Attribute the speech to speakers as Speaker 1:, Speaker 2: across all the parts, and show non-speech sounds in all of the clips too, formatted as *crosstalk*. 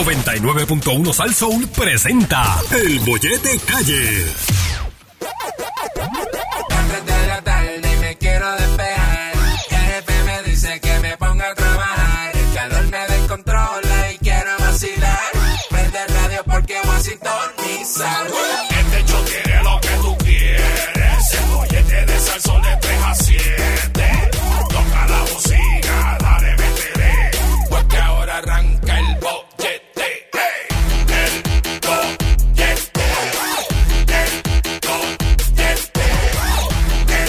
Speaker 1: 99.1 Sal Soul presenta El Bollete Calle.
Speaker 2: 3 de la tarde y me quiero despejar. El jefe me dice que me ponga a trabajar. El calor me descontrola y quiero vacilar. Prende el radio porque Washington ni sal.
Speaker 3: Este show tiene lo que tú quieres. El bollete de salsón de 3 a 7. Toca la bocina, dale, métele. Porque ahora arranca el bollete. El bollete. El bollete. El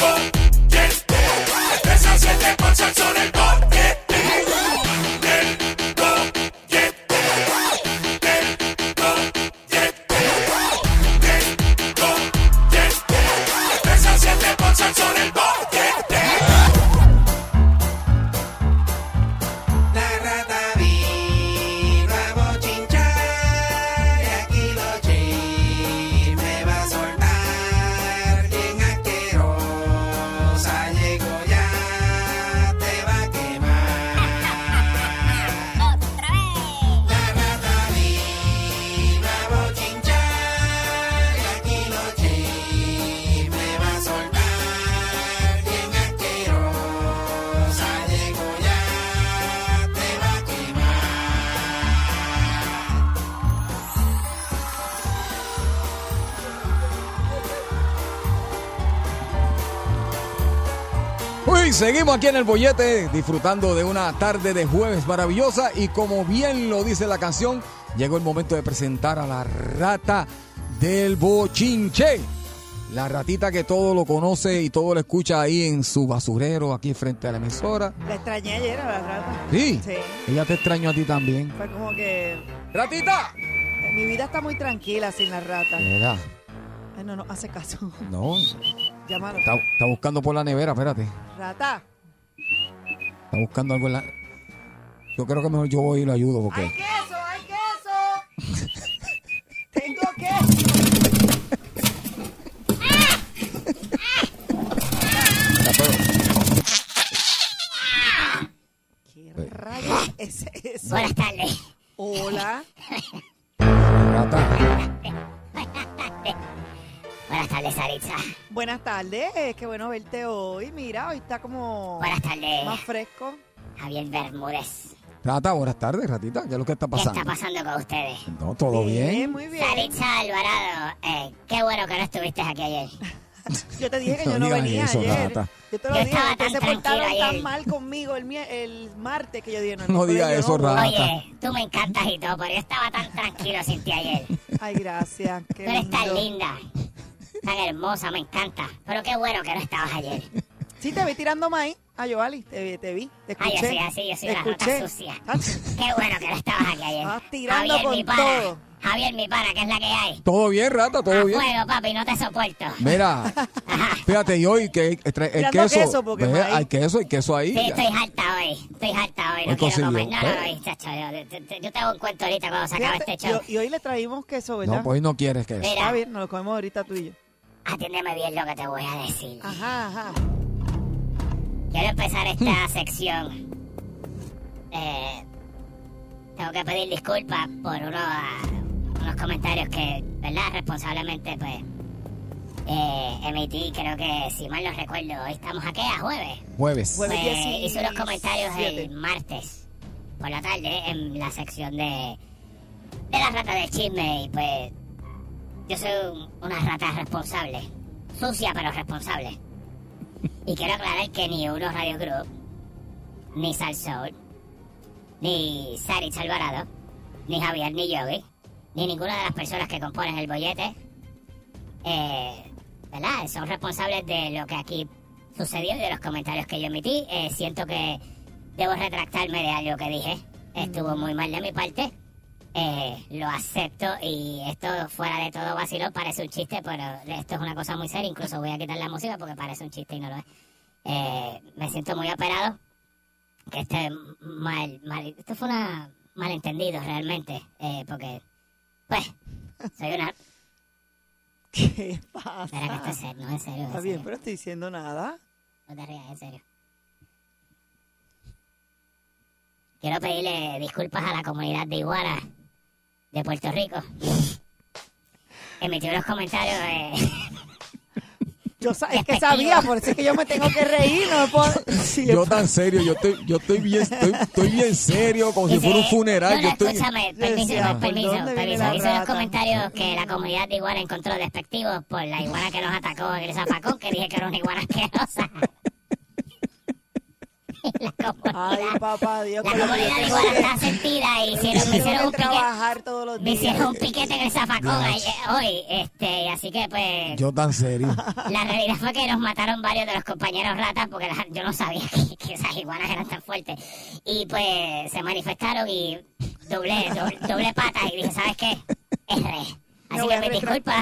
Speaker 3: bollete. De 3 a 7 con salsón el bollete. El bollete. El bollete.
Speaker 2: La rata vino a bochinchar. Y aquí los chismes va a soltar. Bien asquerosa llegó ya. Te va a quemar. La rata viva va a chinchar y aquí los chismes va a soltar. Bien asquerosa llegó ya, te va a quemar.
Speaker 4: Uy, seguimos aquí en el bollete disfrutando de una tarde de jueves maravillosa y como bien lo dice la canción, llegó el momento de presentar a la rata del bochinche. La ratita que todo lo conoce y todo lo escucha ahí en su basurero, aquí frente a la emisora.
Speaker 5: La extrañé ayer a la rata.
Speaker 4: Sí,
Speaker 5: Sí.
Speaker 4: ella te extrañó a ti también.
Speaker 5: Fue como que eh,
Speaker 4: ¡Ratita!
Speaker 5: mi vida está muy tranquila sin la rata.
Speaker 4: Mira,
Speaker 5: Ay, no, no, hace caso.
Speaker 4: no,
Speaker 5: Llámalo.
Speaker 4: está, está buscando por la nevera, espérate.
Speaker 5: Rata.
Speaker 4: Está buscando algo en la... Yo creo que mejor yo voy y lo ayudo porque...
Speaker 5: ¡Hay queso! ¡Hay queso! ¡Tengo queso! ¿Qué rayos es eso?
Speaker 6: Buenas tardes.
Speaker 5: Hola.
Speaker 4: Rata,
Speaker 6: Buenas tardes, Saritza.
Speaker 5: Buenas tardes. Qué bueno verte hoy. Mira, hoy está como
Speaker 6: Buenas
Speaker 5: más
Speaker 6: tardes,
Speaker 5: fresco.
Speaker 6: Javier Bermúdez.
Speaker 4: rata, buenas tardes, ratita. ¿Qué es lo que está
Speaker 6: ¿Qué
Speaker 4: pasando?
Speaker 6: está pasando con ustedes?
Speaker 4: No, todo bien.
Speaker 5: Muy bien.
Speaker 6: Saritza Alvarado, eh, qué bueno que no estuviste aquí ayer.
Speaker 5: *laughs* Yo te dije que
Speaker 4: No
Speaker 5: yo no
Speaker 4: digas
Speaker 5: venía
Speaker 4: eso,
Speaker 5: ayer.
Speaker 4: Tata.
Speaker 5: Yo te
Speaker 6: Yo
Speaker 5: lo dije,
Speaker 6: estaba
Speaker 5: ustedes se
Speaker 6: tan
Speaker 5: portaron
Speaker 6: tranquila
Speaker 5: tan
Speaker 6: ayer.
Speaker 5: mal conmigo el, mie- el martes que yo dije. No,
Speaker 4: No
Speaker 5: Nicolás,
Speaker 4: digas
Speaker 5: yo
Speaker 4: eso,
Speaker 5: voy.
Speaker 4: Rata.
Speaker 6: Oye, tú me encantas y todo, pero yo estaba tan tranquilo sin ti ayer. *laughs*
Speaker 5: Ay, gracias. Qué
Speaker 6: Tú eres tan
Speaker 5: lindo.
Speaker 6: linda, tan hermosa, me encanta. Pero qué bueno que no estabas ayer.
Speaker 5: Sí, te vi tirando maíz. Ah, Joali, te, vi- te vi, te
Speaker 6: Ay,
Speaker 5: escuché.
Speaker 6: yo soy así, yo soy
Speaker 5: te
Speaker 6: una rata sucia.
Speaker 5: Tacho,
Speaker 6: Qué bueno que no estabas aquí ayer.
Speaker 5: Estás tirando
Speaker 6: Javier, mi
Speaker 5: con
Speaker 6: pana.
Speaker 5: todo.
Speaker 6: Javier, mi pana, que es la que hay.
Speaker 4: Todo bien, rata, todo bien.
Speaker 6: Fuego, papi, no te soporto.
Speaker 4: Mira, fíjate, y hoy que extra- el
Speaker 5: Tirando
Speaker 4: queso.
Speaker 5: queso, porque
Speaker 4: ve,
Speaker 5: ahí-
Speaker 4: hay queso, hay queso ahí.
Speaker 6: Sí, estoy harta hoy. Estoy harta hoy. No
Speaker 4: Hoy
Speaker 6: quiero comer.
Speaker 4: consiguió. ¿eh?
Speaker 6: No, no, no, chacho, yo, te- te- yo te hago un cuento ahorita cuando se acabe
Speaker 5: fíjate,
Speaker 6: este show.
Speaker 5: yo- y hoy le traímos queso, ¿verdad?
Speaker 4: no, pues hoy no quieres que eso.
Speaker 5: Está
Speaker 6: Mira,
Speaker 5: bien, nos lo comemos ahorita tú y yo.
Speaker 6: atiéndeme bien lo que te voy a decir.
Speaker 5: Ajá, ajá.
Speaker 6: Quiero empezar
Speaker 4: Hmm.
Speaker 6: esta sección. Eh, tengo que pedir disculpas por uno- unos comentarios que, ¿verdad? Responsablemente, pues, eh, emití. Creo que, si mal no recuerdo, hoy estamos aquí a jueves.
Speaker 4: Jueves.
Speaker 5: Jueves.
Speaker 6: Pues, hice unos
Speaker 5: 17.
Speaker 6: comentarios el martes por la tarde en la sección de, de la rata del chisme y pues yo soy un- una rata responsable, sucia pero responsable. Y quiero aclarar que ni Uno Radio Group, ni Sal Soul, ni Saritz Alvarado, ni Javier, ni Yogi, ni ninguna de las personas que componen el bollete, eh, ¿verdad? Son responsables de lo que aquí sucedió y de los comentarios que yo emití. Eh, siento que debo retractarme de algo que dije. Estuvo muy mal de mi parte. Eh, lo acepto y esto fuera de todo vacilón parece un chiste, pero esto es una cosa muy seria. Incluso voy a quitar la música porque parece un chiste y no lo es. Eh, me siento muy operado. Que este mal, mal- esto fue un malentendido realmente, eh, porque pues soy una
Speaker 5: *laughs* ¿Qué
Speaker 6: Espera que esto
Speaker 5: pasa?
Speaker 6: es serio, no, en serio.
Speaker 5: Está
Speaker 6: en
Speaker 5: bien,
Speaker 6: serio.
Speaker 5: pero no estoy diciendo nada.
Speaker 6: No te rías, en serio. Quiero pedirle disculpas a la comunidad de Iguala de Puerto Rico. Emití unos comentarios. eh,
Speaker 5: *laughs* Yo sa- es que sabía, por eso es que yo me tengo que reír. No me
Speaker 6: *laughs*
Speaker 5: puedo... *laughs* Sí,
Speaker 4: Yo tan serio, yo estoy, yo estoy bien, estoy, estoy bien serio, como si
Speaker 6: dice-
Speaker 4: fuera un funeral.
Speaker 6: No,
Speaker 4: Yo
Speaker 6: no,
Speaker 4: estoy.
Speaker 6: escúchame, permiso,
Speaker 5: Decía, ¿por
Speaker 6: permiso,
Speaker 5: dónde viene
Speaker 6: permiso.
Speaker 5: la
Speaker 6: Hice unos
Speaker 5: rata?
Speaker 6: comentarios que la comunidad de iguana encontró despectivos por la iguana que nos atacó en el zafacón, que dije que era una iguana
Speaker 5: *laughs*
Speaker 6: asquerosa. Y la comunidad,
Speaker 5: Ay, papá Dios,
Speaker 6: la
Speaker 5: con lo que yo
Speaker 6: comunidad de
Speaker 5: tengo
Speaker 6: iguana
Speaker 5: que-
Speaker 6: está sentida y
Speaker 5: yo
Speaker 6: hicieron, me
Speaker 5: tengo que
Speaker 6: hicieron un piquete.
Speaker 5: trabajar todos los
Speaker 6: Me
Speaker 5: días.
Speaker 6: hicieron un piquete en el zafacón ayer- eh, hoy, este, y así que pues
Speaker 4: Yo tan serio.
Speaker 6: la realidad fue que nos mataron varios de los compañeros ratas porque las- yo no sabía *laughs* que, que esas iguanas eran tan fuertes. Y pues se manifestaron y doblé, doble, doble pata y dije, ¿sabes qué? Erré. Así
Speaker 5: voy
Speaker 6: que
Speaker 5: a
Speaker 6: me disculpa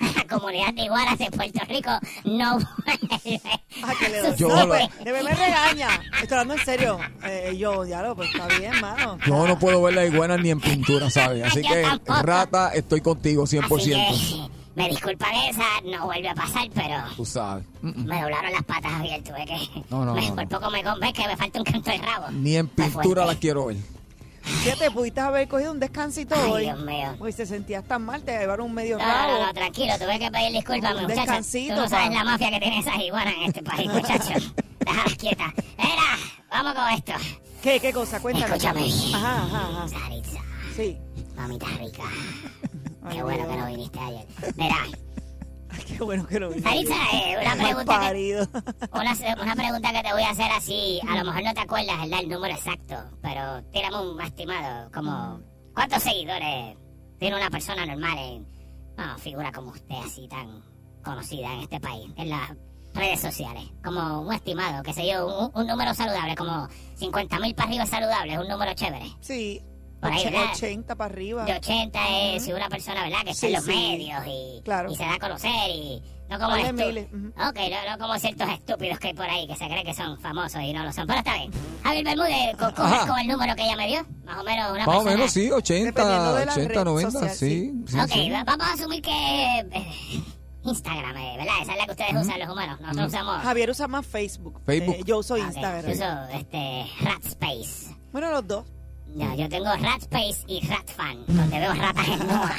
Speaker 6: a la comunidad de iguanas de Puerto Rico. No *laughs* vuelve
Speaker 5: Ah, que le
Speaker 6: a
Speaker 5: doy.
Speaker 4: Yo-
Speaker 5: no,
Speaker 6: suceder.
Speaker 5: pues, de bebé regaña. Estoy hablando en serio. Eh, yo, diablo, pues está bien, mano.
Speaker 4: Yo no puedo ver la iguana ni en pintura,
Speaker 6: *laughs*
Speaker 4: ¿sabes? Así
Speaker 6: Yo
Speaker 4: que,
Speaker 6: tampoco.
Speaker 4: rata, estoy contigo 100%.
Speaker 6: Así que me disculpan esa, no vuelve a pasar, pero
Speaker 4: Tú sabes. Mm,
Speaker 6: me doblaron las patas, Javier. Tuve que...
Speaker 4: No, no,
Speaker 6: me-
Speaker 4: no.
Speaker 6: Por poco me convence que me falta un canto de rabo.
Speaker 4: Ni en
Speaker 6: Fue
Speaker 4: pintura
Speaker 6: fuerte.
Speaker 4: la quiero ver.
Speaker 5: ¿Qué te pudiste haber cogido un descansito
Speaker 6: Ay,
Speaker 5: hoy?
Speaker 6: Dios mío.
Speaker 5: Uy, te sentías tan mal, te llevaron un medio
Speaker 6: No, no, no,
Speaker 5: rabo.
Speaker 6: tranquilo, tuve que pedir disculpas,
Speaker 5: Un
Speaker 6: muchachos. Tú
Speaker 5: descansito,
Speaker 6: no sabes
Speaker 5: pa.
Speaker 6: la mafia que tiene esas iguanas en este
Speaker 5: *laughs*
Speaker 6: país, muchachos. Déjalas quietas. Era, vamos con esto.
Speaker 5: ¿Qué, qué cosa? Cuéntame.
Speaker 6: Escúchame.
Speaker 5: Ajá, ajá, ajá.
Speaker 6: Saritza,
Speaker 5: Sí.
Speaker 6: mamita rica.
Speaker 5: Ay,
Speaker 6: Qué bueno
Speaker 5: Dios.
Speaker 6: que no viniste ayer. Mira,
Speaker 5: Ay, qué bueno que lo vi.
Speaker 6: Saritza, eh, una
Speaker 5: *laughs* Mal
Speaker 6: pregunta que...
Speaker 5: parido.
Speaker 6: *laughs* Una, una pregunta que te voy a hacer así, a lo mejor no te acuerdas ¿verdad? el número exacto, pero tírame un estimado, como ¿cuántos seguidores tiene una persona normal en no, figura como usted así tan conocida en este país, en las redes sociales? Como un estimado, qué sé yo, un, un número saludable, como 50 mil para arriba es saludable, es un número chévere.
Speaker 5: Sí.
Speaker 6: Por ahí,
Speaker 5: och-
Speaker 6: ¿verdad?
Speaker 5: 80 para arriba.
Speaker 6: De 80 es si una persona, ¿verdad? Que está
Speaker 5: Ah. Sí,
Speaker 6: en los
Speaker 5: sí.
Speaker 6: medios y,
Speaker 5: Claro.
Speaker 6: y se da a conocer y no como
Speaker 5: Vale,
Speaker 6: estu-
Speaker 5: miles, ujú.
Speaker 6: Ok, no, no como ciertos estúpidos que hay por ahí que se creen que son famosos y no lo son. Pero está bien. Javier Bermúdez, ¿co- ¿cómo
Speaker 4: Ajá.
Speaker 6: es con el número que ella me dio? Más o menos una
Speaker 4: Más o
Speaker 6: persona.
Speaker 4: menos, sí, 80,
Speaker 5: Dependiendo de la
Speaker 4: 80,
Speaker 5: red
Speaker 4: 90,
Speaker 5: social,
Speaker 4: sí. sí,
Speaker 6: ok,
Speaker 4: sí.
Speaker 6: va- vamos a asumir que eh, *laughs* Instagram, eh, ¿verdad? Esa es la que ustedes usan los humanos. Nosotros usamos Ah,
Speaker 5: Javier usa más Facebook.
Speaker 4: Facebook.
Speaker 5: Eh, yo uso
Speaker 6: Ok,
Speaker 5: Instagram.
Speaker 6: yo uso este, Ratspace.
Speaker 5: Bueno, los dos.
Speaker 6: No, yo tengo Ratspace y Ratfan, donde veo ratas en Noa.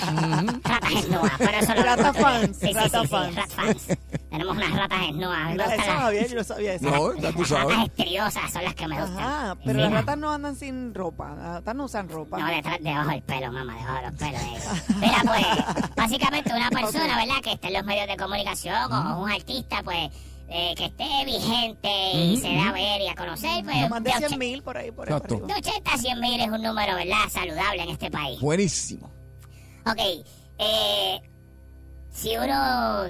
Speaker 6: ratas en Noa, Ah, por eso lo
Speaker 5: Ratafans,
Speaker 6: Sí, sí, sí, sí,
Speaker 5: ratafans.
Speaker 6: ratfans. Tenemos unas ratas en Noa. Me
Speaker 5: Mira, eso
Speaker 6: gustan
Speaker 5: Javier, yo no sabía eso.
Speaker 4: No, ya tú
Speaker 6: las, las ratas
Speaker 4: sabes.
Speaker 6: estriosas son las que me gustan.
Speaker 5: Ajá,
Speaker 6: Sí,
Speaker 5: pero las
Speaker 6: mira.
Speaker 5: ratas no andan sin ropa. Las ratas no usan ropa.
Speaker 6: No, detrás,
Speaker 5: *laughs*
Speaker 6: debajo del pelo, mamá, debajo de los pelos. eh. Mira, pues, básicamente una persona, ¿verdad?, que esté en los medios de comunicación o un artista, pues, eh, que esté vigente y se da a ver y a conocer, pues,
Speaker 5: Más
Speaker 6: de
Speaker 5: de
Speaker 6: och-
Speaker 5: 100 mil por ahí, por ahí.
Speaker 4: Exacto.
Speaker 5: por
Speaker 6: de
Speaker 5: arriba.
Speaker 6: 80 a 100 mil es un número, ¿verdad?, saludable en este país.
Speaker 4: Buenísimo.
Speaker 6: Ok, eh, si uno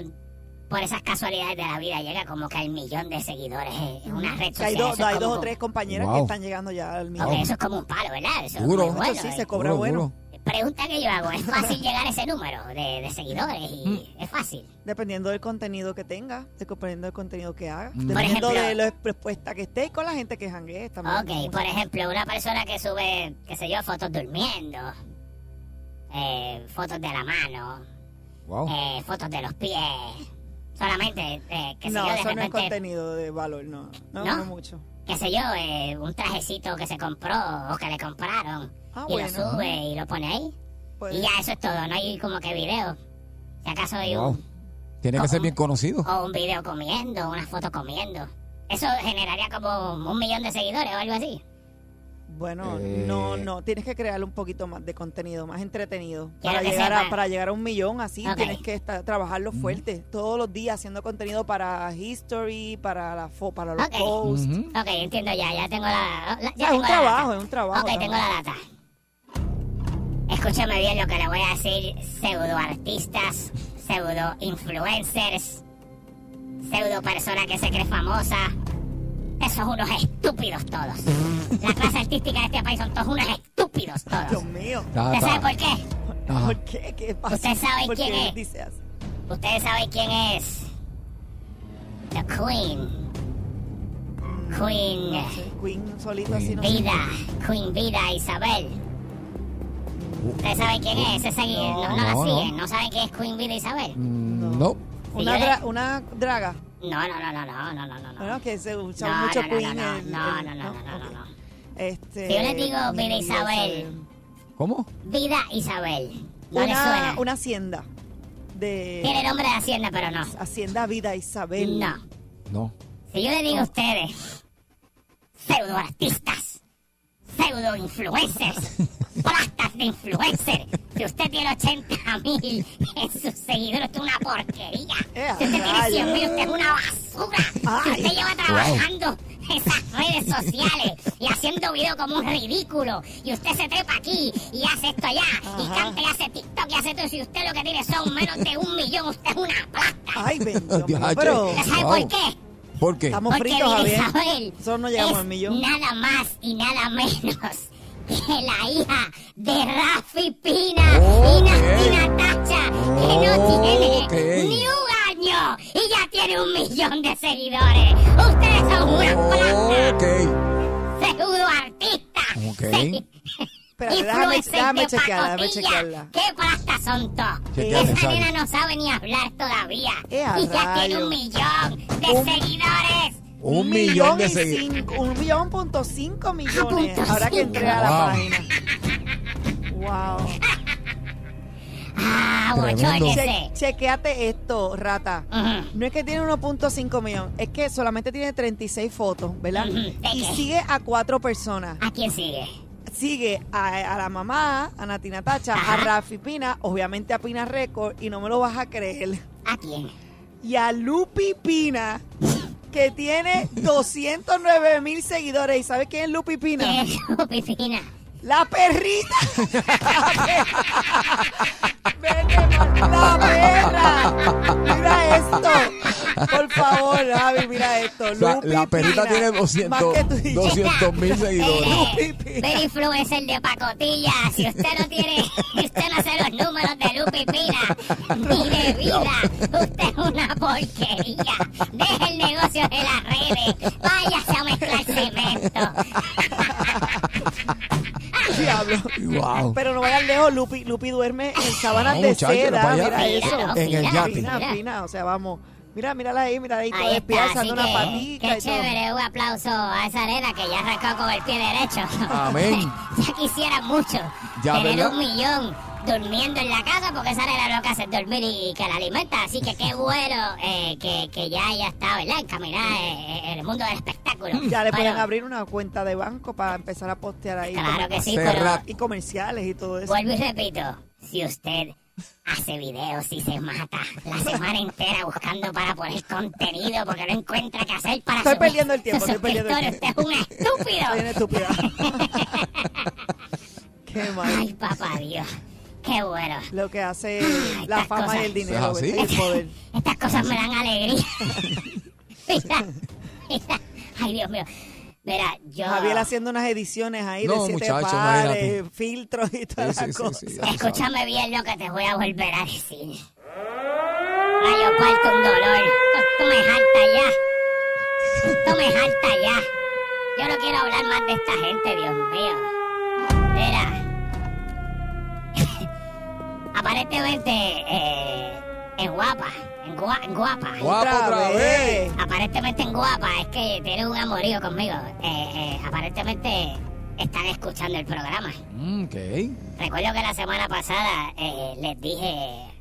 Speaker 6: por esas casualidades de la vida llega como que al millón de seguidores en en una red
Speaker 5: Que Hay,
Speaker 6: social,
Speaker 5: dos,
Speaker 6: eso es
Speaker 5: hay
Speaker 6: como
Speaker 5: dos o
Speaker 6: un-
Speaker 5: tres compañeras
Speaker 4: Wow.
Speaker 5: que están llegando ya al
Speaker 6: ok,
Speaker 5: mismo.
Speaker 6: eso es como un palo, ¿verdad? Eso es
Speaker 4: Duro.
Speaker 6: muy bueno,
Speaker 5: Eso sí
Speaker 6: eh.
Speaker 5: se cobra
Speaker 4: Duro,
Speaker 5: bueno.
Speaker 4: duro.
Speaker 6: Pregunta que yo hago, ¿es fácil llegar a ese número de, de seguidores? Y
Speaker 5: Mm.
Speaker 6: es fácil.
Speaker 5: Dependiendo del contenido que tenga, dependiendo del contenido que haga,
Speaker 4: Por
Speaker 5: dependiendo
Speaker 6: ejemplo-
Speaker 5: de la respuesta que esté y con la gente que jangue también.
Speaker 6: Ok, por ejemplo, una persona que sube, qué sé yo, fotos durmiendo, eh, fotos de la mano,
Speaker 4: Wow.
Speaker 6: eh, fotos de los pies, solamente, eh, qué sé
Speaker 5: no,
Speaker 6: yo, de
Speaker 5: eso no es
Speaker 6: repente...
Speaker 5: contenido de valor, no. No,
Speaker 6: ¿No?
Speaker 5: no mucho.
Speaker 6: qué sé yo, eh, un trajecito que se compró o que le compraron
Speaker 5: Ah,
Speaker 6: y
Speaker 5: bueno.
Speaker 6: lo sube y lo pone ahí.
Speaker 5: Pues,
Speaker 6: Y ya eso es todo, no hay como que video. Si acaso hay
Speaker 4: Wow.
Speaker 6: un,
Speaker 4: Tiene que ser bien conocido.
Speaker 6: o un video comiendo, una foto comiendo. Eso generaría como un millón de seguidores o algo así.
Speaker 5: Bueno,
Speaker 4: Eh.
Speaker 5: no, no. Tienes que crear un poquito más de contenido, más entretenido.
Speaker 6: Quiero
Speaker 5: Para
Speaker 6: que
Speaker 5: llegar, a,
Speaker 6: sepa.
Speaker 5: para llegar a un millón, así
Speaker 6: Ok.
Speaker 5: tienes que estar, trabajarlo fuerte. Todos los días haciendo contenido para History, para, la fo- para los
Speaker 6: Ok.
Speaker 5: posts.
Speaker 4: Ujú.
Speaker 6: Ok, entiendo ya, ya tengo la... la-
Speaker 5: O sea,
Speaker 6: ya
Speaker 5: Ah, es
Speaker 6: tengo
Speaker 5: un
Speaker 6: la
Speaker 5: trabajo,
Speaker 6: data.
Speaker 5: es un trabajo.
Speaker 6: Ok, tengo la data. Escúchame bien lo que le voy a decir, pseudoartistas, pseudo-influencers, pseudo-persona que se cree famosa. Esos son unos estúpidos todos. La clase artística de este país son todos unos estúpidos todos.
Speaker 5: Dios mío.
Speaker 4: Ta,
Speaker 6: ¿Usted sabe
Speaker 4: ta.
Speaker 6: por qué?
Speaker 4: Ajá.
Speaker 5: ¿Por qué? ¿Qué pasa?
Speaker 6: ¿Usted sabe
Speaker 5: ¿Por
Speaker 6: quién
Speaker 5: qué
Speaker 6: es?
Speaker 5: dice así?
Speaker 6: Ustedes saben quién es. The Queen. Queen.
Speaker 5: No sé, Queen solito así no sé.
Speaker 6: Vida, Queen Vida Isabel. ¿Ustedes saben quién es? Ese segui- no, no, la
Speaker 4: No, no.
Speaker 6: siguen, no saben quién es Queen Vida Isabel.
Speaker 4: Mm, No.
Speaker 6: yo
Speaker 5: Una,
Speaker 6: le-
Speaker 5: dra- una draga.
Speaker 6: No, no, no, no, no, no, no, no, no.
Speaker 5: Bueno, que se usa
Speaker 6: No,
Speaker 5: mucho
Speaker 6: no, no,
Speaker 5: Queen.
Speaker 6: no,
Speaker 5: en-
Speaker 6: no,
Speaker 5: en-
Speaker 6: no, no, no, no,
Speaker 5: ok.
Speaker 6: no.
Speaker 5: Este,
Speaker 6: Si yo le digo
Speaker 5: ni
Speaker 6: Vida
Speaker 5: Mendoza,
Speaker 6: Isabel.
Speaker 4: ¿Cómo?
Speaker 6: Vida Isabel. No le
Speaker 5: Una,
Speaker 6: suena.
Speaker 5: una hacienda. De
Speaker 6: Tiene nombre de Hacienda, pero no.
Speaker 5: Hacienda Vida Isabel.
Speaker 6: No.
Speaker 4: No.
Speaker 6: Si yo le digo a ustedes, pseudo artistas, pseudo influencers, plastas de influencer, si usted tiene 80 mil en sus seguidores, usted es una porquería.
Speaker 5: Eh,
Speaker 6: Si usted tiene
Speaker 5: rayos.
Speaker 6: 100 mil, usted es una basura. Si
Speaker 5: Ay.
Speaker 6: usted lleva trabajando esas redes sociales y haciendo video como un ridículo, y usted se trepa aquí y hace esto allá, y
Speaker 5: Ajá.
Speaker 6: canta y hace TikTok y hace todo, si usted lo que tiene son menos de un millón, usted es una plasta.
Speaker 5: Ay,
Speaker 4: *laughs*
Speaker 5: bendito.
Speaker 4: Diache.
Speaker 5: pero
Speaker 6: ¿Usted sabe
Speaker 4: Wow.
Speaker 6: por qué?
Speaker 4: ¿Por qué?
Speaker 5: estamos
Speaker 6: Porque
Speaker 5: fritos,
Speaker 6: Vida
Speaker 5: Javier.
Speaker 6: Isabel
Speaker 5: Nosotros no llegamos
Speaker 6: es
Speaker 5: al millón.
Speaker 6: nada más y nada menos que la hija de Rafi Pina
Speaker 4: Ok.
Speaker 6: y Nati Natacha, que no tiene
Speaker 4: Ok.
Speaker 6: ni un año y ya tiene un millón de seguidores. Ustedes son una plata,
Speaker 4: Ok.
Speaker 6: pseudo artista.
Speaker 4: Ok.
Speaker 5: Espérate, déjame- déjame
Speaker 6: de
Speaker 5: chequearla, déjame
Speaker 6: pacotilla.
Speaker 5: chequearla.
Speaker 6: ¿Qué plastas son todos?
Speaker 4: Chequeate,
Speaker 6: Esa
Speaker 4: Sally.
Speaker 6: nena no sabe ni hablar todavía.
Speaker 5: Eh, a
Speaker 6: y ya tiene
Speaker 5: rayos.
Speaker 6: un millón de
Speaker 5: Un-
Speaker 6: seguidores.
Speaker 4: Un millón de
Speaker 5: y
Speaker 4: seguidores.
Speaker 5: cinco- Un millón punto cinco millones.
Speaker 6: punto
Speaker 5: ahora que entré a la
Speaker 4: Wow.
Speaker 5: página. Wow.
Speaker 6: Ah,
Speaker 4: Tremendo.
Speaker 6: bochórquese.
Speaker 5: Che- chequeate esto, rata.
Speaker 6: Ujú.
Speaker 5: No es que tiene 1.5 millones, es que solamente tiene 36 fotos, ¿verdad?
Speaker 6: Ujú. ¿De
Speaker 5: Y
Speaker 6: qué?
Speaker 5: sigue a cuatro personas.
Speaker 6: ¿A quién sigue?
Speaker 5: Sigue a, a la mamá, a Natina Tacha, a
Speaker 6: Ajá.
Speaker 5: Rafi Pina, obviamente a Pina Record, y no me lo vas a creer.
Speaker 6: ¿A quién?
Speaker 5: Y a Lupi Pina, que tiene 209 mil seguidores. ¿Y sabes quién es Lupi Pina?
Speaker 6: ¿Quién es tu piscina?
Speaker 5: La perrita. Vete, mal- la perra. Mira esto. Por favor, Javi, mira esto.
Speaker 4: La-
Speaker 5: Lupi
Speaker 4: la perrita
Speaker 5: Pina,
Speaker 4: tiene
Speaker 5: Más que tú y yo.
Speaker 4: 200 100.000 seguidores.
Speaker 6: Eh, eh, Ver influencer de pacotilla. Si usted no tiene, si usted no hace los números de Lupi Pina ni de vida, usted es una porquería. Deje el negocio de las redes. Váyase a mezclar cemento. *laughs*
Speaker 5: Diablo.
Speaker 4: Wow.
Speaker 5: Pero no vayan lejos, Lupi, Lupi duerme en sábanas
Speaker 4: No,
Speaker 5: de
Speaker 4: muchacho, no
Speaker 5: seda.
Speaker 4: vaya-
Speaker 5: Mira
Speaker 6: Míralo,
Speaker 5: eso.
Speaker 4: En el
Speaker 6: míralo,
Speaker 4: yate.
Speaker 5: Pina,
Speaker 6: míralo.
Speaker 5: *laughs* Pina, o sea, vamos. Mira, mírala ahí, mírala ahí, toda
Speaker 6: Ahí
Speaker 5: despierta,
Speaker 6: está, así
Speaker 5: alzando una
Speaker 6: que,
Speaker 5: patita
Speaker 6: qué
Speaker 5: y todo.
Speaker 6: chévere, un aplauso a esa nena que ya arrancó con el pie derecho.
Speaker 4: Amén.
Speaker 6: ya quisiera mucho
Speaker 4: Ya,
Speaker 6: tener
Speaker 4: ¿verdad?
Speaker 6: un millón durmiendo en la casa porque esa nena lo que hace es dormir y, y que la alimenta. Así que qué bueno eh, que, que ya ella está, ¿verdad? Encaminada eh, eh, en el mundo del espectáculo.
Speaker 5: Mm. Ya le
Speaker 6: Bueno,
Speaker 5: pueden abrir una cuenta de banco para empezar a postear ahí.
Speaker 6: Claro que sí,
Speaker 4: Hacer
Speaker 6: pero
Speaker 4: rap.
Speaker 5: Y comerciales y todo eso.
Speaker 6: vuelvo y repito, si usted... Hace videos y se mata la semana entera buscando para poner contenido porque no encuentra qué hacer para
Speaker 5: Estoy
Speaker 6: su-
Speaker 5: perdiendo el tiempo,
Speaker 6: sus
Speaker 5: estoy perdiendo el
Speaker 6: suscriptores. Usted es
Speaker 5: *laughs*
Speaker 6: un estúpido.
Speaker 5: Soy una
Speaker 6: *laughs*
Speaker 5: estúpida. Qué mal.
Speaker 6: Ay, papá Dios. Qué bueno.
Speaker 5: Lo que hace la
Speaker 6: estas
Speaker 5: fama
Speaker 6: cosas.
Speaker 5: y el dinero,
Speaker 4: ¿Es así?
Speaker 5: ¿verdad? Y el poder.
Speaker 6: *laughs* Estas cosas me dan
Speaker 4: *laughs*
Speaker 6: alegría. Mira, mira. Ay, Dios mío. Mira, yo...
Speaker 5: Javier haciendo unas ediciones ahí
Speaker 4: No,
Speaker 5: de siete
Speaker 4: muchacho,
Speaker 5: pares,
Speaker 4: imagínate.
Speaker 5: filtros y todas
Speaker 4: Sí,
Speaker 5: las
Speaker 4: sí,
Speaker 5: cosas.
Speaker 4: sí, sí, ya tú sabes.
Speaker 6: Escúchame bien lo que te voy a volver a decir. Rayo cuarto, un dolor. Esto me jalta ya. Esto me jalta ya. Yo no quiero hablar más de esta gente, Dios mío. Mira. *laughs* Aparentemente, eh, en Guapa, en, Gua- en Guapa,
Speaker 4: Guapa otra vez.
Speaker 6: Aparentemente en Guapa es que tiene un amorío conmigo. Eh, eh, aparentemente están escuchando el programa.
Speaker 4: Mm, Ok.
Speaker 6: Recuerdo que la semana pasada eh, les dije,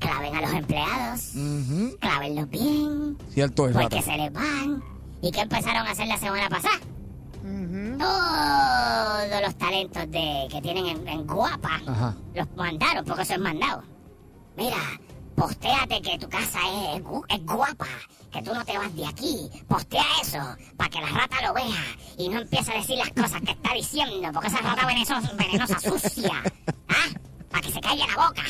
Speaker 6: claven a los empleados,
Speaker 4: Ujú. Pues
Speaker 6: clavenlos bien,
Speaker 4: Cierto es, rata.
Speaker 6: porque se les van. ¿Y qué empezaron a hacer la semana pasada?
Speaker 5: Ujú.
Speaker 6: Todos los talentos de, que tienen en, en Guapa
Speaker 4: Ajá.
Speaker 6: los mandaron, porque eso es mandado. Mira, postéate que tu casa es, gu- es guapa, que tú no te vas de aquí. Postea eso, para que la rata lo vea y no empiece a decir las cosas que está diciendo, porque esa rata venenosa, venenosa sucia. ¿Ah? Para que se calle la boca.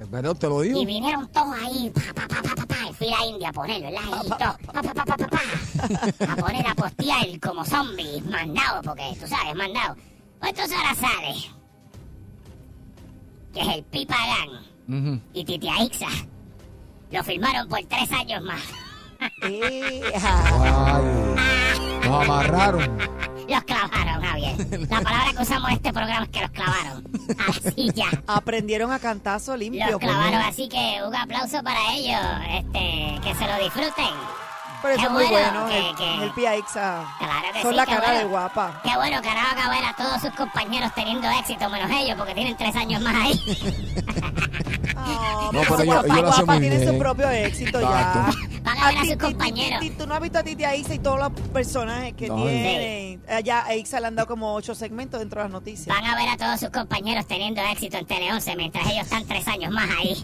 Speaker 4: Es verdad, te lo digo.
Speaker 6: Y vinieron todos ahí, pa, pa, pa, pa, pa, pa, y fui a India a ponerlo, ¿verdad? Y todo, pa, pa, pa, pa, pa, pa, a poner a postear como zombies, mandado, porque tú sabes, mandado. Pues entonces ahora sale que es el Pipa Gang
Speaker 4: Ujú.
Speaker 6: y Titia Ixa. Lo firmaron por tres años más.
Speaker 5: Ea.
Speaker 4: Ay, nos amarraron.
Speaker 6: *laughs* Los clavaron, *laughs* Javier. La palabra que usamos en este programa es que los clavaron. Así ya.
Speaker 5: Aprendieron a cantazo limpio.
Speaker 6: Los
Speaker 5: pues,
Speaker 6: clavaron,
Speaker 5: ¿no?
Speaker 6: así que un aplauso para ellos. Este, que se lo disfruten.
Speaker 5: Pero eso
Speaker 6: Qué
Speaker 5: es muy
Speaker 6: bueno
Speaker 5: bueno.
Speaker 6: que-
Speaker 5: el,
Speaker 6: que-
Speaker 5: el Pia Ixa.
Speaker 6: Claro que
Speaker 5: Son
Speaker 6: sí,
Speaker 5: la
Speaker 6: qué
Speaker 5: cara
Speaker 6: bueno.
Speaker 5: de guapa.
Speaker 6: Qué bueno que ahora va a ver a todos sus compañeros teniendo éxito, menos ellos, porque tienen tres años más ahí.
Speaker 4: *laughs*
Speaker 5: No,
Speaker 4: pero yo-
Speaker 5: guapa,
Speaker 4: yo lo hace
Speaker 5: guapa
Speaker 4: muy
Speaker 5: tiene su
Speaker 4: bien.
Speaker 5: propio éxito ya.
Speaker 4: Exacto.
Speaker 6: Van a ver a
Speaker 5: Titi,
Speaker 6: sus compañeros.
Speaker 5: Titi, Tú no has visto a Titi a Ixa y todos los personajes que
Speaker 4: No.
Speaker 5: tiene. Allá a Ixa le han dado como ocho segmentos dentro de las noticias.
Speaker 6: Van a ver a todos sus compañeros teniendo éxito en Tele 11, mientras ellos están tres años más ahí,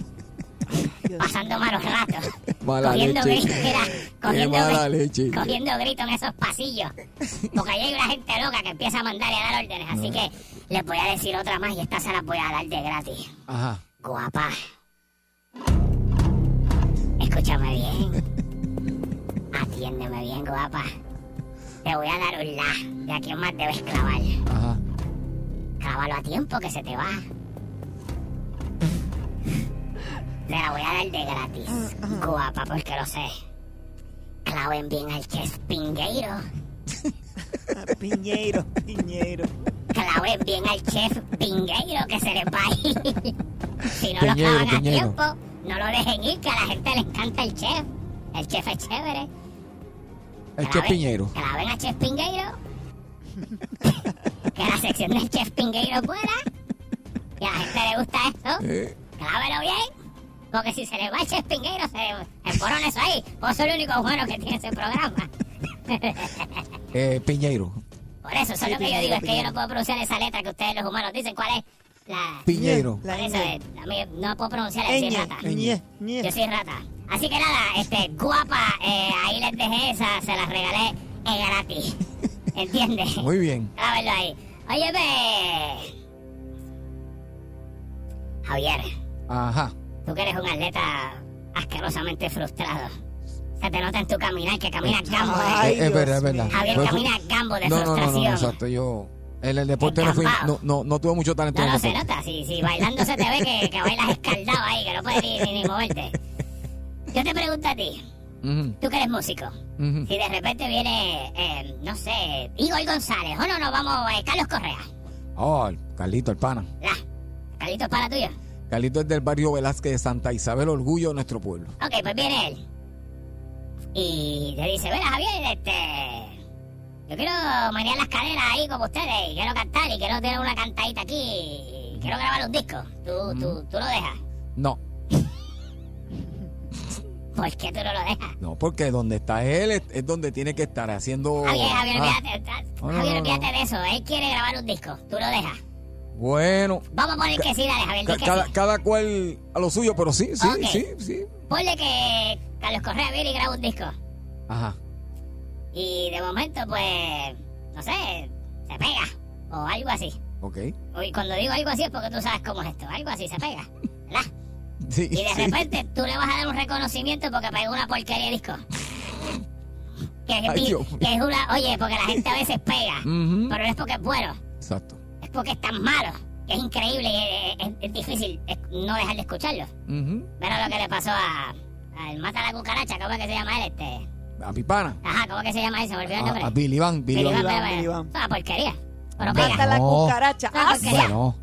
Speaker 5: Dios.
Speaker 6: pasando malos ratos.
Speaker 4: Mala
Speaker 6: cogiendo
Speaker 4: leche.
Speaker 6: gritos, mira,
Speaker 4: Qué
Speaker 6: cogiendo,
Speaker 4: mala
Speaker 6: gri-
Speaker 4: leche.
Speaker 6: cogiendo gritos en esos pasillos. Porque ahí hay una gente loca que empieza a mandar y a dar órdenes. Así que les voy a decir otra más y esta se las voy a dar de gratis.
Speaker 4: Ajá.
Speaker 6: Guapa. Escúchame bien. Atiéndeme bien, guapa. Te voy a dar un la. De aquí en más debes clavar.
Speaker 4: Ajá.
Speaker 6: Clávalo a tiempo que se te va. Te la voy a dar de gratis. Guapa, porque lo sé. Claven bien al chespingueiro.
Speaker 5: Piñeiro, Piñeiro.
Speaker 6: Claven bien al chef pingueiro que se les va a ir. si no
Speaker 4: Piñeiro,
Speaker 6: lo clavan a
Speaker 4: Piñeiro.
Speaker 6: tiempo, no lo dejen ir, que a la gente le encanta el chef. El chef es chévere.
Speaker 4: El
Speaker 6: Claven-
Speaker 4: Chepiñero.
Speaker 6: Claven a chef pingueiro. que la sección del chef pingueiro es buena. Y a la gente le gusta esto.
Speaker 4: Eh,
Speaker 6: Clávelo bien. Porque si se le va el chef pingueiro, se le emporona eso ahí. Vos sos el único bueno que tiene ese programa.
Speaker 4: eh, Piñeiro.
Speaker 6: Por eso, eso es lo que yo digo, es que yo no puedo pronunciar esa letra que ustedes los humanos dicen. ¿Cuál es la...?
Speaker 4: Piñeiro.
Speaker 5: La
Speaker 6: Por eso,
Speaker 5: Ñe.
Speaker 6: eh, a mí no puedo pronunciar el
Speaker 5: Ñe,
Speaker 6: soy rata.
Speaker 5: Ñe, Ñe.
Speaker 6: Yo soy rata. Así que nada, este, guapa, eh, ahí les dejé esa, se las regalé en
Speaker 5: *laughs*
Speaker 6: gratis. ¿Entiendes?
Speaker 4: Muy bien.
Speaker 6: Grábenlo ahí. Óyeme. Javier,
Speaker 4: Ajá.
Speaker 6: tú que eres un atleta asquerosamente frustrado. Se te nota en tu caminar que caminas gambo. de-
Speaker 5: Ay,
Speaker 4: Eh, es verdad, es
Speaker 5: Dios
Speaker 4: verdad.
Speaker 6: Javier
Speaker 4: Fue-
Speaker 6: camina gambo de
Speaker 4: no, no, no,
Speaker 6: frustración.
Speaker 4: no, no, exacto. Yo. En el deporte no, fui, no,
Speaker 6: Encampado.
Speaker 4: no, no tuve mucho talento
Speaker 6: Ah, No,
Speaker 4: en
Speaker 6: no
Speaker 4: el
Speaker 6: se
Speaker 4: deporte.
Speaker 6: nota. Si, si bailando se te ve que, que bailas escaldado ahí, que no puedes ni, ni- ni moverte. Yo te pregunto a ti,
Speaker 4: Ujú,
Speaker 6: tú que eres músico,
Speaker 4: ujú.
Speaker 6: si de repente viene, eh, no sé, Igor González, o no, no, vamos, eh, Carlos Correa,
Speaker 4: Oh, el Carlito, el pana.
Speaker 6: la, Carlitos para tuyo.
Speaker 4: Carlito es del barrio Velázquez de Santa Isabel, orgullo de nuestro pueblo.
Speaker 6: Ok, pues viene él. Y te dice, mira Javier, este... Yo quiero manejar las caderas ahí como ustedes, y quiero cantar, y quiero tener una cantadita aquí, y quiero grabar un disco.
Speaker 4: Mm.
Speaker 6: Tú, tú, tú lo dejas.
Speaker 4: No,
Speaker 6: ¿Por qué tú no lo dejas?
Speaker 4: no, porque donde está él es, es donde tiene que estar haciendo.
Speaker 6: Javier, Javier,
Speaker 4: Ah,
Speaker 6: olvídate, ta-
Speaker 4: No, no,
Speaker 6: Javier,
Speaker 4: no,
Speaker 6: olvídate de eso. Él quiere grabar un disco. Tú lo dejas.
Speaker 4: bueno,
Speaker 6: Vamos a poner que sí, dale, Javier.
Speaker 4: ca-
Speaker 6: di que
Speaker 4: cada,
Speaker 6: sí.
Speaker 4: cada cual a lo suyo, pero sí, sí,
Speaker 6: Ok.
Speaker 4: sí, sí.
Speaker 6: Ponle que Carlos Correa viene y graba un disco.
Speaker 4: Ajá.
Speaker 6: Y de momento, pues, no sé, se pega. O algo así.
Speaker 4: Ok.
Speaker 6: Y cuando digo algo así es porque tú sabes cómo es esto. Algo así se pega. ¿Verdad?
Speaker 4: *laughs* Sí,
Speaker 6: Y de
Speaker 4: sí.
Speaker 6: repente tú le vas a dar un reconocimiento porque pegó una porquería de disco. Que, es-
Speaker 4: Ay, Dios mío.
Speaker 6: que es una. Oye, porque la gente a veces pega.
Speaker 4: Ujú.
Speaker 6: Pero no es porque es bueno.
Speaker 4: Exacto.
Speaker 6: es porque es tan malo que es increíble y es, es- es difícil eh, no dejar de escucharlo.
Speaker 4: Ujú.
Speaker 6: Verá lo que le pasó a, al Mata la Cucaracha, ¿cómo es que se llama él? Este?
Speaker 4: A mi pana.
Speaker 6: Ajá, ¿cómo es que se llama él? Se me olvidó el nombre.
Speaker 4: Ah, A, a Billy Van, Billy
Speaker 6: Billy
Speaker 4: Van.
Speaker 6: Van,
Speaker 5: Billy
Speaker 6: Billy
Speaker 5: Van,
Speaker 6: Van.
Speaker 5: Billy Van.
Speaker 6: Es una porquería. Pero
Speaker 4: Mata
Speaker 6: pega.
Speaker 5: Hasta la
Speaker 4: No.
Speaker 5: cucaracha.
Speaker 6: Ah,
Speaker 5: Ah,
Speaker 6: porquería.
Speaker 4: Bueno,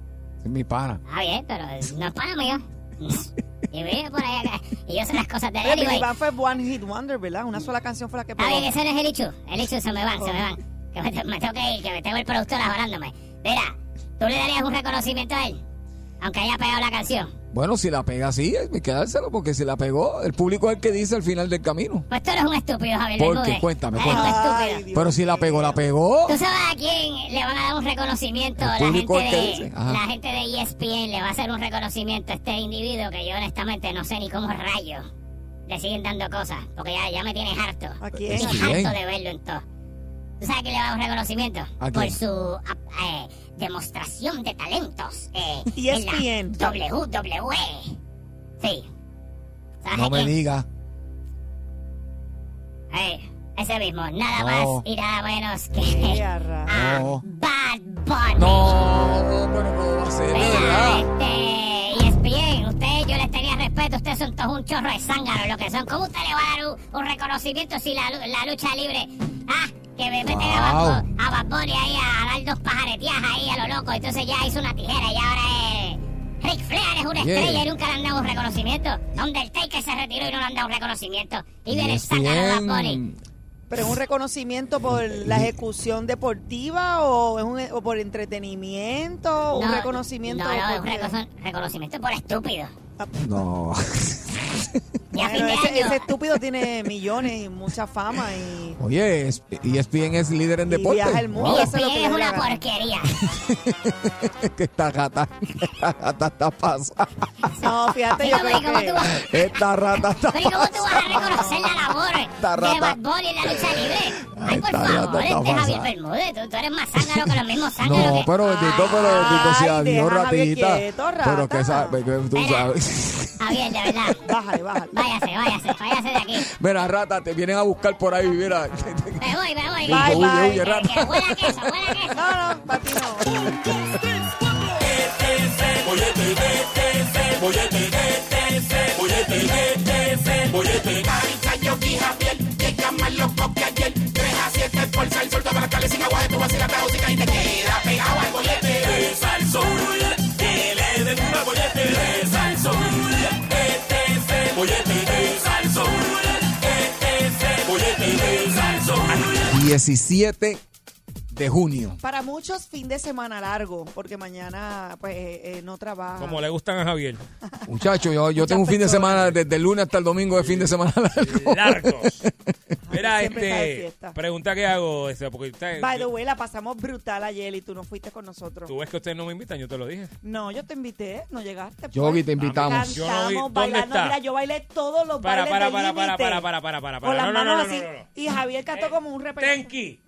Speaker 4: es mi pana.
Speaker 6: Ah, bien, pero no es para mío. *laughs* Y vive por ahí acá. Y yo sé las cosas de él.
Speaker 5: Oye, Billy
Speaker 6: anyway.
Speaker 5: Van fue One Hit Wonder, ¿verdad? Una sola canción fue la que
Speaker 6: Está bien,
Speaker 5: pegó.
Speaker 6: ese no es el hecho. El hecho se me van, se me van. Que me, te- me tengo que ir, que me tengo el productor ajorándome. Mira, ¿tú le darías un reconocimiento a él? Aunque haya pegado la canción.
Speaker 4: Bueno, si la pega así, hay que dárselo, porque si la pegó, el público es el que dice al final del camino.
Speaker 6: Pues tú eres un estúpido, Javier
Speaker 4: ¿Por qué?
Speaker 6: Bermúdez.
Speaker 4: Cuéntame,
Speaker 6: Eres un
Speaker 5: cuéntame.
Speaker 6: estúpido.
Speaker 5: Ay, Dios
Speaker 4: Pero si la pegó, la pegó.
Speaker 6: ¿Tú sabes a quién le van a dar un reconocimiento? La
Speaker 4: Oh. El
Speaker 6: gente,
Speaker 4: público es que
Speaker 6: de,
Speaker 4: dice, ajá.
Speaker 6: la gente de E ESPN le va a hacer un reconocimiento a este individuo que yo honestamente no sé ni cómo rayos le siguen dando cosas, porque ya, ya me tienes harto.
Speaker 5: ¿A
Speaker 6: Me
Speaker 5: quién?
Speaker 4: Sí.
Speaker 6: tienes
Speaker 4: ESPN?
Speaker 6: harto de verlo en todo. ¿Tú sabes a quién le va a dar un reconocimiento?
Speaker 4: ¿A
Speaker 6: Por
Speaker 4: quién?
Speaker 6: su ah, eh, demostración de talentos
Speaker 5: *laughs*
Speaker 6: eh, en
Speaker 5: ESPN.
Speaker 6: la WWE. Sí. ¿Sabes a
Speaker 4: No me
Speaker 6: quién?
Speaker 4: diga.
Speaker 6: Eh, ese mismo, nada
Speaker 4: No.
Speaker 6: más y nada menos
Speaker 5: Eh,
Speaker 6: que
Speaker 5: a ra-
Speaker 6: a
Speaker 4: No.
Speaker 6: Bad Bunny.
Speaker 4: No, no, pero no va a ser de
Speaker 6: Mira,
Speaker 4: verdad.
Speaker 6: este, ESPN, ustedes yo les tenía respeto, ustedes son todos un chorro de zánganos lo que son. ¿Cómo usted le va a dar un, un reconocimiento si la, lu- la lucha libre? Ah, que me meten a, *laughs* Bad
Speaker 4: Wow.
Speaker 6: Bu- a Bad Bunny ahí a, a dar dos pajaretías ahí a lo loco, entonces ya hizo una tijera y ahora es Ric Flair es una
Speaker 4: Yeah.
Speaker 6: estrella y nunca le han dado un reconocimiento. Undertaker se retiró y no le han dado un reconocimiento. Y viene sacar a Bad Bunny.
Speaker 4: ESPN.
Speaker 5: ¿Pero es un reconocimiento por la ejecución deportiva o es un, o por entretenimiento? ¿Un
Speaker 6: No,
Speaker 5: reconocimiento?
Speaker 6: No, no,
Speaker 5: por
Speaker 6: un
Speaker 5: qué?
Speaker 6: recono- reconocimiento por estúpido.
Speaker 5: Ah,
Speaker 4: No.
Speaker 6: Y a fin
Speaker 5: bueno,
Speaker 6: de
Speaker 5: ese,
Speaker 6: año.
Speaker 5: ese estúpido tiene millones y mucha fama y...
Speaker 4: Oye, es- E ESPN es líder en
Speaker 5: Y
Speaker 4: deporte.
Speaker 5: viaja el mundo.
Speaker 4: Wow. *laughs*
Speaker 5: eso es lo
Speaker 6: ESPN
Speaker 5: que le
Speaker 6: es
Speaker 5: da
Speaker 6: una
Speaker 5: la gana.
Speaker 6: porquería.
Speaker 4: que esta rata, *laughs* esta rata está pasada.
Speaker 5: No, fíjate, yo
Speaker 6: Digo, pero *laughs*
Speaker 5: creo
Speaker 6: ¿y cómo
Speaker 5: que...
Speaker 6: tú vas-
Speaker 4: Esta rata está
Speaker 6: pero ¿y cómo tú vas a
Speaker 4: pasada.
Speaker 6: reconocer la
Speaker 4: Esta
Speaker 6: labor de
Speaker 4: rata.
Speaker 6: Bad Bunny en la lucha libre? Ay, por
Speaker 4: Esta rata
Speaker 6: favor,
Speaker 4: está
Speaker 6: este es Javier
Speaker 4: pasada.
Speaker 6: Bermúdez. Tú, tú eres más zángaro que los mismos zángaros
Speaker 4: No,
Speaker 6: que...
Speaker 4: pero bendito, pero bendito sea
Speaker 5: Ay,
Speaker 4: Dios,
Speaker 5: deja a Javier
Speaker 4: ratita.
Speaker 5: quieto, rata.
Speaker 4: Pero que sabe, que tú
Speaker 6: Mira.
Speaker 4: sabes. *laughs*
Speaker 6: Javier, de verdad.
Speaker 5: Bájale, bájale.
Speaker 6: Váyase, váyase, váyase de aquí.
Speaker 4: Mira, rata, te vienen a buscar por ahí, mira. *laughs*
Speaker 6: Me voy, me voy.
Speaker 5: Bye, bye.
Speaker 4: huye, huye,
Speaker 6: Que- que
Speaker 4: rata.
Speaker 6: huela a queso, huela a queso.
Speaker 5: No, no, para ti no.
Speaker 7: Bollete
Speaker 4: 17 de junio.
Speaker 5: Para muchos, fin de semana largo, porque mañana pues eh, eh, no trabaja.
Speaker 8: Como le gustan
Speaker 5: *laughs*
Speaker 8: a Javier.
Speaker 4: Muchachos, yo, yo tengo un fin de semana, desde el lunes hasta el domingo de fin de semana largo.
Speaker 8: Largos. Mira,
Speaker 5: Siempre está de
Speaker 8: este.
Speaker 5: fiesta.
Speaker 8: Pregunta que hago. este, porque usted-
Speaker 5: By the way, la pasamos brutal ayer y tú no fuiste con nosotros.
Speaker 8: Tú ves que ustedes no me invitan, yo te lo dije.
Speaker 5: No, yo te invité, no llegaste.
Speaker 4: Yogi,
Speaker 5: pues.
Speaker 4: *laughs* te invitamos.
Speaker 8: Yo no vi-
Speaker 5: Cantamos,
Speaker 8: ¿dónde
Speaker 5: bailando.
Speaker 8: está?
Speaker 5: Mira, yo bailé todos los
Speaker 8: Para,
Speaker 5: bailes
Speaker 8: para,
Speaker 5: del
Speaker 8: para, para,
Speaker 5: límite.
Speaker 8: para, para, para, para, Eh,
Speaker 5: Con las
Speaker 8: no, no,
Speaker 5: manos
Speaker 8: no, no,
Speaker 5: así.
Speaker 8: no, no.
Speaker 5: Y Javier cantó como un repelente.
Speaker 8: Tenki.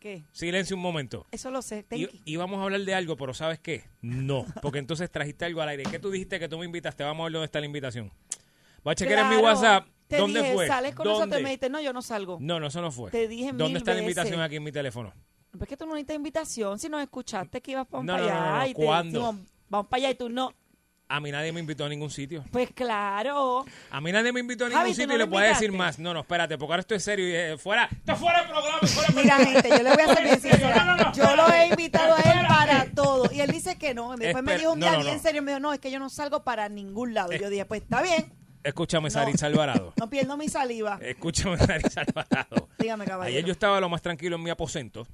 Speaker 5: ¿Qué?
Speaker 8: Silencio un momento.
Speaker 5: Eso lo sé,
Speaker 8: Y,
Speaker 5: Tenki.
Speaker 8: íbamos a hablar de algo, pero ¿sabes qué? No, porque entonces trajiste algo al aire. ¿Qué tú dijiste que tú me invitaste? Vamos a ver dónde está la invitación. Voy a chequear en mi
Speaker 5: Claro.
Speaker 8: WhatsApp.
Speaker 5: Te
Speaker 8: ¿Dónde
Speaker 5: dije,
Speaker 8: fue?
Speaker 5: ¿Sales con
Speaker 8: ¿Dónde?
Speaker 5: nosotros? Y me dijiste, no, yo no salgo.
Speaker 8: No, no, eso no fue.
Speaker 5: Te dije
Speaker 8: ¿Dónde
Speaker 5: mil
Speaker 8: está la
Speaker 5: veces.
Speaker 8: invitación aquí en mi teléfono?
Speaker 5: Pero es que tú no necesitas invitación si nos escuchaste que ibas para
Speaker 8: No, no,
Speaker 5: allá.
Speaker 8: no, no, no.
Speaker 5: y te
Speaker 8: ¿Cuándo?
Speaker 5: dijimos, vamos para allá y tú no.
Speaker 8: A mí nadie me invitó a ningún sitio.
Speaker 5: Pues claro.
Speaker 8: A mí nadie me invitó a ningún
Speaker 5: Javi, ¿tú
Speaker 8: sitio
Speaker 5: no
Speaker 8: y
Speaker 5: lo
Speaker 8: le voy a decir
Speaker 5: invitaste?
Speaker 8: más. No, no, espérate, porque ahora esto es serio. Y, eh, fuera, esto es fuera del programa. y Fuera del
Speaker 5: Mira,
Speaker 8: programa.
Speaker 5: gente, yo le voy a ser bien
Speaker 8: Esto es en serio,
Speaker 5: sincera.
Speaker 8: *laughs* no, no, no,
Speaker 5: Yo lo
Speaker 8: espérate.
Speaker 5: he invitado a él
Speaker 8: Espérate.
Speaker 5: para todo. Y él dice que no. Y Después me
Speaker 8: Espera,
Speaker 5: dijo un
Speaker 8: no,
Speaker 5: día
Speaker 8: no,
Speaker 5: bien
Speaker 8: no.
Speaker 5: serio. Me dijo, no, es que yo no salgo para ningún lado. Y yo dije, pues está bien.
Speaker 8: Escúchame,
Speaker 5: No, *laughs*
Speaker 8: Saritza Alvarado.
Speaker 5: no pierdo mi saliva.
Speaker 8: Escúchame, Saritza Alvarado.
Speaker 5: Dígame, caballero.
Speaker 8: Ayer yo estaba lo más tranquilo en mi aposento,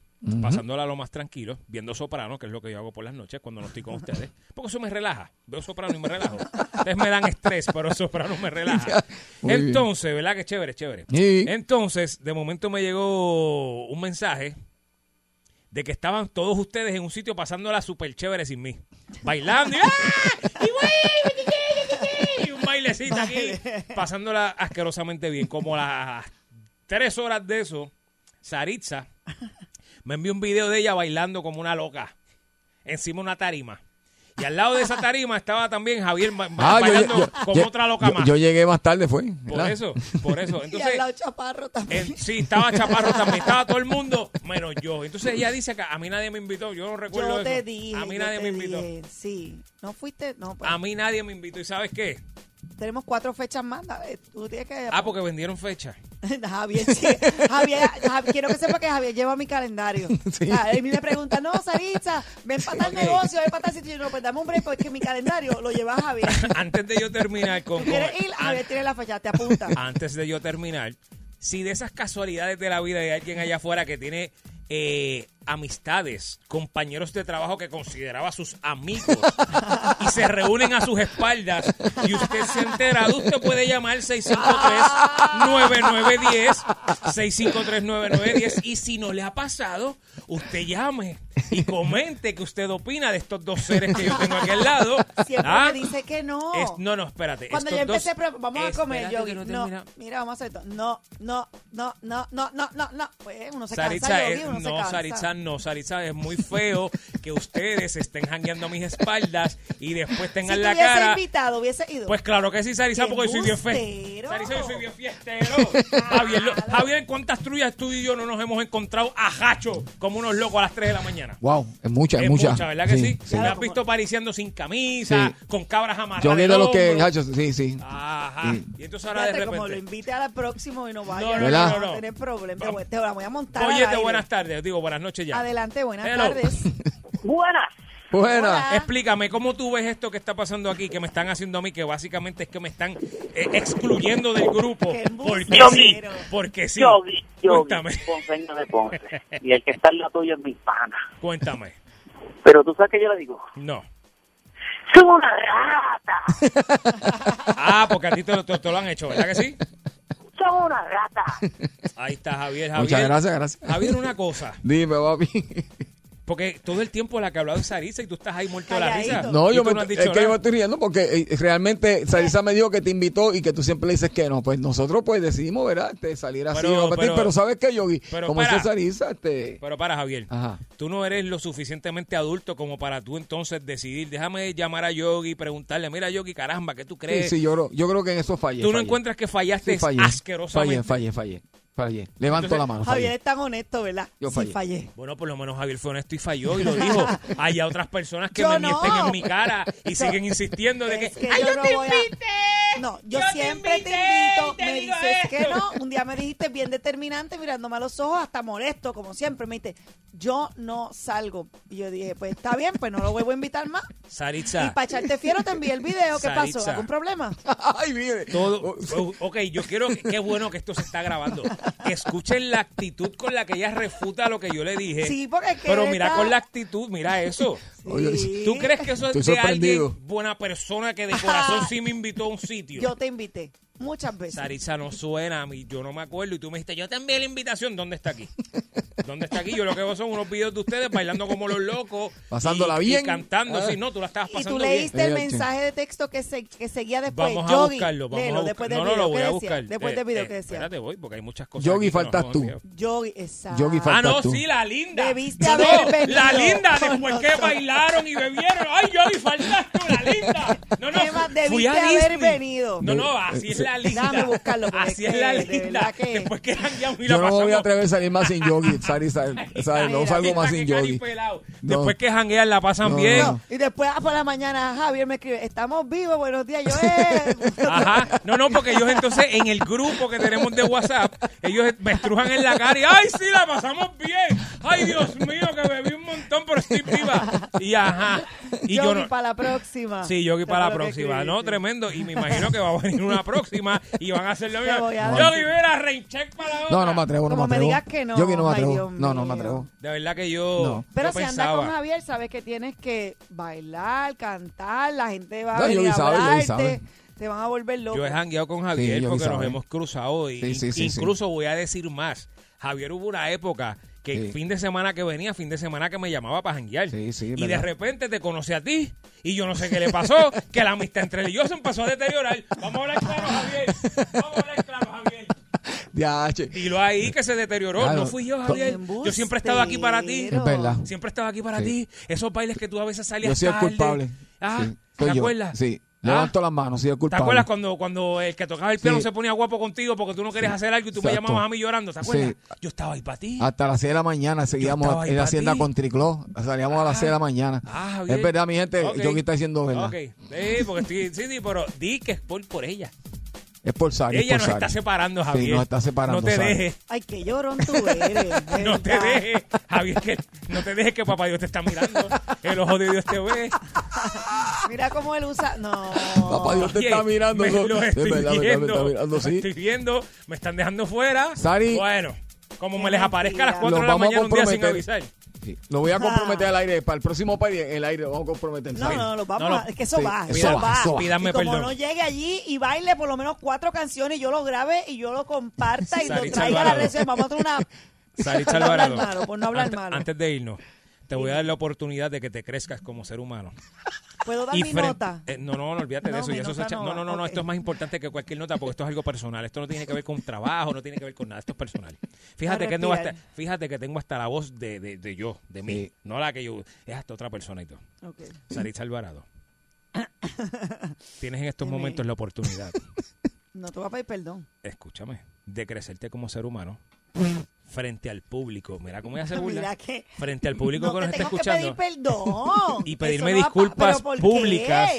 Speaker 8: pasándola lo más tranquilo, viendo Soprano, que es lo que yo hago por las noches cuando no estoy con ustedes, porque eso me relaja. Veo Soprano y me relajo. Ustedes me dan estrés, pero Soprano me
Speaker 4: *laughs*
Speaker 8: relaja.
Speaker 4: Muy bien.
Speaker 8: Entonces, ¿verdad? Que chévere, chévere.
Speaker 4: Sí.
Speaker 8: Entonces, de momento me llegó un mensaje de que estaban todos ustedes en un sitio pasándola súper chévere sin mí. Bailando y ¡ah! Y, güey, y
Speaker 2: *laughs*
Speaker 8: un bailecito aquí, pasándola asquerosamente bien. Como las tres horas de eso, Saritza me envió un video de ella bailando como una loca, encima de una tarima. Y al lado de esa tarima estaba también Javier ba- ba-
Speaker 4: Ah, yo-
Speaker 8: bailando
Speaker 4: yo-
Speaker 8: como
Speaker 4: yo-
Speaker 8: otra loca
Speaker 4: yo- ah.
Speaker 8: más.
Speaker 4: Yo llegué más tarde, fue.
Speaker 8: por
Speaker 4: ¿verdad?
Speaker 8: eso, por eso.
Speaker 5: y al
Speaker 8: Entonces,
Speaker 5: lado chaparro también.
Speaker 8: eh, sí, estaba Chaparro también, estaba todo el mundo, menos yo. Entonces ella dice que a mí nadie me invitó, yo no recuerdo
Speaker 5: yo
Speaker 8: eso.
Speaker 5: te dije.
Speaker 8: a mí
Speaker 5: yo
Speaker 8: nadie
Speaker 5: te
Speaker 8: me invitó.
Speaker 5: dije, Sí. No fuiste. No, pues,
Speaker 8: A mí nadie me invitó. ¿Y sabes qué?
Speaker 5: tenemos cuatro fechas más. dale, Tú tienes que.
Speaker 8: Ah, porque vendieron fecha.
Speaker 5: *laughs* Javier, sí. Javier, Javier, quiero que sepa que Javier lleva mi
Speaker 8: *laughs*
Speaker 5: calendario.
Speaker 4: Sí.
Speaker 5: O sea, él me pregunta, no, Saritza, ven para tal negocio, ven para tal sitio. Yo no, pues dame un break, porque mi calendario lo lleva
Speaker 8: *laughs*
Speaker 5: Javier.
Speaker 8: Antes de yo terminar con...
Speaker 5: Tú quieres
Speaker 8: con-
Speaker 5: ir, Javier tiene la fecha, te apunta.
Speaker 8: antes de yo terminar, si de esas casualidades de la vida hay alguien allá afuera que tiene eh, amistades, compañeros de trabajo que consideraba sus
Speaker 5: *laughs*
Speaker 8: amigos y se reúnen a sus espaldas y usted se ha enterado, usted puede llamar 653-9910, 653-9910 y si no le ha pasado, usted llame y comente que usted opina de estos dos seres que yo tengo aquí al lado.
Speaker 5: Siempre
Speaker 8: ¿Ah? Este
Speaker 5: me dice que no.
Speaker 8: Es- no, no, espérate.
Speaker 5: Oh. Cuando
Speaker 8: estos
Speaker 5: yo empecé,
Speaker 8: dos-
Speaker 5: pero vamos a comer,
Speaker 8: Espérate
Speaker 5: yo
Speaker 8: que no
Speaker 5: no,
Speaker 8: termina-
Speaker 5: mira, vamos a hacer esto. No, no, no, no, no, no, no, no. Pues uno se
Speaker 8: Saritza,
Speaker 5: cansa, Yogi,
Speaker 8: es-
Speaker 5: uno se
Speaker 8: eh, no,
Speaker 5: cansa.
Speaker 8: Saritza, no, Saritza, es muy feo que ustedes estén jangueando a mis espaldas y después
Speaker 5: si
Speaker 8: tengan
Speaker 5: te
Speaker 8: la
Speaker 5: hubiese
Speaker 8: cara.
Speaker 5: invitado, hubiese ido.
Speaker 8: Pues claro que sí, Saritza,
Speaker 5: ¡Qué
Speaker 8: porque yo soy bien
Speaker 5: embustero!
Speaker 8: fiestero. Saritza, yo soy
Speaker 5: *laughs*
Speaker 8: bien fiestero. Javier, lo- Javier, ¿cuántas trullas tú y yo no nos hemos encontrado a jacho como unos locos a las 3 de la mañana?
Speaker 4: Wow, es mucha, es,
Speaker 8: Es
Speaker 4: mucha.
Speaker 8: ¿verdad que sí?
Speaker 4: sí.
Speaker 8: Me has visto pariciando sin camisa,
Speaker 4: Sí.
Speaker 8: con cabras amarradas.
Speaker 4: Yo vi
Speaker 8: del
Speaker 4: de los que,
Speaker 8: hombro.
Speaker 4: Hacho, sí, sí.
Speaker 8: Ah. Ajá.
Speaker 4: Sí.
Speaker 8: Y entonces ahora de
Speaker 5: Fíjate, como lo
Speaker 8: repente.
Speaker 5: invite a la próxima y no vaya,
Speaker 8: No,
Speaker 4: no, no,
Speaker 5: vamos
Speaker 8: no,
Speaker 5: a
Speaker 8: no.
Speaker 5: tener problemas. Te voy- Te la voy a montar. al
Speaker 8: Oye,
Speaker 5: aire.
Speaker 8: buenas tardes. Digo, buenas noches ya.
Speaker 5: Adelante, buenas
Speaker 8: Hello.
Speaker 5: tardes.
Speaker 9: Buenas.
Speaker 4: Buena.
Speaker 8: Explícame, ¿cómo tú ves esto que está pasando aquí, que me están haciendo a mí, que básicamente es que me están eh, excluyendo del grupo?
Speaker 5: Qué
Speaker 8: Porque
Speaker 5: embustero.
Speaker 8: sí, porque sí.
Speaker 9: Yogi, Yogi,
Speaker 8: Cuéntame,
Speaker 9: ponceño de Ponce. Y el que está en la tuya es mi pana.
Speaker 8: cuéntame.
Speaker 9: Pero tú sabes que yo le digo,
Speaker 8: No.
Speaker 9: ¡Son una rata!
Speaker 8: *laughs* Ah, porque a ti te lo, te- te lo han hecho, ¿verdad que sí?
Speaker 9: *laughs* ¡Son una rata!
Speaker 8: Ahí está Javier, Javier.
Speaker 4: Muchas gracias, gracias.
Speaker 8: Javier, una cosa,
Speaker 4: Dime, papi.
Speaker 8: porque todo el tiempo la que ha hablado es Sarisa y tú estás ahí muerto de la risa.
Speaker 5: Calladito.
Speaker 4: *laughs* No,
Speaker 8: Y
Speaker 4: yo
Speaker 8: tú
Speaker 4: me,
Speaker 8: has dicho
Speaker 4: es que yo me
Speaker 8: nada.
Speaker 4: estoy riendo porque eh, realmente Sarisa me dijo que te invitó y que tú siempre le dices que no. Pues nosotros pues decidimos, ¿verdad? Este, salir así,
Speaker 8: Pero-
Speaker 4: no competir.
Speaker 8: pero-
Speaker 4: Pero, sabes que Yogi,
Speaker 8: pero
Speaker 4: como dice
Speaker 8: para.
Speaker 4: Sarisa, este,
Speaker 8: Pero para, Javier.
Speaker 4: Ajá.
Speaker 8: Tú no eres lo suficientemente adulto como para tú entonces decidir. Déjame llamar a Yogi y preguntarle, mira Yogi, caramba, ¿qué tú
Speaker 4: sí,
Speaker 8: crees?
Speaker 4: sí, yo, creo- yo creo que en eso fallé.
Speaker 8: tú no
Speaker 4: fallé.
Speaker 8: encuentras que fallaste
Speaker 4: Sí, fallé.
Speaker 8: asquerosamente.
Speaker 4: Fallé, fallé, fallé, fallé. Levanto
Speaker 8: Entonces,
Speaker 4: la mano.
Speaker 5: Javier
Speaker 4: Fallé.
Speaker 5: es tan honesto, ¿verdad?
Speaker 4: Yo
Speaker 5: sí,
Speaker 4: fallé.
Speaker 5: fallé.
Speaker 8: Bueno, por lo menos Javier fue honesto y falló y
Speaker 4: *laughs*
Speaker 8: lo dijo. Hay a otras personas que
Speaker 5: Yo
Speaker 8: me
Speaker 5: no.
Speaker 8: mienten en mi cara y siguen insistiendo de que,
Speaker 5: Es que
Speaker 8: ¡Ay,
Speaker 5: yo
Speaker 8: yo,
Speaker 5: no
Speaker 8: te
Speaker 5: voy a-
Speaker 8: invité!
Speaker 5: No, yo,
Speaker 8: te
Speaker 5: siempre te,
Speaker 8: invité y
Speaker 5: invito,
Speaker 8: te
Speaker 5: me
Speaker 8: digo
Speaker 5: dices que
Speaker 8: esto.
Speaker 5: no, un día me dijiste bien determinante, mirándome a los ojos, hasta molesto, como siempre, me dijiste, yo no salgo. Y yo dije, pues está bien, pues no lo vuelvo a invitar más. Y
Speaker 8: Saritza,
Speaker 5: para echarte fiero te envié el video, ¿qué pasó?
Speaker 8: Ah. Saritza.
Speaker 5: ¿Algún
Speaker 8: *laughs*
Speaker 5: problema?
Speaker 4: Ay, mire. Oh,
Speaker 8: todo... o- Ok, yo quiero... Qué bueno que esto se está grabando. Escuchen la actitud con la que ella refuta lo que yo le dije.
Speaker 5: Sí, porque es que
Speaker 8: Pero mira
Speaker 5: está-
Speaker 8: con la actitud, mira eso.
Speaker 4: Oye,
Speaker 5: Sí.
Speaker 8: ¿Tú crees que eso es
Speaker 4: Estoy
Speaker 8: de
Speaker 4: sorprendido.
Speaker 8: alguien buena persona que de corazón sí me invitó a un sitio?
Speaker 5: Yo te invité muchas veces.
Speaker 8: Saritza no suena a mí, yo no me acuerdo. Y tú me dijiste, yo te envié la invitación. ¿Dónde está aquí? ¿Dónde está aquí? Yo lo que veo son unos videos de ustedes bailando como los locos.
Speaker 4: Pasándola
Speaker 8: y- y
Speaker 4: bien.
Speaker 8: cantando.
Speaker 4: Ah.
Speaker 8: Sí, no, tú la estabas
Speaker 5: Y
Speaker 8: pasando
Speaker 5: tú leíste
Speaker 4: bien.
Speaker 5: el
Speaker 4: Ella, che.
Speaker 5: mensaje de texto que, se, que seguía después.
Speaker 8: bien. Vamos a
Speaker 5: Pues, Yogi,
Speaker 8: buscarlo. Vamos
Speaker 5: léelo
Speaker 8: a buscar-
Speaker 5: después del
Speaker 8: no,
Speaker 5: video.
Speaker 8: no, lo voy
Speaker 5: ¿qué
Speaker 8: a
Speaker 5: decía?
Speaker 8: buscar.
Speaker 5: Después
Speaker 8: Eh,
Speaker 5: del video
Speaker 8: eh,
Speaker 5: que decía.
Speaker 8: Espérate, voy, porque hay muchas cosas.
Speaker 4: Yogi,
Speaker 8: aquí que nos
Speaker 4: faltas
Speaker 8: hemos
Speaker 4: tú.
Speaker 8: olvidado.
Speaker 5: Yogi, exacto.
Speaker 4: Yogi,
Speaker 8: Ah, no,
Speaker 4: Faltas tú.
Speaker 8: sí, la linda.
Speaker 5: Debiste
Speaker 8: No,
Speaker 5: haber venido
Speaker 8: la linda,
Speaker 5: con
Speaker 8: después que
Speaker 5: nosotros.
Speaker 8: bailaron y bebieron. Ay, Yogi,
Speaker 5: *laughs*
Speaker 8: faltaste, la linda. No, no,
Speaker 5: Emma,
Speaker 8: fui
Speaker 5: debiste
Speaker 8: a
Speaker 5: haber
Speaker 8: Disney.
Speaker 5: venido.
Speaker 8: No, no,
Speaker 4: eh,
Speaker 8: así es la linda.
Speaker 5: Déjame buscarlo, porque
Speaker 8: Así
Speaker 5: es
Speaker 8: es la
Speaker 5: que, de
Speaker 8: linda.
Speaker 5: verdad que-
Speaker 8: Después que jangueamos y la
Speaker 4: Yo no me voy a
Speaker 8: pasamos-
Speaker 4: atrever a salir más sin Yogi. Sarisa,
Speaker 8: *laughs*
Speaker 4: ¿sabes? No
Speaker 5: Mira,
Speaker 4: salgo
Speaker 8: Pinta
Speaker 4: más
Speaker 8: que
Speaker 4: sin
Speaker 8: cari
Speaker 4: Yogi.
Speaker 8: pelado.
Speaker 4: No.
Speaker 8: Después que janguean la pasan
Speaker 4: No,
Speaker 8: bien.
Speaker 4: no.
Speaker 5: Y después ah, por la mañana Javier me escribe, estamos vivos, buenos días, yo eh.
Speaker 8: Ajá. No, no, porque ellos entonces en el grupo que tenemos de WhatsApp, ellos me estrujan en la cara y ¡ay, sí, la pasamos bien! ¡Ay, Dios mío, que bebí un montón, pero estoy viva! Y ajá. Y yo,
Speaker 5: Yogi,
Speaker 8: no.
Speaker 5: para la próxima.
Speaker 8: Sí, Yogi
Speaker 5: Ah, Eso
Speaker 8: para la
Speaker 5: fue lo que
Speaker 8: próxima. No,
Speaker 5: escribiste.
Speaker 8: tremendo. Y me imagino que va a venir una próxima y van a hacer
Speaker 5: *laughs*
Speaker 8: lo mismo.
Speaker 5: voy a
Speaker 4: dar.
Speaker 8: Yogi, mira, recheck para la otra.
Speaker 4: No, no me atrevo, no me
Speaker 5: Como me
Speaker 4: atrevo.
Speaker 5: digas que no,
Speaker 4: Yogi, no me
Speaker 5: ay,
Speaker 4: atrevo.
Speaker 5: Dios
Speaker 4: No, no me
Speaker 5: mío.
Speaker 4: atrevo.
Speaker 8: De verdad que yo.
Speaker 4: No.
Speaker 5: Pero
Speaker 8: yo
Speaker 5: si
Speaker 8: pensaba.
Speaker 5: andas con Javier, sabes que tienes que bailar, cantar, la gente va a
Speaker 4: No,
Speaker 5: venir
Speaker 4: Yogi
Speaker 5: a
Speaker 4: sabe, Yogi
Speaker 5: hablarte,
Speaker 4: sabe.
Speaker 5: te van a volver loco.
Speaker 8: Yo he jangueado con Javier
Speaker 4: Sí, yo
Speaker 8: porque
Speaker 4: sabe.
Speaker 8: nos hemos cruzado y
Speaker 4: Sí, sí, sí,
Speaker 8: incluso voy a decir más. Javier hubo una época que el
Speaker 4: Sí.
Speaker 8: fin de semana que venía, fin de semana que me llamaba para janguear.
Speaker 4: Sí, sí,
Speaker 8: y
Speaker 4: verdad.
Speaker 8: de repente te conocí a ti y yo no sé qué le pasó, que la amistad entre él y yo se empezó a deteriorar. Vamos a hablar claro, Javier. Vamos a hablar claro, Javier.
Speaker 4: Ya, che.
Speaker 8: Dilo ahí que se deterioró.
Speaker 4: Claro.
Speaker 8: No fui yo, Javier. Yo siempre he estado aquí para ti.
Speaker 5: Embustero.
Speaker 4: Es verdad.
Speaker 8: Siempre he estado aquí para
Speaker 4: Sí.
Speaker 8: ti. Esos bailes que tú a veces salías
Speaker 4: Yo soy el
Speaker 8: tarde.
Speaker 4: culpable.
Speaker 8: Ah,
Speaker 4: Sí,
Speaker 8: ¿te
Speaker 4: soy yo.
Speaker 8: acuerdas?
Speaker 4: Sí.
Speaker 8: Ah.
Speaker 4: Levanto las manos, soy el
Speaker 8: ¿Te
Speaker 4: culpable.
Speaker 8: acuerdas cuando, cuando el que tocaba el piano
Speaker 4: Sí.
Speaker 8: se ponía guapo contigo porque tú no querías hacer algo y tú me
Speaker 4: Exacto.
Speaker 8: llamabas a mí llorando? ¿Te
Speaker 4: Sí.
Speaker 8: acuerdas? Yo estaba ahí para ti.
Speaker 4: Hasta las 6 de la mañana
Speaker 8: estaba
Speaker 4: seguíamos
Speaker 8: ahí
Speaker 4: en
Speaker 8: pa'
Speaker 4: la hacienda
Speaker 8: ti.
Speaker 4: con Tricló. Salíamos a las 6 de la mañana.
Speaker 8: Ah, Javier.
Speaker 4: es verdad, mi gente.
Speaker 8: Ok.
Speaker 4: Yo aquí está diciendo verdad.
Speaker 8: Ok, sí, porque estoy, sí, sí, pero di que es por, por ella.
Speaker 4: Es por Sari.
Speaker 8: ella
Speaker 4: es por
Speaker 8: nos está
Speaker 4: Sari.
Speaker 8: separando,
Speaker 4: Sí,
Speaker 8: Javier.
Speaker 4: nos está separando,
Speaker 8: No te
Speaker 4: Sari.
Speaker 8: dejes,
Speaker 5: Ay, qué llorón tú eres. de
Speaker 8: *laughs* no te
Speaker 5: verdad.
Speaker 8: dejes, Javier, que no te dejes que papá Dios te está mirando. El ojo de Dios te ve.
Speaker 5: Mira cómo él usa.
Speaker 8: *laughs*
Speaker 5: No.
Speaker 4: Papá Dios te
Speaker 8: Oye,
Speaker 4: está mirando.
Speaker 8: Me
Speaker 4: ¿no?
Speaker 8: los
Speaker 4: Es
Speaker 8: estoy
Speaker 4: verdad, me está- me
Speaker 8: viendo.
Speaker 4: está mirando,
Speaker 8: los
Speaker 4: sí.
Speaker 8: estoy viendo. Me están dejando fuera.
Speaker 4: Sari.
Speaker 8: Bueno, como me
Speaker 5: Qué
Speaker 8: les aparezca a las
Speaker 5: mentira.
Speaker 8: 4 de
Speaker 4: Los
Speaker 8: la
Speaker 4: vamos a
Speaker 8: mañana un día sin
Speaker 4: comprometer.
Speaker 8: avisar.
Speaker 4: Sí. Lo voy a comprometer al aire. Para el próximo país, el aire lo vamos a comprometer.
Speaker 5: No,
Speaker 4: Sari.
Speaker 5: no, lo vamos
Speaker 8: No, no.
Speaker 5: a- Es que eso
Speaker 4: Sí,
Speaker 5: va,
Speaker 4: eso
Speaker 5: eso,
Speaker 4: va,
Speaker 5: va.
Speaker 4: eso va.
Speaker 8: Pídame
Speaker 5: y como
Speaker 8: perdón.
Speaker 5: no llegue allí y baile por lo menos cuatro canciones, yo lo grabe y yo lo comparta y lo
Speaker 8: Saritza
Speaker 5: traiga a la
Speaker 8: Alvarado.
Speaker 5: red. social. Vamos a hacer una...
Speaker 8: *laughs* Saritza
Speaker 5: Por no hablar
Speaker 8: Alvarado.
Speaker 5: malo, por no hablar
Speaker 8: antes,
Speaker 5: malo.
Speaker 8: antes de irnos, te voy a dar la oportunidad de que te crezcas como ser humano.
Speaker 5: ¿Puedo dar
Speaker 8: Y
Speaker 5: mi
Speaker 8: fren-
Speaker 5: nota?
Speaker 8: eh, no, no, no, olvídate
Speaker 5: No,
Speaker 8: de eso.
Speaker 5: mi
Speaker 8: ya eso se
Speaker 5: nota
Speaker 8: echa-
Speaker 5: no
Speaker 8: no,
Speaker 5: va,
Speaker 8: no, no, no,
Speaker 5: ok.
Speaker 8: esto es más importante que cualquier nota porque esto es algo personal. Esto no tiene que ver con trabajo, no tiene que ver con nada. Esto es personal. Fíjate
Speaker 5: A
Speaker 8: que, tengo hasta,
Speaker 5: respirar.
Speaker 8: fíjate que tengo hasta la voz de, de- de yo, de mí.
Speaker 4: Sí.
Speaker 8: No la que yo, es hasta otra persona y todo.
Speaker 5: Ok. *coughs*
Speaker 8: Saritza Alvarado. Tienes en estos
Speaker 5: Dime.
Speaker 8: momentos la oportunidad,
Speaker 5: No te voy a pedir perdón.
Speaker 8: escúchame, de crecerte como ser humano frente al público. Mira cómo ella se burla.
Speaker 5: Mira que...
Speaker 8: Frente al público
Speaker 5: No
Speaker 8: que
Speaker 5: te
Speaker 8: nos está
Speaker 5: tengo
Speaker 8: escuchando.
Speaker 5: que pedir perdón.
Speaker 8: *laughs* Y
Speaker 5: Eso
Speaker 8: pedirme
Speaker 5: no va a pa-
Speaker 8: disculpas
Speaker 5: ¿pero por qué?
Speaker 8: públicas.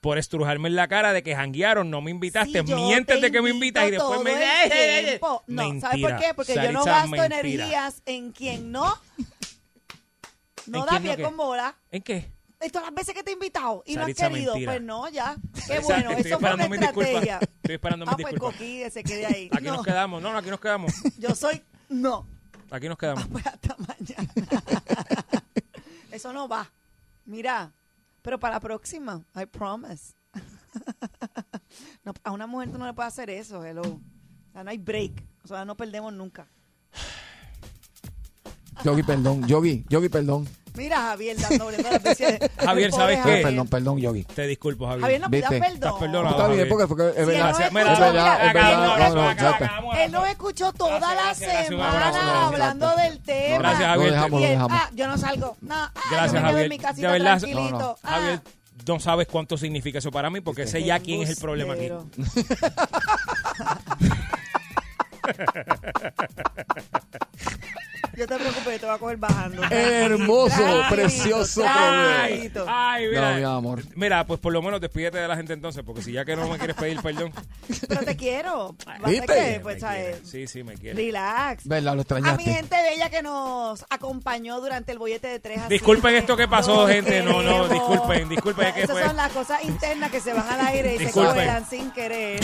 Speaker 8: por estrujarme en la cara de que janguearon, no me invitaste,
Speaker 5: Si yo
Speaker 8: mientes
Speaker 5: te
Speaker 8: de que me invitas y
Speaker 5: invito
Speaker 8: después me
Speaker 5: todo ¿eh? el tiempo. No, ¿sabes por
Speaker 8: Mentira.
Speaker 5: qué? Porque yo no
Speaker 8: Saritza,
Speaker 5: gasto
Speaker 8: mentira.
Speaker 5: energías en quien no. No
Speaker 8: ¿En
Speaker 5: da
Speaker 8: quién no
Speaker 5: pie
Speaker 8: qué?
Speaker 5: con bola.
Speaker 8: ¿En qué?
Speaker 5: y todas las veces que te he invitado y
Speaker 8: Saritza,
Speaker 5: no has querido.
Speaker 8: mentira.
Speaker 5: Pues no, ya. Qué
Speaker 8: Exacto,
Speaker 5: bueno,
Speaker 8: estoy
Speaker 5: eso fue una
Speaker 8: esperando mis disculpas.
Speaker 5: estrategia.
Speaker 8: Estoy esperando mis
Speaker 5: Ah, pues
Speaker 8: disculpas.
Speaker 5: Coquí se quede ahí.
Speaker 8: Aquí
Speaker 5: no,
Speaker 8: nos quedamos. No, no, aquí nos quedamos.
Speaker 5: yo soy no. *laughs*
Speaker 8: Aquí nos quedamos.
Speaker 5: Ah, pues hasta mañana. Eso no va. Mira, pero para la próxima, I promise. *laughs* No, a una mujer tú no le puedes hacer eso, hello. O sea, no hay break. O sea, no perdemos nunca.
Speaker 4: Yogi, perdón. Yogi, Yogi, perdón.
Speaker 5: Mira, Javier, dándole todas las veces.
Speaker 8: *laughs* Javier,
Speaker 5: Pobre
Speaker 8: ¿sabes
Speaker 4: Yogi,
Speaker 8: qué?
Speaker 5: Javier.
Speaker 4: Ah, perdón, perdón, Yogi.
Speaker 8: Te disculpo, Javier.
Speaker 5: Javier no pida
Speaker 4: Viste.
Speaker 5: perdón.
Speaker 8: Estás perdonado.
Speaker 4: Está bien,
Speaker 8: Javier.
Speaker 4: porque, porque es
Speaker 5: Sí,
Speaker 4: verdad.
Speaker 5: gracias.
Speaker 4: Es
Speaker 5: Mira,
Speaker 4: verdad, es
Speaker 5: mira,
Speaker 4: verdad.
Speaker 5: mira,
Speaker 4: No, no, ya está.
Speaker 5: Él nos escuchó toda
Speaker 8: Gracias,
Speaker 5: la
Speaker 8: gracias,
Speaker 5: semana
Speaker 8: gracias, un abrazo, gracias.
Speaker 5: hablando del tema.
Speaker 8: Gracias,
Speaker 4: Lo
Speaker 8: Javier.
Speaker 4: dejamos,
Speaker 5: Y
Speaker 4: lo
Speaker 5: él,
Speaker 4: dejamos.
Speaker 5: ah, yo no salgo. No, ah, yo
Speaker 8: Gracias,
Speaker 5: me quedo
Speaker 8: Javier.
Speaker 5: en mi casita
Speaker 8: De verdad,
Speaker 5: tranquilito.
Speaker 4: no, no.
Speaker 5: Ah.
Speaker 8: Javier, no sabes cuánto significa eso para mí porque sé ya quién es el problema aquí.
Speaker 5: Embustero. Yo te preocupes, te voy a coger bajando.
Speaker 4: Hermoso,
Speaker 5: Tranquilito,
Speaker 4: precioso
Speaker 8: Eh, Ay,
Speaker 5: tranquilito.
Speaker 8: ay, mira.
Speaker 4: No, mi amor.
Speaker 8: Mira, pues por lo menos despídete de la gente entonces, porque si ya que no me quieres pedir perdón.
Speaker 5: Pero te quiero. Basta
Speaker 4: ¿Viste?
Speaker 5: que, pues,
Speaker 8: me
Speaker 5: ¿sabes?
Speaker 8: quiere. Sí, sí, me quieres.
Speaker 5: Relax.
Speaker 4: Verdad, lo
Speaker 5: A mi
Speaker 4: extrañaste.
Speaker 5: gente bella que nos acompañó durante el bollete de tres. a
Speaker 8: Disculpen
Speaker 5: siete.
Speaker 8: esto que pasó,
Speaker 5: Los
Speaker 8: gente. No, no,
Speaker 5: queremos.
Speaker 8: disculpen, disculpen, es que
Speaker 5: Esas
Speaker 8: fue-
Speaker 5: son las cosas internas que se van al aire y
Speaker 8: Disculpen.
Speaker 5: se cuelan sin querer.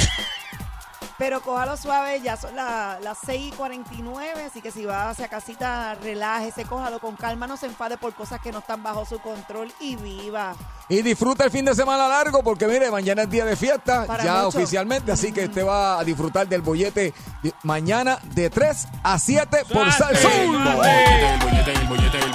Speaker 5: Pero cójalo suave, ya son la- las 6 y 49, así que si va hacia casita, relájese, cójalo con calma, no se enfade por cosas que no están bajo su control y viva.
Speaker 4: Y disfruta el fin de semana largo porque mire, mañana es día de fiesta,
Speaker 5: Para
Speaker 4: ya
Speaker 5: muchos.
Speaker 4: oficialmente, así que usted va a disfrutar del bollete de- mañana de 3 a 7 por
Speaker 8: ¡Suerte!
Speaker 4: Salsón.
Speaker 8: ¡Suerte!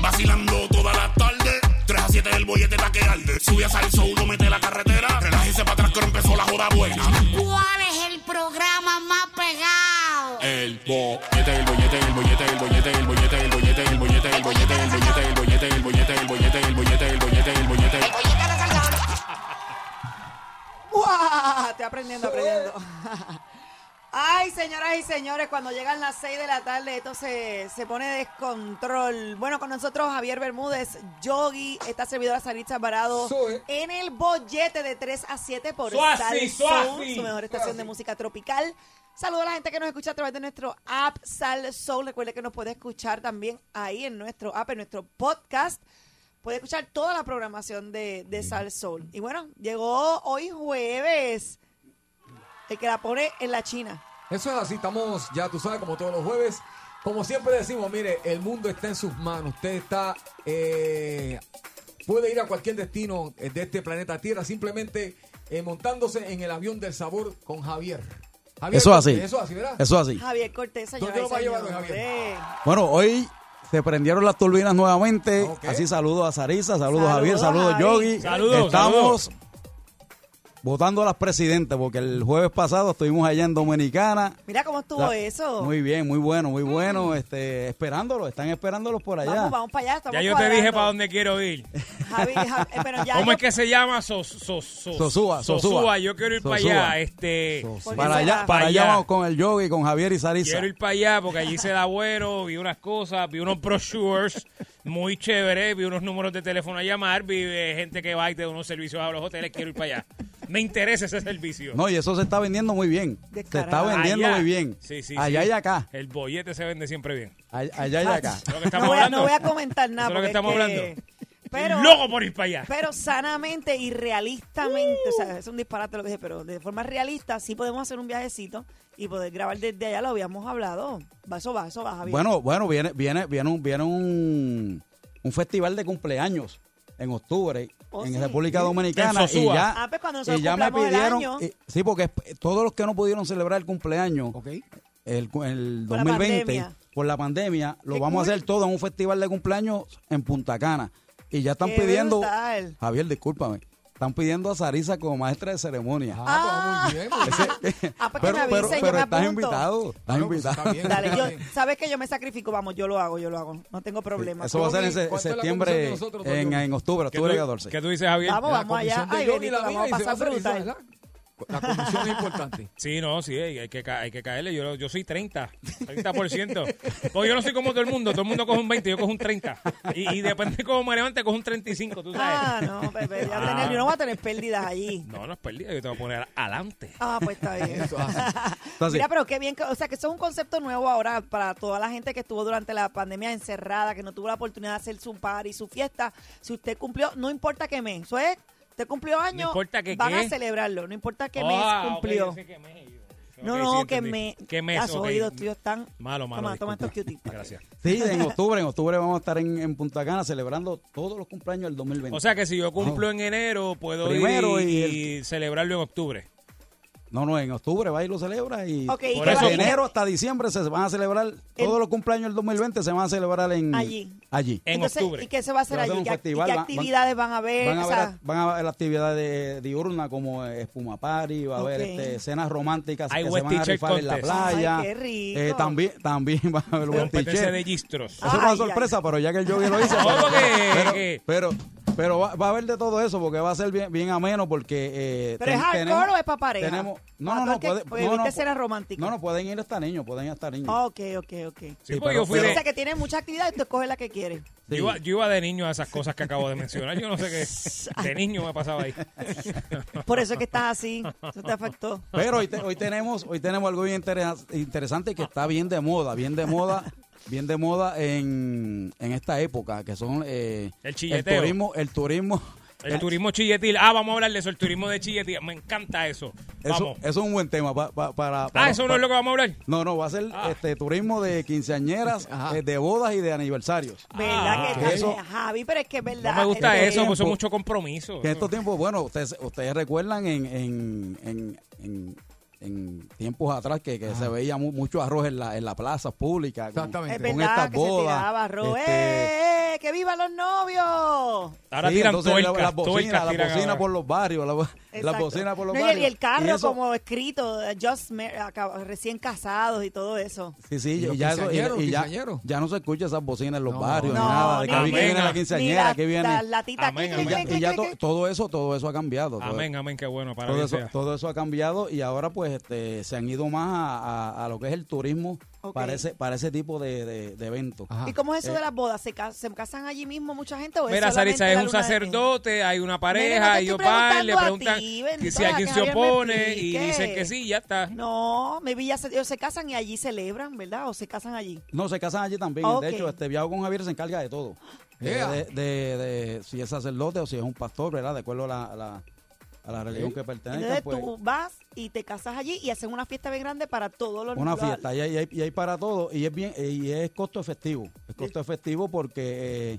Speaker 7: Vacilando toda la tarde. 3 a 7 el bollete está que arde. Sube a salso, uno mete la carretera. Relájese para atrás que ahora empezó la joda buena.
Speaker 2: ¿Cuál es el programa más pegado?
Speaker 7: El bollete, el bollete, el bollete, el bollete, el bollete, el bollete, el bollete, el bollete, el bollete, el bollete, el bollete, el bollete, el bollete, el bollete, el bollete.
Speaker 5: ¡Guau! Estoy aprendiendo, aprendiendo. *laughs* Ay, señoras y señores, cuando llegan las 6 de la tarde, esto se, se pone descontrol. Bueno, con nosotros Javier Bermúdez, Yogi, está servidora Saritza Varado, en el bollete de 3 a 7 por
Speaker 8: Suazi,
Speaker 5: Sal Soul,
Speaker 8: suazi.
Speaker 5: su mejor estación de música tropical. Saludo a la gente que nos escucha a través de nuestro app Sal Soul. Recuerde que nos puede escuchar también ahí en nuestro app, en nuestro podcast. Puede escuchar toda la programación de, de Sal Soul. Y bueno, llegó hoy jueves. El que la pone en la China.
Speaker 4: Eso es así, estamos ya, tú sabes, como todos los jueves. Como siempre decimos, mire, el mundo está en sus manos. Usted está, eh, puede ir a cualquier destino eh, de este planeta Tierra simplemente eh, montándose en el avión del sabor con Javier. Javier,
Speaker 10: Eso es así.
Speaker 4: Eso es así, ¿verdad?
Speaker 10: Eso es así.
Speaker 5: Javier Cortés, señoras
Speaker 4: ¿Dónde lo va a
Speaker 5: y
Speaker 4: llevar hoy,
Speaker 5: señores.
Speaker 4: Javier?
Speaker 10: Bueno, hoy se prendieron las turbinas nuevamente.
Speaker 8: Ah,
Speaker 4: Ok.
Speaker 10: Así saludo a Sarisa, saludo
Speaker 5: Saludos,
Speaker 10: a Javier, saludo a
Speaker 5: Javi.
Speaker 10: Yogi.
Speaker 8: Saludos,
Speaker 10: Estamos votando a las presidentes porque el jueves pasado estuvimos allá en Dominicana.
Speaker 5: Mira cómo estuvo
Speaker 10: La-
Speaker 5: eso. Mm.
Speaker 10: Muy bien, muy bueno, muy bueno. Este, esperándolos, están esperándolos por allá.
Speaker 5: Vamos, vamos para allá. Estamos
Speaker 8: Ya yo te
Speaker 5: cuadrando.
Speaker 8: dije para dónde quiero ir.
Speaker 5: Javi, Javi,
Speaker 10: *laughs*
Speaker 5: eh,
Speaker 8: *laughs*
Speaker 5: pero ya.
Speaker 8: ¿Cómo
Speaker 5: yo-
Speaker 8: es que se llama? Sos- sos- sos-
Speaker 10: Sosúa, Sosúa.
Speaker 8: Yo quiero ir para
Speaker 10: Sosúa.
Speaker 8: allá. Este,
Speaker 5: ¿por qué
Speaker 10: Para
Speaker 5: será?
Speaker 10: allá, para allá
Speaker 8: allá.
Speaker 10: vamos con el Yogi, con Javier y Sarisa.
Speaker 8: quiero ir para allá porque allí se da bueno. Vi unas cosas, vi unos brochures muy chéveres, vi unos números de teléfono a llamar, vi eh, gente que va y te da unos servicios a los hoteles. Quiero ir para allá. Me interesa ese servicio.
Speaker 10: No, y eso se está vendiendo muy bien. Se está
Speaker 5: Descarado.
Speaker 10: vendiendo
Speaker 8: Allá.
Speaker 10: muy bien.
Speaker 8: Sí, sí,
Speaker 10: allá
Speaker 8: sí.
Speaker 10: y acá.
Speaker 8: El bollete se vende siempre bien.
Speaker 10: All- Allá y acá.
Speaker 8: Lo que
Speaker 5: No
Speaker 8: estamos
Speaker 5: voy, a,
Speaker 8: hablando.
Speaker 5: Ah, no voy a comentar nada.
Speaker 8: Eso es lo que
Speaker 5: porque
Speaker 8: estamos
Speaker 5: es
Speaker 8: hablando.
Speaker 5: Pero,
Speaker 8: Loco por ir para allá.
Speaker 5: pero sanamente y realistamente, o sea, es un disparate lo que dije, pero de forma realista sí podemos hacer un viajecito y poder grabar desde allá, lo habíamos hablado. Va, eso va, eso va, Javier.
Speaker 10: Bueno, bueno, viene, viene, viene un, viene un, un festival de cumpleaños en octubre
Speaker 5: Oh,
Speaker 10: en
Speaker 5: sí.
Speaker 10: República Dominicana
Speaker 8: En
Speaker 10: y
Speaker 8: Sosúa.
Speaker 10: ya,
Speaker 5: Ah, pues cuando nosotros
Speaker 10: y ya me
Speaker 5: cumplamos el
Speaker 10: pidieron,
Speaker 5: año.
Speaker 10: y- sí, porque es- todos los que no pudieron celebrar el cumpleaños
Speaker 4: Ok.
Speaker 10: el, cu- el
Speaker 5: Por la
Speaker 10: 2020
Speaker 5: pandemia.
Speaker 10: por la pandemia, lo
Speaker 5: Qué
Speaker 10: vamos
Speaker 5: cool.
Speaker 10: a hacer todo en un festival de cumpleaños en Punta Cana y ya están
Speaker 5: Qué
Speaker 10: pidiendo,
Speaker 5: brutal.
Speaker 10: Javier, discúlpame, están pipidiendo a Sarisa como maestra de ceremonia.
Speaker 4: Ah, pues, muy bien. muy bien.
Speaker 5: Ah, pues que me avisen, yo
Speaker 10: pero
Speaker 5: me
Speaker 10: estás
Speaker 5: apunto.
Speaker 10: invitado, estás
Speaker 4: Claro, pues,
Speaker 10: invitado.
Speaker 4: está bien.
Speaker 5: Dale, yo, sabes que yo me sacrifico, vamos, yo lo hago, yo lo hago, no tengo problema.
Speaker 10: Eso va a ser en
Speaker 4: Yogi,
Speaker 10: se-
Speaker 4: ¿cuánto es la comisión de
Speaker 10: septiembre,
Speaker 4: nosotros,
Speaker 10: en,
Speaker 4: Yogi?
Speaker 10: en octubre,
Speaker 8: ¿Qué
Speaker 10: octubre
Speaker 8: tú-
Speaker 10: 14.
Speaker 8: ¿Qué tú dices, Javier?
Speaker 5: Vamos,
Speaker 4: La
Speaker 5: vamos allá.
Speaker 4: comisión de
Speaker 5: Ay,
Speaker 4: Yogi
Speaker 5: bendito,
Speaker 4: la
Speaker 5: la
Speaker 4: mía
Speaker 5: vamos a
Speaker 4: y se va
Speaker 5: pasar
Speaker 4: a realizar,
Speaker 5: brutal.
Speaker 4: ¿verdad? La condición es importante.
Speaker 8: *laughs* Sí, no, sí, hay hay que, ca- hay que caerle. Yo, yo soy 30, 30%. Pues yo no soy como todo el mundo. Todo el mundo coge un 20, yo cojo un 30. Y, y depende de cómo me levante, cojo un 35, tú sabes.
Speaker 5: Ah, no, bebé, ya
Speaker 8: Ah.
Speaker 5: tener- yo no voy a tener pérdidas allí.
Speaker 8: No, no es perdida, yo te voy a poner adelante.
Speaker 5: Ah, pues está bien.
Speaker 4: Eso
Speaker 5: *laughs*
Speaker 4: hace.
Speaker 10: Entonces,
Speaker 5: Mira, pero qué bien, que- o sea, que eso es un concepto nuevo ahora para toda la gente que estuvo durante la pandemia encerrada, que no tuvo la oportunidad de hacer su party, su fiesta. Si usted cumplió, no importa qué mes, eso es, usted cumplió año,
Speaker 8: importa que
Speaker 5: van
Speaker 8: qué.
Speaker 5: a celebrarlo, no importa qué
Speaker 8: Ah,
Speaker 5: mes
Speaker 8: ok,
Speaker 5: cumplió.
Speaker 8: yo sé qué mes, yo-
Speaker 5: No,
Speaker 8: ok,
Speaker 5: no,
Speaker 8: sí,
Speaker 5: que
Speaker 8: entendí.
Speaker 5: me...
Speaker 8: ¿Qué mes?
Speaker 5: Has
Speaker 8: Ok.
Speaker 5: oído, tíos están...
Speaker 8: Malo, malo.
Speaker 5: Toma, toma estos
Speaker 8: disculpa.
Speaker 5: cuties.
Speaker 8: Gracias.
Speaker 10: sí,
Speaker 5: *laughs*
Speaker 10: en octubre, en octubre vamos a estar en, en Punta Cana celebrando todos los cumpleaños del 2020.
Speaker 8: O sea que si yo cumplo en enero, puedo
Speaker 10: Primero
Speaker 8: ir y,
Speaker 10: y
Speaker 8: y celebrarlo en octubre.
Speaker 10: no, no, en octubre va y lo celebra y
Speaker 5: Ok, ¿y
Speaker 8: Por
Speaker 5: qué
Speaker 8: eso-
Speaker 5: va-
Speaker 10: de enero hasta diciembre se van a celebrar todos los cumpleaños del 2020 se van a celebrar en
Speaker 5: Allí.
Speaker 10: allí.
Speaker 8: *laughs* En
Speaker 5: Entonces,
Speaker 8: octubre.
Speaker 5: ¿Y qué se va a hacer
Speaker 10: Se va a
Speaker 5: allí?
Speaker 10: hacer un
Speaker 5: ¿Qué, act- y
Speaker 10: festival,
Speaker 5: qué
Speaker 10: van-
Speaker 5: actividades van a ver?
Speaker 10: Van a,
Speaker 5: O
Speaker 10: ver,
Speaker 5: sea,
Speaker 10: van a ver la actividad de- diurna como eh, espuma party, va a haber
Speaker 5: Ok.
Speaker 10: este, cenas románticas
Speaker 8: Hay
Speaker 10: que se
Speaker 8: West
Speaker 10: van a
Speaker 8: Teacher
Speaker 10: rifar en la
Speaker 8: Contest.
Speaker 10: playa.
Speaker 5: Ay, qué rico.
Speaker 10: Eh, también, también va a haber West
Speaker 8: Competencia
Speaker 10: Teacher.
Speaker 8: de gistros.
Speaker 10: Eso es una
Speaker 5: Ay,
Speaker 10: sorpresa, pero ya que el Yogi lo
Speaker 8: *laughs*
Speaker 10: hizo.
Speaker 8: No,
Speaker 10: pero-
Speaker 8: porque-
Speaker 10: pero, pero, pero va, va a haber de todo eso, porque va a ser bien, bien ameno, porque... eh,
Speaker 5: ¿Pero
Speaker 10: ten-
Speaker 5: es hardcore
Speaker 10: tenemos-
Speaker 5: o es pa' pareja?
Speaker 10: Tenemos,
Speaker 5: Ah,
Speaker 10: no, no, no,
Speaker 5: porque-
Speaker 10: puede-
Speaker 5: porque
Speaker 10: no, no,
Speaker 5: viste escenas
Speaker 10: pu-
Speaker 5: románticas.
Speaker 10: No, no, pueden ir hasta niños, pueden ir hasta niños.
Speaker 5: ah, ok, ok, ok.
Speaker 8: Sí,
Speaker 10: Sí,
Speaker 8: porque
Speaker 10: pero-
Speaker 8: yo fui
Speaker 10: pero-
Speaker 8: de-
Speaker 5: O sea, que tiene mucha actividad y usted coge la que quiere.
Speaker 10: Sí.
Speaker 8: Yo, iba, yo iba de niño a esas cosas que acabo de mencionar. Yo no sé
Speaker 5: *laughs*
Speaker 8: qué. De niño me pasaba ahí.
Speaker 5: Por eso es que estás así. Eso te afectó.
Speaker 10: Pero hoy, te- hoy tenemos hoy tenemos algo bien intera- interesante que está bien de moda, bien de moda, bien de moda en, en esta época, que son eh,
Speaker 8: El chilleteo.
Speaker 10: turismo, el turismo. *laughs*
Speaker 8: El turismo chilletil. Ah, vamos a hablar de eso, el turismo de chilletil. Me encanta eso.
Speaker 10: Eso,
Speaker 8: Vamos.
Speaker 10: eso es un buen tema pa- pa- para, para-
Speaker 8: ah, eso no es lo que vamos a hablar.
Speaker 10: No, no, va a ser
Speaker 8: Ah.
Speaker 10: este turismo
Speaker 5: *laughs*
Speaker 10: de quinceañeras, eh, de bodas y de aniversarios.
Speaker 5: ¿Verdad
Speaker 10: Ah,
Speaker 5: que está-
Speaker 10: eso-
Speaker 5: Javi, pero es que es verdad.
Speaker 8: No me gusta
Speaker 5: este,
Speaker 8: eso,
Speaker 10: tiempo-
Speaker 8: pues son mucho compromiso.
Speaker 10: Que en estos tiempos, bueno, ustedes, ustedes recuerdan en, en, en, en- en tiempos atrás que, que se veía mu- mucho arroz en la, en la plaza pública. con-
Speaker 4: Exactamente.
Speaker 5: Es
Speaker 10: con
Speaker 5: verdad
Speaker 10: estas
Speaker 5: que se
Speaker 10: bodas,
Speaker 5: tiraba arroz.
Speaker 10: este,
Speaker 5: ¡Eh, eh, ¡Que vivan los novios!
Speaker 8: Ahora
Speaker 10: Sí,
Speaker 8: tiran
Speaker 10: entonces
Speaker 8: tuercas,
Speaker 10: la- las
Speaker 8: tuercas
Speaker 10: bocinas, las
Speaker 8: tiran
Speaker 10: bocinas
Speaker 8: ahora.
Speaker 10: por los barrios, la bo- las
Speaker 5: Exacto.
Speaker 10: bocinas por los
Speaker 5: No, y el-
Speaker 10: barrios.
Speaker 5: Y el carro,
Speaker 10: eso-
Speaker 5: como escrito, uh, just mar- acá- recién casados y todo eso.
Speaker 10: Sí, sí,
Speaker 4: Y
Speaker 10: y
Speaker 4: los
Speaker 10: ya, eso, y-
Speaker 4: quinceañeros,
Speaker 10: y ya,
Speaker 4: quinceañeros.
Speaker 10: ya no se escucha esas bocinas en los
Speaker 4: No,
Speaker 10: barrios,
Speaker 4: no,
Speaker 10: ni nada. De que
Speaker 5: no,
Speaker 10: vi- que viene
Speaker 8: amén,
Speaker 10: la quinceañera, que viene.
Speaker 5: Las latitas.
Speaker 8: Amén,
Speaker 10: y ya,
Speaker 8: amén.
Speaker 10: y ya to- todo eso, todo eso ha cambiado. todo-
Speaker 8: Amén, amén, qué bueno. Para
Speaker 10: todo
Speaker 8: bien
Speaker 10: eso,
Speaker 8: sea.
Speaker 10: todo eso ha cambiado y ahora pues este, se han ido más a, a- a lo que es el turismo
Speaker 5: Ok.
Speaker 10: para, ese, para ese tipo de, de- de eventos. Eh,
Speaker 4: Ajá.
Speaker 5: ¿Y cómo es eso de las bodas? ¿Se, ca- se casan allí mismo mucha gente o es
Speaker 8: Mira,
Speaker 5: solamente
Speaker 8: Saritza, es
Speaker 5: la
Speaker 8: un
Speaker 5: luna de miel?
Speaker 8: sacerdote, hay una
Speaker 5: Nene, no
Speaker 8: pareja,
Speaker 5: te
Speaker 8: ellos
Speaker 5: estoy
Speaker 8: van,
Speaker 5: preguntando
Speaker 8: le
Speaker 5: a
Speaker 8: preguntan
Speaker 5: ti,
Speaker 8: que si
Speaker 5: bendito,
Speaker 8: alguien
Speaker 5: que
Speaker 8: se
Speaker 5: Javier me
Speaker 8: opone y
Speaker 5: explique.
Speaker 8: dicen que sí, ya está.
Speaker 5: No, maybe ya se, ellos se casan y allí celebran, ¿verdad? O se casan allí.
Speaker 10: No, se casan allí también.
Speaker 5: Ok.
Speaker 10: De hecho, este Viago con Javier se encarga de
Speaker 4: *gasps*
Speaker 10: todo. De-
Speaker 4: Yeah.
Speaker 10: De, de- de si es sacerdote o si es un pastor, ¿verdad? De acuerdo a la, a la- a la religión que pertenezca.
Speaker 5: Entonces
Speaker 10: Pues,
Speaker 5: tú vas y te casas allí y hacen una fiesta bien grande para todos los la-
Speaker 10: una fiesta. Y hay, y hay- y hay para todo. Y es bien y es costo efectivo. Es costo efectivo porque eh,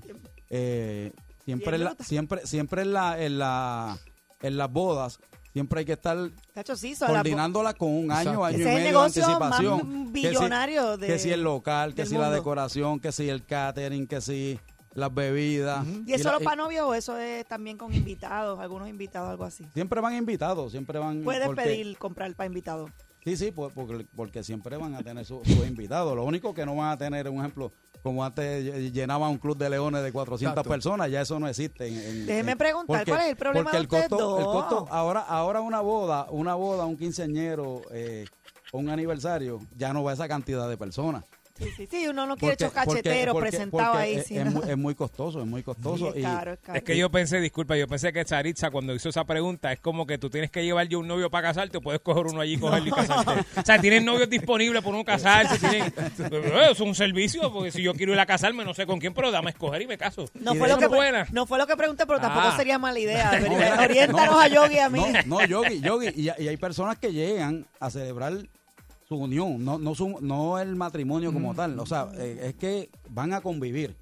Speaker 10: eh, siempre,
Speaker 5: Diez
Speaker 10: en la-
Speaker 5: minutos.
Speaker 10: siempre, siempre en, la, en, la, en las bodas siempre hay que estar
Speaker 5: Cacho, sí, son las bo-
Speaker 10: coordinándola con un año,
Speaker 4: Exacto.
Speaker 10: año y
Speaker 5: Ese es el
Speaker 10: medio de
Speaker 5: negocio más
Speaker 10: anticipación. Que si-
Speaker 5: billonario de-
Speaker 10: Que si el local, que
Speaker 5: del
Speaker 10: si la
Speaker 5: mundo.
Speaker 10: decoración, que si el catering, que si las bebidas.
Speaker 5: ¿Y eso
Speaker 10: la-
Speaker 5: los para novios o eso es también con invitados, algunos invitados, algo así?
Speaker 10: Siempre van invitados, siempre van.
Speaker 5: Puedes
Speaker 10: Mm, porque-
Speaker 5: pedir comprar para invitados.
Speaker 10: Sí, sí, por- porque, porque siempre van a tener su- sus invitados. Lo único que no van a tener, un ejemplo, como antes ll- llenaba un club de leones de 400
Speaker 4: Exacto.
Speaker 10: personas, ya eso no existe. en- en-
Speaker 5: Déjeme
Speaker 10: en-
Speaker 5: preguntar, ¿cuál es el problema
Speaker 10: porque
Speaker 5: de
Speaker 10: el costo,
Speaker 5: ustedes
Speaker 10: el costo-
Speaker 5: dos?
Speaker 10: ahora, ahora una boda, una boda, un quinceañero, eh, un aniversario, ya no va esa cantidad de personas.
Speaker 5: Sí, sí, sí, uno no quiere echar cacheteros
Speaker 10: porque-
Speaker 5: presentados
Speaker 10: porque
Speaker 5: ahí.
Speaker 10: Es,
Speaker 5: sí,
Speaker 10: es
Speaker 5: ¿no? *laughs*
Speaker 10: muy, es muy costoso, es muy
Speaker 5: Sí,
Speaker 10: costoso.
Speaker 5: es
Speaker 10: y,
Speaker 5: caro, es caro.
Speaker 8: Es que yo pensé, disculpa, yo pensé que Saritza cuando hizo esa pregunta es como que tú tienes que llevar ya un novio para casarte o puedes coger uno allí y cogerlo y casarte. O sea, tienen novios disponibles por uno casarse. Tienen, Eh, es un servicio, porque si yo quiero ir a casarme, no sé con quién, pero dame a escoger y me caso.
Speaker 5: No
Speaker 8: Y
Speaker 5: fue,
Speaker 8: de
Speaker 5: lo
Speaker 8: eso
Speaker 5: que,
Speaker 8: es buena.
Speaker 5: pre- no fue lo que pregunté, pero tampoco
Speaker 8: Ah.
Speaker 5: sería mala
Speaker 10: *laughs*
Speaker 5: idea.
Speaker 10: No,
Speaker 5: Pero,
Speaker 10: ¿verdad?
Speaker 5: Oriéntanos
Speaker 10: No,
Speaker 5: a Yogi y a mí.
Speaker 10: No, no, Yogi, Yogi. Y, y hay personas que llegan a celebrar su unión, no, no, su- no el matrimonio como
Speaker 5: Mm.
Speaker 10: tal. O sea, eh, es que van a convivir.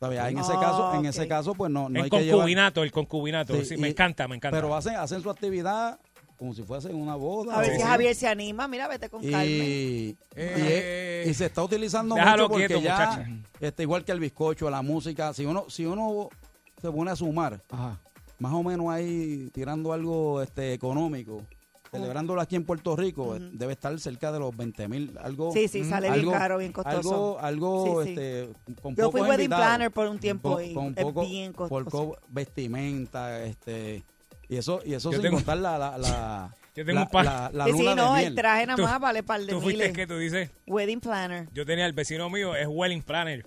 Speaker 10: ¿sabes? En ese
Speaker 5: Ah,
Speaker 10: caso, en
Speaker 5: ok.
Speaker 10: ese caso, pues no, no
Speaker 8: el
Speaker 10: hay que llevar.
Speaker 8: concubinato, el concubinato.
Speaker 10: Sí,
Speaker 8: Sí, me
Speaker 10: y-
Speaker 8: encanta, me encanta.
Speaker 10: Pero hacen, hacen su actividad como si fuese una boda.
Speaker 5: A ver
Speaker 10: o-
Speaker 5: si Javier se anima. Mira, vete con
Speaker 10: y,
Speaker 5: Carmen.
Speaker 10: y-
Speaker 4: Eh.
Speaker 10: y se está utilizando
Speaker 8: Déjalo
Speaker 10: mucho porque
Speaker 8: quieto,
Speaker 10: ya,
Speaker 8: muchacho.
Speaker 10: este, igual que el bizcocho, la música, si uno, si uno se pone a sumar,
Speaker 4: Ajá.
Speaker 10: más o menos ahí tirando algo este económico, celebrándolo aquí en Puerto Rico, eh, debe estar cerca de los 20 mil, algo.
Speaker 5: Sí, sí, sale bien
Speaker 10: algo-
Speaker 5: caro, bien costoso.
Speaker 10: Algo, algo
Speaker 5: Sí, sí.
Speaker 10: este, con
Speaker 5: Yo fui
Speaker 10: pocos
Speaker 5: wedding
Speaker 10: invitados,
Speaker 5: planner por un tiempo y es bien
Speaker 10: Por
Speaker 5: costoso.
Speaker 10: co- vestimenta, este, y eso, y eso
Speaker 8: Yo
Speaker 10: sin
Speaker 8: tengo-
Speaker 10: contar la, la, la-
Speaker 8: *laughs* Yo tengo
Speaker 10: la-
Speaker 8: un par.
Speaker 10: la- la
Speaker 5: Sí, sí,
Speaker 10: luna de
Speaker 5: no,
Speaker 10: miel.
Speaker 5: el traje nada
Speaker 8: Tú-
Speaker 5: más vale para el de
Speaker 8: Tú fuiste
Speaker 5: miles.
Speaker 8: que tú dices.
Speaker 5: Wedding planner.
Speaker 8: Yo tenía el vecino mío, es Welling Planner.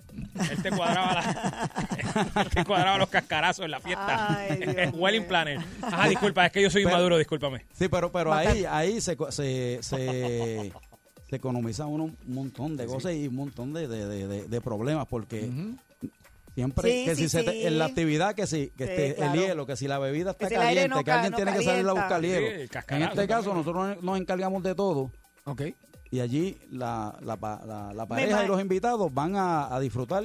Speaker 8: Él te cuadraba, la- *laughs* él te cuadraba los cascarazos en la fiesta.
Speaker 5: Ay, Dios
Speaker 8: *laughs* es Welling
Speaker 5: mío.
Speaker 8: Planner. Ajá, disculpa, es que yo soy
Speaker 10: Pero-
Speaker 8: inmaduro, discúlpame.
Speaker 10: Sí, pero, pero
Speaker 5: Bastante.
Speaker 10: ahí, ahí se, co- se, se, se economiza uno un montón de cosas y un montón de, de, de- de- de problemas porque siempre
Speaker 5: Sí,
Speaker 10: que
Speaker 5: sí,
Speaker 10: si se te-
Speaker 5: sí.
Speaker 10: en la actividad que si que
Speaker 5: Sí,
Speaker 10: esté
Speaker 5: claro.
Speaker 10: el hielo, que si la bebida está
Speaker 5: Que si el aire
Speaker 10: caliente,
Speaker 5: no
Speaker 10: que
Speaker 5: ca-
Speaker 10: alguien
Speaker 5: no
Speaker 10: tiene que salir a buscar
Speaker 5: calienta.
Speaker 8: Sí, el
Speaker 10: hielo. en
Speaker 8: cascarazo
Speaker 10: este caso
Speaker 8: también.
Speaker 10: nosotros nos encargamos de todo
Speaker 4: Ok.
Speaker 10: y allí la, la, pa- la- la
Speaker 5: ma-
Speaker 10: pareja y los invitados van a, a disfrutar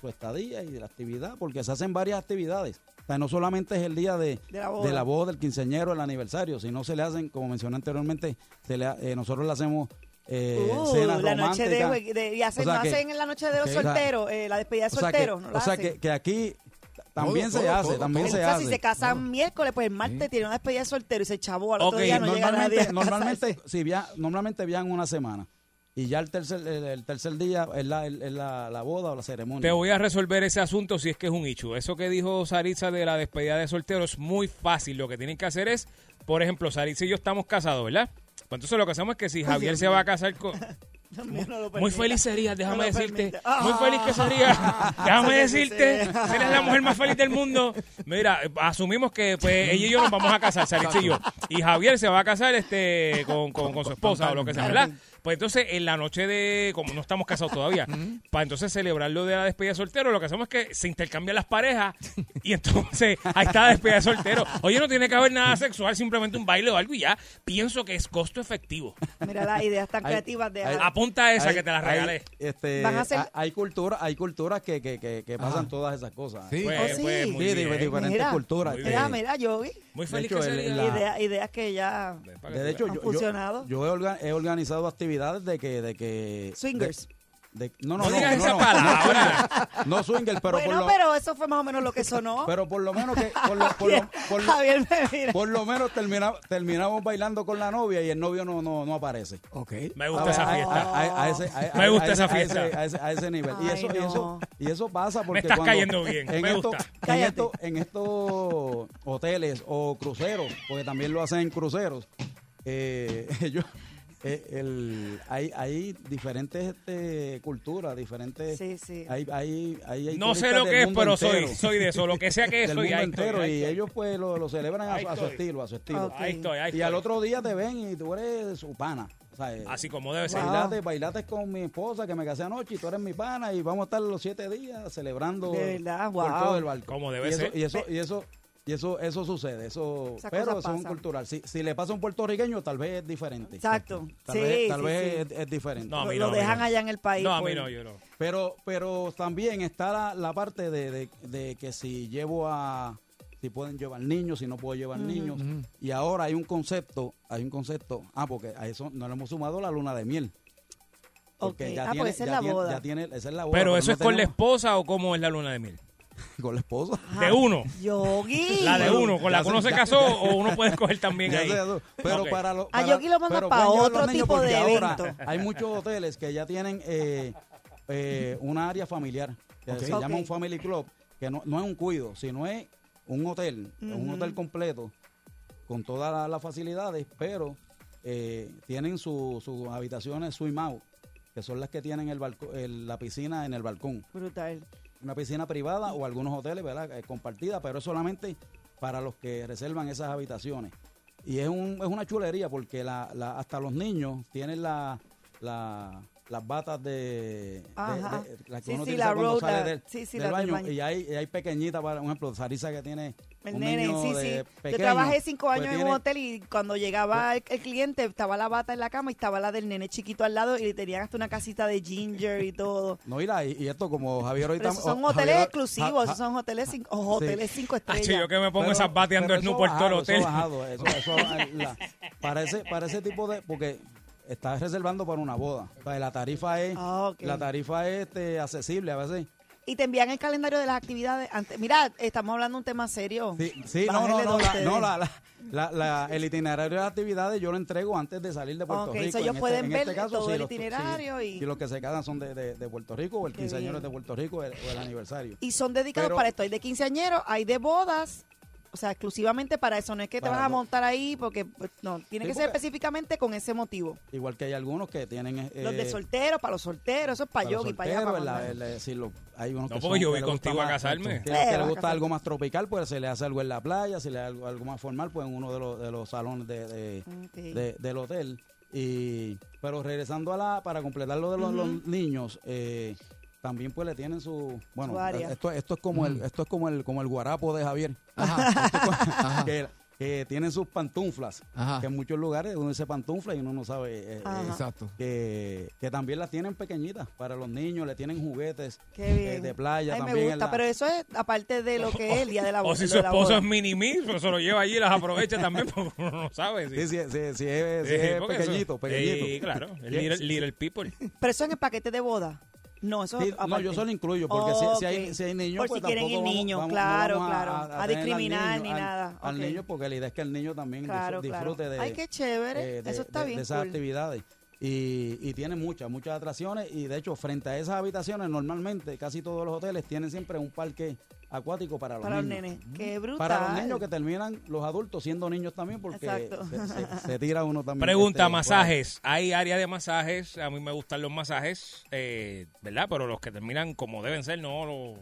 Speaker 10: su estadía y de la actividad porque se hacen varias actividades. O sea, no solamente es el día de,
Speaker 5: De la boda.
Speaker 10: de la boda, el quinceañero, el aniversario, sino se le hacen, como mencioné anteriormente, se le ha- eh, nosotros le hacemos eh,
Speaker 5: Uh,
Speaker 10: cenas
Speaker 5: la noche de,
Speaker 10: románticas.
Speaker 5: de- y hacen,
Speaker 10: O sea
Speaker 5: no
Speaker 10: que-
Speaker 5: hacen en la noche de los
Speaker 10: ok.
Speaker 5: solteros, eh, la despedida de
Speaker 10: O sea, que,
Speaker 5: solteros. no la
Speaker 10: o sea
Speaker 5: hacen.
Speaker 10: que, que aquí t- también
Speaker 4: Todo,
Speaker 10: se
Speaker 4: todo,
Speaker 10: hace,
Speaker 4: todo,
Speaker 10: también
Speaker 5: O
Speaker 10: se
Speaker 5: sea,
Speaker 10: hace.
Speaker 5: si se casan miércoles, pues el martes
Speaker 4: Sí.
Speaker 5: tiene una despedida de soltero y se chavó al otro
Speaker 8: Ok,
Speaker 5: día no llega nadie. *laughs* a
Speaker 10: normalmente,
Speaker 5: casa.
Speaker 10: normalmente, si via- normalmente viajan una semana y ya el tercer, el, el tercer día es, la, el- es la, la boda o la ceremonia.
Speaker 8: Te voy a resolver ese asunto si es que es un hecho. Eso que dijo Saritza de la despedida de soltero es muy fácil. Lo que tienen que hacer es, por ejemplo, Saritza y yo estamos casados, ¿verdad? Pues entonces lo que hacemos es que si Javier se va a casar con...
Speaker 5: Dios mío, no *laughs* lo
Speaker 8: Muy
Speaker 5: permita.
Speaker 8: feliz serías,
Speaker 5: No
Speaker 8: déjame
Speaker 5: lo
Speaker 8: decirte.
Speaker 5: permite. Ah.
Speaker 8: Muy feliz que serías.
Speaker 5: *laughs*
Speaker 8: Déjame
Speaker 5: Sí, sí,
Speaker 8: decirte.
Speaker 5: sí.
Speaker 8: Eres la mujer más feliz del mundo. Mira, eh, asumimos que pues ella y yo nos vamos a casar, Saritza y yo. Y Javier se va a casar este con, con- con su esposa o lo que sea, ¿verdad? Pues entonces en la noche de, como no estamos casados todavía, para entonces celebrar lo de la despedida de soltero, lo que hacemos es que se intercambian las parejas y entonces ahí está la despedida de soltero. Oye, no tiene que haber nada sexual, simplemente un baile o algo y ya pienso que es costo efectivo.
Speaker 5: Mira las ideas tan
Speaker 10: Hay-
Speaker 5: creativas de
Speaker 10: hay-
Speaker 8: Apunta esa
Speaker 10: hay-
Speaker 8: que te la
Speaker 10: hay,
Speaker 8: regalé.
Speaker 10: este,
Speaker 5: Van a hacer-
Speaker 10: ha- Hay culturas, hay culturas que, que, que, que pasan todas esas cosas.
Speaker 4: Sí.
Speaker 8: Pues,
Speaker 5: Oh, sí.
Speaker 8: pues,
Speaker 10: Sí,
Speaker 8: muy
Speaker 10: de-
Speaker 8: bien.
Speaker 10: de diferentes
Speaker 5: Mira,
Speaker 10: culturas.
Speaker 8: muy
Speaker 10: Eh,
Speaker 5: Mira, mira, Yogi.
Speaker 8: Muy
Speaker 10: De
Speaker 8: feliz
Speaker 10: hecho,
Speaker 8: que
Speaker 10: el-
Speaker 8: sería.
Speaker 10: la-
Speaker 5: Idea- ideas que ya.
Speaker 10: de hecho,
Speaker 5: ¿Han
Speaker 10: yo,
Speaker 5: funcionado?
Speaker 10: yo, yo he, orga- he organizado actividades de que... De que
Speaker 5: Swingers.
Speaker 10: de- de- no, no,
Speaker 8: No
Speaker 10: no,
Speaker 8: digas
Speaker 10: no,
Speaker 8: esa
Speaker 10: no,
Speaker 8: palabra.
Speaker 10: No swingers, pero, por
Speaker 5: bueno,
Speaker 10: lo, pero...
Speaker 5: pero eso fue más o menos lo que sonó.
Speaker 10: *laughs* por lo menos que... Por lo,
Speaker 5: *laughs*
Speaker 10: por lo- por lo-
Speaker 5: Javier me mira.
Speaker 10: por lo menos termina- terminamos bailando con la novia y el novio no, no, no aparece.
Speaker 4: Ok.
Speaker 8: Me gusta esa
Speaker 10: A-
Speaker 8: fiesta.
Speaker 10: a- a- a ese- a-
Speaker 8: Me
Speaker 10: a-
Speaker 8: gusta
Speaker 10: a-
Speaker 8: esa
Speaker 10: a ese-
Speaker 8: fiesta.
Speaker 10: A ese, a ese nivel. y,
Speaker 5: Ay,
Speaker 10: eso, y,
Speaker 5: no.
Speaker 10: eso, y eso pasa porque.
Speaker 8: estás
Speaker 10: cuando-
Speaker 8: cayendo bien,
Speaker 10: En
Speaker 8: me
Speaker 10: esto-
Speaker 8: gusta.
Speaker 10: En,
Speaker 5: Cállate.
Speaker 10: esto- en estos hoteles o cruceros, porque también lo hacen en cruceros, eh, *laughs* ellos- eh, el- hay, hay diferentes este, culturas, diferentes.
Speaker 5: Sí, sí.
Speaker 10: Hay, hay, hay- hay
Speaker 8: No sé
Speaker 10: turistas
Speaker 8: lo
Speaker 10: del
Speaker 8: que es,
Speaker 10: mundo
Speaker 8: pero soy,
Speaker 10: entero.
Speaker 8: soy de eso. Lo que sea que
Speaker 10: *laughs* Del
Speaker 8: soy,
Speaker 10: mundo
Speaker 8: ahí estoy,
Speaker 10: entero.
Speaker 8: ahí
Speaker 10: y
Speaker 8: estoy.
Speaker 10: ellos, pues, lo, lo celebran a,
Speaker 8: Ahí
Speaker 10: su- a su
Speaker 8: estoy.
Speaker 10: estilo, a su estilo.
Speaker 5: Ok.
Speaker 8: Ahí estoy, ahí
Speaker 10: Y al
Speaker 8: estoy.
Speaker 10: otro día te ven y tú eres su pana. o sea, eh,
Speaker 8: Así como debe ser.
Speaker 5: Wow.
Speaker 10: Bailaste, bailaste con mi esposa que me casé anoche y tú eres mi pana y vamos a estar los siete días celebrando
Speaker 5: De verdad,
Speaker 10: por
Speaker 5: wow.
Speaker 10: todo el barco.
Speaker 8: Como debe
Speaker 10: y eso,
Speaker 8: ser.
Speaker 10: Y eso, y eso, y eso, eso sucede, eso,
Speaker 5: Esas
Speaker 10: pero
Speaker 5: cosas
Speaker 10: eso es un
Speaker 5: pasan.
Speaker 10: cultural. Si, si le pasa a un puertorriqueño, tal vez es diferente.
Speaker 5: Exacto.
Speaker 10: Tal
Speaker 5: Sí,
Speaker 10: vez, tal
Speaker 5: sí,
Speaker 10: vez
Speaker 5: sí.
Speaker 10: Es, es diferente.
Speaker 8: No, a
Speaker 5: lo,
Speaker 8: mí
Speaker 5: lo
Speaker 8: no, a mí
Speaker 5: dejan
Speaker 8: no.
Speaker 5: allá en el país.
Speaker 8: No, a mí
Speaker 5: pues.
Speaker 8: no, yo no.
Speaker 10: Pero, pero también está la, la parte de, de- de que si llevo a si pueden llevar niños, si no puedo llevar niños. Y ahora hay un concepto, hay un concepto, ah, porque a eso no le hemos sumado la luna de miel.
Speaker 5: Ok. Ah, pues esa es la
Speaker 10: tiene-
Speaker 5: boda.
Speaker 10: ya tiene- esa es la boda.
Speaker 8: Pero eso
Speaker 10: no
Speaker 8: es con la
Speaker 10: tenemos-
Speaker 8: esposa o cómo es la luna de miel.
Speaker 10: *laughs* con la esposa.
Speaker 8: De uno.
Speaker 5: Yogi.
Speaker 8: La de
Speaker 10: Bueno,
Speaker 8: uno, con la
Speaker 10: ya
Speaker 8: que uno
Speaker 10: sé,
Speaker 8: se
Speaker 10: ya-
Speaker 8: casó o uno puede escoger también
Speaker 10: *laughs* Ya
Speaker 8: ahí.
Speaker 10: sé, pero
Speaker 8: Ok.
Speaker 10: para lo,
Speaker 5: A
Speaker 10: para-
Speaker 5: Yogi lo mandan
Speaker 10: pero
Speaker 5: pa'
Speaker 10: pueden llevar
Speaker 5: otro
Speaker 10: los niños
Speaker 5: tipo
Speaker 10: porque
Speaker 5: de
Speaker 10: ahora
Speaker 5: evento.
Speaker 10: Hay muchos hoteles que ya tienen eh, eh, una área familiar, que se
Speaker 5: Ok.
Speaker 10: llama un family club, que no, no es un cuido, sino es un hotel, es un hotel completo, con todas la- las facilidades, pero eh, tienen su- sus habitaciones swim out, que son las que tienen el balco- el- la piscina en el balcón
Speaker 5: Brutal.
Speaker 10: una piscina privada o algunos hoteles, ¿verdad? Eh, compartida, pero es solamente para los que reservan esas habitaciones. Y es, un, es una chulería porque la, la- hasta los niños tienen la, la- las batas de,
Speaker 5: Ajá.
Speaker 10: de- de- las que
Speaker 5: Sí,
Speaker 10: uno
Speaker 5: sí,
Speaker 10: utiliza
Speaker 5: la
Speaker 10: cuando
Speaker 5: road,
Speaker 10: sale
Speaker 5: la-
Speaker 10: del,
Speaker 5: sí, sí,
Speaker 10: del
Speaker 5: la del
Speaker 10: baño.
Speaker 5: baño.
Speaker 10: Y hay, y hay pequeñitas, para un ejemplo, Sarisa que tiene
Speaker 5: El
Speaker 10: un
Speaker 5: nene,
Speaker 10: niño
Speaker 5: sí,
Speaker 10: de
Speaker 5: sí. Yo
Speaker 10: pequeño,
Speaker 5: trabajé cinco
Speaker 10: pues
Speaker 5: años en
Speaker 10: tiene- pues
Speaker 5: un hotel y cuando llegaba el, el cliente estaba la bata en la cama y estaba la del nene chiquito al lado y le tenían hasta una casita de ginger y todo.
Speaker 10: No, y, la- y esto como Javier ahorita...
Speaker 5: Pero esos son
Speaker 10: o-
Speaker 5: hoteles
Speaker 10: Javier-
Speaker 5: exclusivos,
Speaker 10: Ja-
Speaker 5: esos
Speaker 10: Ja-
Speaker 5: son hoteles cinco, o hoteles cinco
Speaker 8: Hacho,
Speaker 5: estrellas.
Speaker 8: Ah, yo que me pongo
Speaker 10: Pero-
Speaker 8: esas bateando
Speaker 10: pero
Speaker 8: snoop
Speaker 10: eso
Speaker 8: por todo el
Speaker 10: bajado,
Speaker 8: hotel.
Speaker 10: Eso bajado, eso-
Speaker 8: *laughs*
Speaker 10: eso- la- para, ese, para ese tipo de. Porque estás reservando para una boda. O sea, la tarifa es.
Speaker 5: Ah, ok.
Speaker 10: La tarifa es este, accesible a veces.
Speaker 5: Y te envían el calendario de las actividades. Antes. Mira, estamos hablando de un tema serio.
Speaker 10: Sí, sí, no, no,
Speaker 5: Bájenle
Speaker 10: no.
Speaker 5: dos
Speaker 10: La,
Speaker 5: ustedes.
Speaker 10: no, la- la- la- la- el itinerario de las actividades yo lo entrego antes de salir de Puerto
Speaker 5: Ok,
Speaker 10: Rico.
Speaker 5: so ellos pueden
Speaker 10: en este
Speaker 5: ver todo el
Speaker 10: los-
Speaker 5: itinerario
Speaker 10: si-
Speaker 5: y-
Speaker 10: si los que se casan son de, de- de Puerto Rico o el
Speaker 5: Qué
Speaker 10: quinceañero es
Speaker 5: bien.
Speaker 10: de Puerto Rico o el- o el aniversario.
Speaker 5: Y son dedicados
Speaker 10: Pero-
Speaker 5: para esto. Hay de quinceañeros, hay de bodas. o sea, exclusivamente para eso. No es que te
Speaker 10: Para
Speaker 5: vas a
Speaker 10: no-
Speaker 5: montar ahí porque, pues, no, tiene
Speaker 10: Sí,
Speaker 5: que ser
Speaker 10: porque-
Speaker 5: específicamente con ese motivo.
Speaker 10: Igual que hay algunos que tienen. eh,
Speaker 5: los de soltero, para los solteros, eso es para,
Speaker 10: para los
Speaker 5: yogi, para allá. Para
Speaker 10: solteros,
Speaker 5: mandar.
Speaker 10: la- la- sí, lo- hay unos
Speaker 8: No,
Speaker 10: que
Speaker 8: porque
Speaker 10: son-
Speaker 8: yo
Speaker 10: que
Speaker 8: voy
Speaker 10: le gusta
Speaker 8: contigo a
Speaker 10: más-
Speaker 8: casarme.
Speaker 10: Que,
Speaker 5: Eh,
Speaker 10: que
Speaker 5: vas
Speaker 10: le
Speaker 5: a
Speaker 10: gusta
Speaker 5: casar.
Speaker 10: algo más tropical, pues se le hace algo en la playa, si le hace algo, algo más formal, pues en uno de los, de los salones de, de-
Speaker 5: Ok.
Speaker 10: de- del hotel. Y, pero regresando a la, para completar lo de los, los niños, eh, también pues le tienen su, bueno, eh,
Speaker 5: Su área.
Speaker 10: esto, esto es como
Speaker 4: Mm.
Speaker 10: el, esto es como el, como el guarapo de Javier, *laughs* Esto es como- que, que tienen sus pantuflas,
Speaker 4: Ajá.
Speaker 10: que en muchos lugares uno dice pantufla y uno no sabe eh, eh,
Speaker 5: Ajá.
Speaker 4: Exacto.
Speaker 10: que, que también las tienen pequeñitas para los niños, le tienen juguetes
Speaker 5: Qué bien.
Speaker 10: eh, de playa
Speaker 5: Ay,
Speaker 10: también.
Speaker 5: me
Speaker 10: en
Speaker 5: gusta,
Speaker 10: la-
Speaker 5: pero eso es aparte de lo que es el día de la
Speaker 10: *laughs*
Speaker 8: O
Speaker 5: boda,
Speaker 8: si
Speaker 5: lo
Speaker 8: su
Speaker 5: de la
Speaker 8: esposo
Speaker 5: boda.
Speaker 8: es mini-mí, pero se lo lleva allí y las aprovecha también, *laughs* porque uno no sabe.
Speaker 10: Sí, sí,
Speaker 8: Sí,
Speaker 10: sí, sí es, sí
Speaker 8: Sí,
Speaker 10: es
Speaker 8: porque eso-
Speaker 10: pequeñito, pequeñito.
Speaker 8: Sí, claro.
Speaker 10: *laughs*
Speaker 8: El
Speaker 10: Sí,
Speaker 8: little,
Speaker 10: sí,
Speaker 8: little people.
Speaker 5: Pero eso en el paquete de boda. No, eso
Speaker 10: Sí,
Speaker 5: es aparte.
Speaker 10: no, yo solo incluyo, porque si- si, hay,
Speaker 5: Ok.
Speaker 10: si hay niños,
Speaker 5: Por
Speaker 10: pues
Speaker 5: si quieren ir
Speaker 10: tampoco vamos-
Speaker 5: niños,
Speaker 10: vamos- no
Speaker 5: claro,
Speaker 10: vamos
Speaker 5: claro. A,
Speaker 10: tener al
Speaker 5: discriminar
Speaker 10: niño-
Speaker 5: ni
Speaker 10: al-
Speaker 5: nada.
Speaker 10: Al
Speaker 5: Ok.
Speaker 10: niño, porque la idea es que el niño también disfr-
Speaker 5: Claro, claro.
Speaker 10: disfrute de,
Speaker 5: Ay, qué chévere.
Speaker 10: eh, de-
Speaker 5: Eso está
Speaker 10: de- de
Speaker 5: bien
Speaker 10: esas
Speaker 5: cool.
Speaker 10: actividades. Y, y tiene muchas, muchas atracciones. Y de hecho, frente a esas habitaciones, normalmente casi todos los hoteles tienen siempre un parque acuático para los
Speaker 5: para los
Speaker 10: niños.
Speaker 5: nenes. Qué brutal.
Speaker 10: Para los niños que terminan los adultos siendo niños también, porque
Speaker 5: Exacto.
Speaker 10: se,
Speaker 5: *laughs*
Speaker 10: se- se tira uno también.
Speaker 8: Pregunta,
Speaker 10: este,
Speaker 8: masajes. Hay área de masajes. A mí me gustan los masajes, eh, ¿verdad? Pero los que terminan como deben ser, no los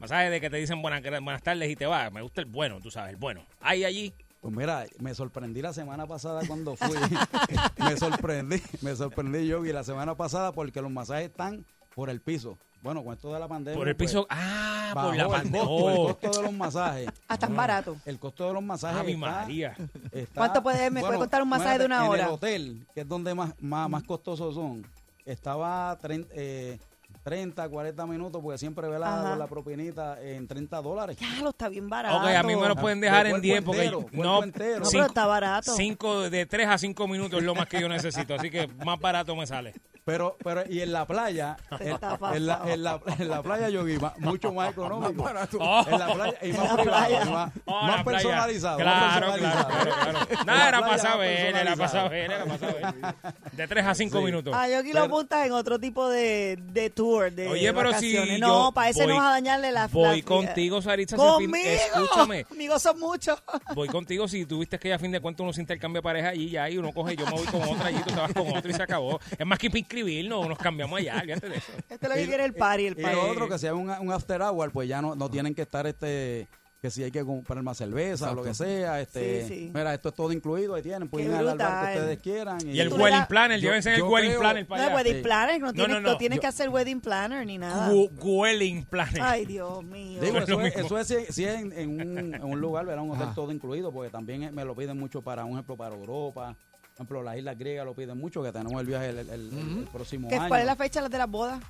Speaker 8: masajes de que te dicen buenas, buenas tardes y te vas. Me gusta el bueno, tú sabes, el bueno. Hay allí.
Speaker 10: Pues mira, me sorprendí la semana pasada cuando fui. *laughs* me sorprendí, me sorprendí yo y la semana pasada porque los masajes están por el piso. Bueno, con esto de la pandemia.
Speaker 8: Por el
Speaker 10: pues,
Speaker 8: piso. Ah,
Speaker 10: bajó
Speaker 8: por la
Speaker 10: el
Speaker 8: pandemia.
Speaker 10: costo, el costo de los masajes.
Speaker 5: Ah, tan barato.
Speaker 10: El costo de los masajes.
Speaker 8: Ave
Speaker 10: está-
Speaker 8: María.
Speaker 10: está-
Speaker 5: ¿Cuánto puede- me puede costar un masaje de una
Speaker 10: en
Speaker 5: hora?
Speaker 10: el hotel, que es donde más, más, más costosos son, estaba 30, eh, 30, 40 minutos, porque siempre ve la,
Speaker 5: Ajá.
Speaker 10: la propinita en 30 dólares.
Speaker 5: Ya lo está bien barato.
Speaker 8: Ok, a mí me lo pueden dejar
Speaker 10: De
Speaker 8: en
Speaker 10: cuerpo
Speaker 8: 10 porque
Speaker 10: entero, cuerpo
Speaker 8: no,
Speaker 10: entero.
Speaker 5: No,
Speaker 10: cinco-
Speaker 5: pero está barato.
Speaker 8: cinco- de 3 a 5 minutos es lo más que yo necesito, así que más barato me sale.
Speaker 10: Pero, pero, y en la playa,
Speaker 5: Te
Speaker 10: en,
Speaker 5: está
Speaker 10: en la, en, la, en la playa, Yogi, ma- mucho más económico.
Speaker 8: Oh.
Speaker 10: En la playa, y
Speaker 5: En
Speaker 10: más
Speaker 5: la
Speaker 10: privado,
Speaker 5: playa.
Speaker 10: y más,
Speaker 8: Oh,
Speaker 10: más
Speaker 8: la playa.
Speaker 10: personalizado. más
Speaker 8: Claro, claro,
Speaker 10: personalizado.
Speaker 8: claro, claro.
Speaker 10: En *laughs*
Speaker 8: Nada,
Speaker 10: la
Speaker 8: era
Speaker 10: playa,
Speaker 8: pasado
Speaker 10: más
Speaker 8: ver, era
Speaker 10: personalizado.
Speaker 8: pasado ver, era pasado ver. De 3 a 5 minutos.
Speaker 5: Ah, yo aquí lo apuntas en otro tipo de, de tour, de
Speaker 8: Oye, pero si
Speaker 5: vacaciones.
Speaker 8: yo
Speaker 5: No, para ese
Speaker 8: voy-
Speaker 5: no vas a dañarle la
Speaker 8: voy
Speaker 5: la-
Speaker 8: contigo, Saritza, si al fin-
Speaker 5: ¡Conmigo!
Speaker 8: escúchame.
Speaker 5: Amigos son muchos.
Speaker 8: Voy contigo, si tuviste que a fin de cuentas uno se intercambia pareja allí ya y uno coge, yo me voy con otra allí, tú te vas con otro y se acabó. Es más que para inscribirnos, nos cambiamos allá, fíjate de eso.
Speaker 5: Este es lo que quiere el party, el
Speaker 10: Y
Speaker 5: party.
Speaker 10: lo otro, que si hay un, un after hour, pues ya no, no tienen que estar este que si hay que comprar más cerveza o lo que sea.
Speaker 5: Sí,
Speaker 10: Este,
Speaker 5: sí.
Speaker 10: Mira, esto es todo incluido, ahí tienen. Pueden ir al bar
Speaker 5: brutal.
Speaker 10: que ustedes quieran.
Speaker 8: Y el
Speaker 5: Tú le das-
Speaker 8: wedding planner,
Speaker 10: Yo-
Speaker 8: llévense el
Speaker 10: yo
Speaker 8: wedding
Speaker 10: creo-
Speaker 8: planner
Speaker 5: No,
Speaker 8: para allá.
Speaker 5: wedding planner, no, tienes,
Speaker 8: no, no.
Speaker 5: tienes
Speaker 8: Yo-
Speaker 5: que hacer wedding planner ni nada.
Speaker 8: Gu- Wedding planner.
Speaker 5: Ay,
Speaker 8: *laughs*
Speaker 5: Dios mío.
Speaker 10: Digo,
Speaker 8: No es
Speaker 10: eso,
Speaker 8: lo
Speaker 10: es,
Speaker 8: mismo. Ah.
Speaker 10: eso es si, si es en, en un, en un lugar, ¿verdad? Un hotel
Speaker 4: Ajá.
Speaker 10: todo incluido, porque también eh, me lo piden mucho para, un ejemplo, para Europa. Por ejemplo, las Islas Griegas lo piden mucho, que tenemos el viaje el, el- el- el próximo
Speaker 5: ¿Qué-
Speaker 10: año.
Speaker 5: ¿Cuál es la fecha de las bodas?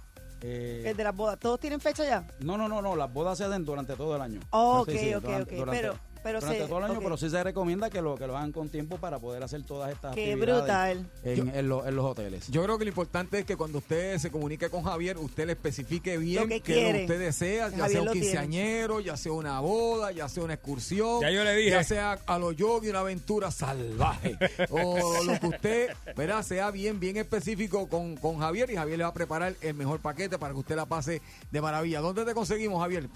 Speaker 10: Eh,
Speaker 5: El de las bodas. ¿Todos tienen fecha ya?
Speaker 10: no, no, no, no, las bodas se hacen durante todo el año.
Speaker 5: Oh,
Speaker 10: Sí,
Speaker 5: ok,
Speaker 10: sí,
Speaker 5: ok, ok, pero- pero
Speaker 10: durante
Speaker 5: se-
Speaker 10: todo el año,
Speaker 5: ok.
Speaker 10: pero sí se recomienda que lo, que lo hagan con tiempo para poder hacer todas estas
Speaker 5: Qué
Speaker 10: actividades
Speaker 5: brutal.
Speaker 10: En, en lo- en los hoteles.
Speaker 4: Yo creo que lo importante es que cuando usted se comunique con Javier, usted le especifique bien
Speaker 5: Lo que
Speaker 4: qué es lo
Speaker 5: quiere.
Speaker 4: que usted desea, ya
Speaker 5: Javier
Speaker 4: sea un
Speaker 5: lo tiene.
Speaker 4: quinceañero, ya sea una boda, ya sea una excursión,
Speaker 8: Ya yo le dije.
Speaker 4: ya sea a los yogi una
Speaker 10: *laughs*
Speaker 4: aventura salvaje, o lo que usted, verá, sea bien, bien específico con, con Javier y Javier le va a preparar el mejor paquete para que usted la pase de maravilla. ¿Dónde te conseguimos, Javier?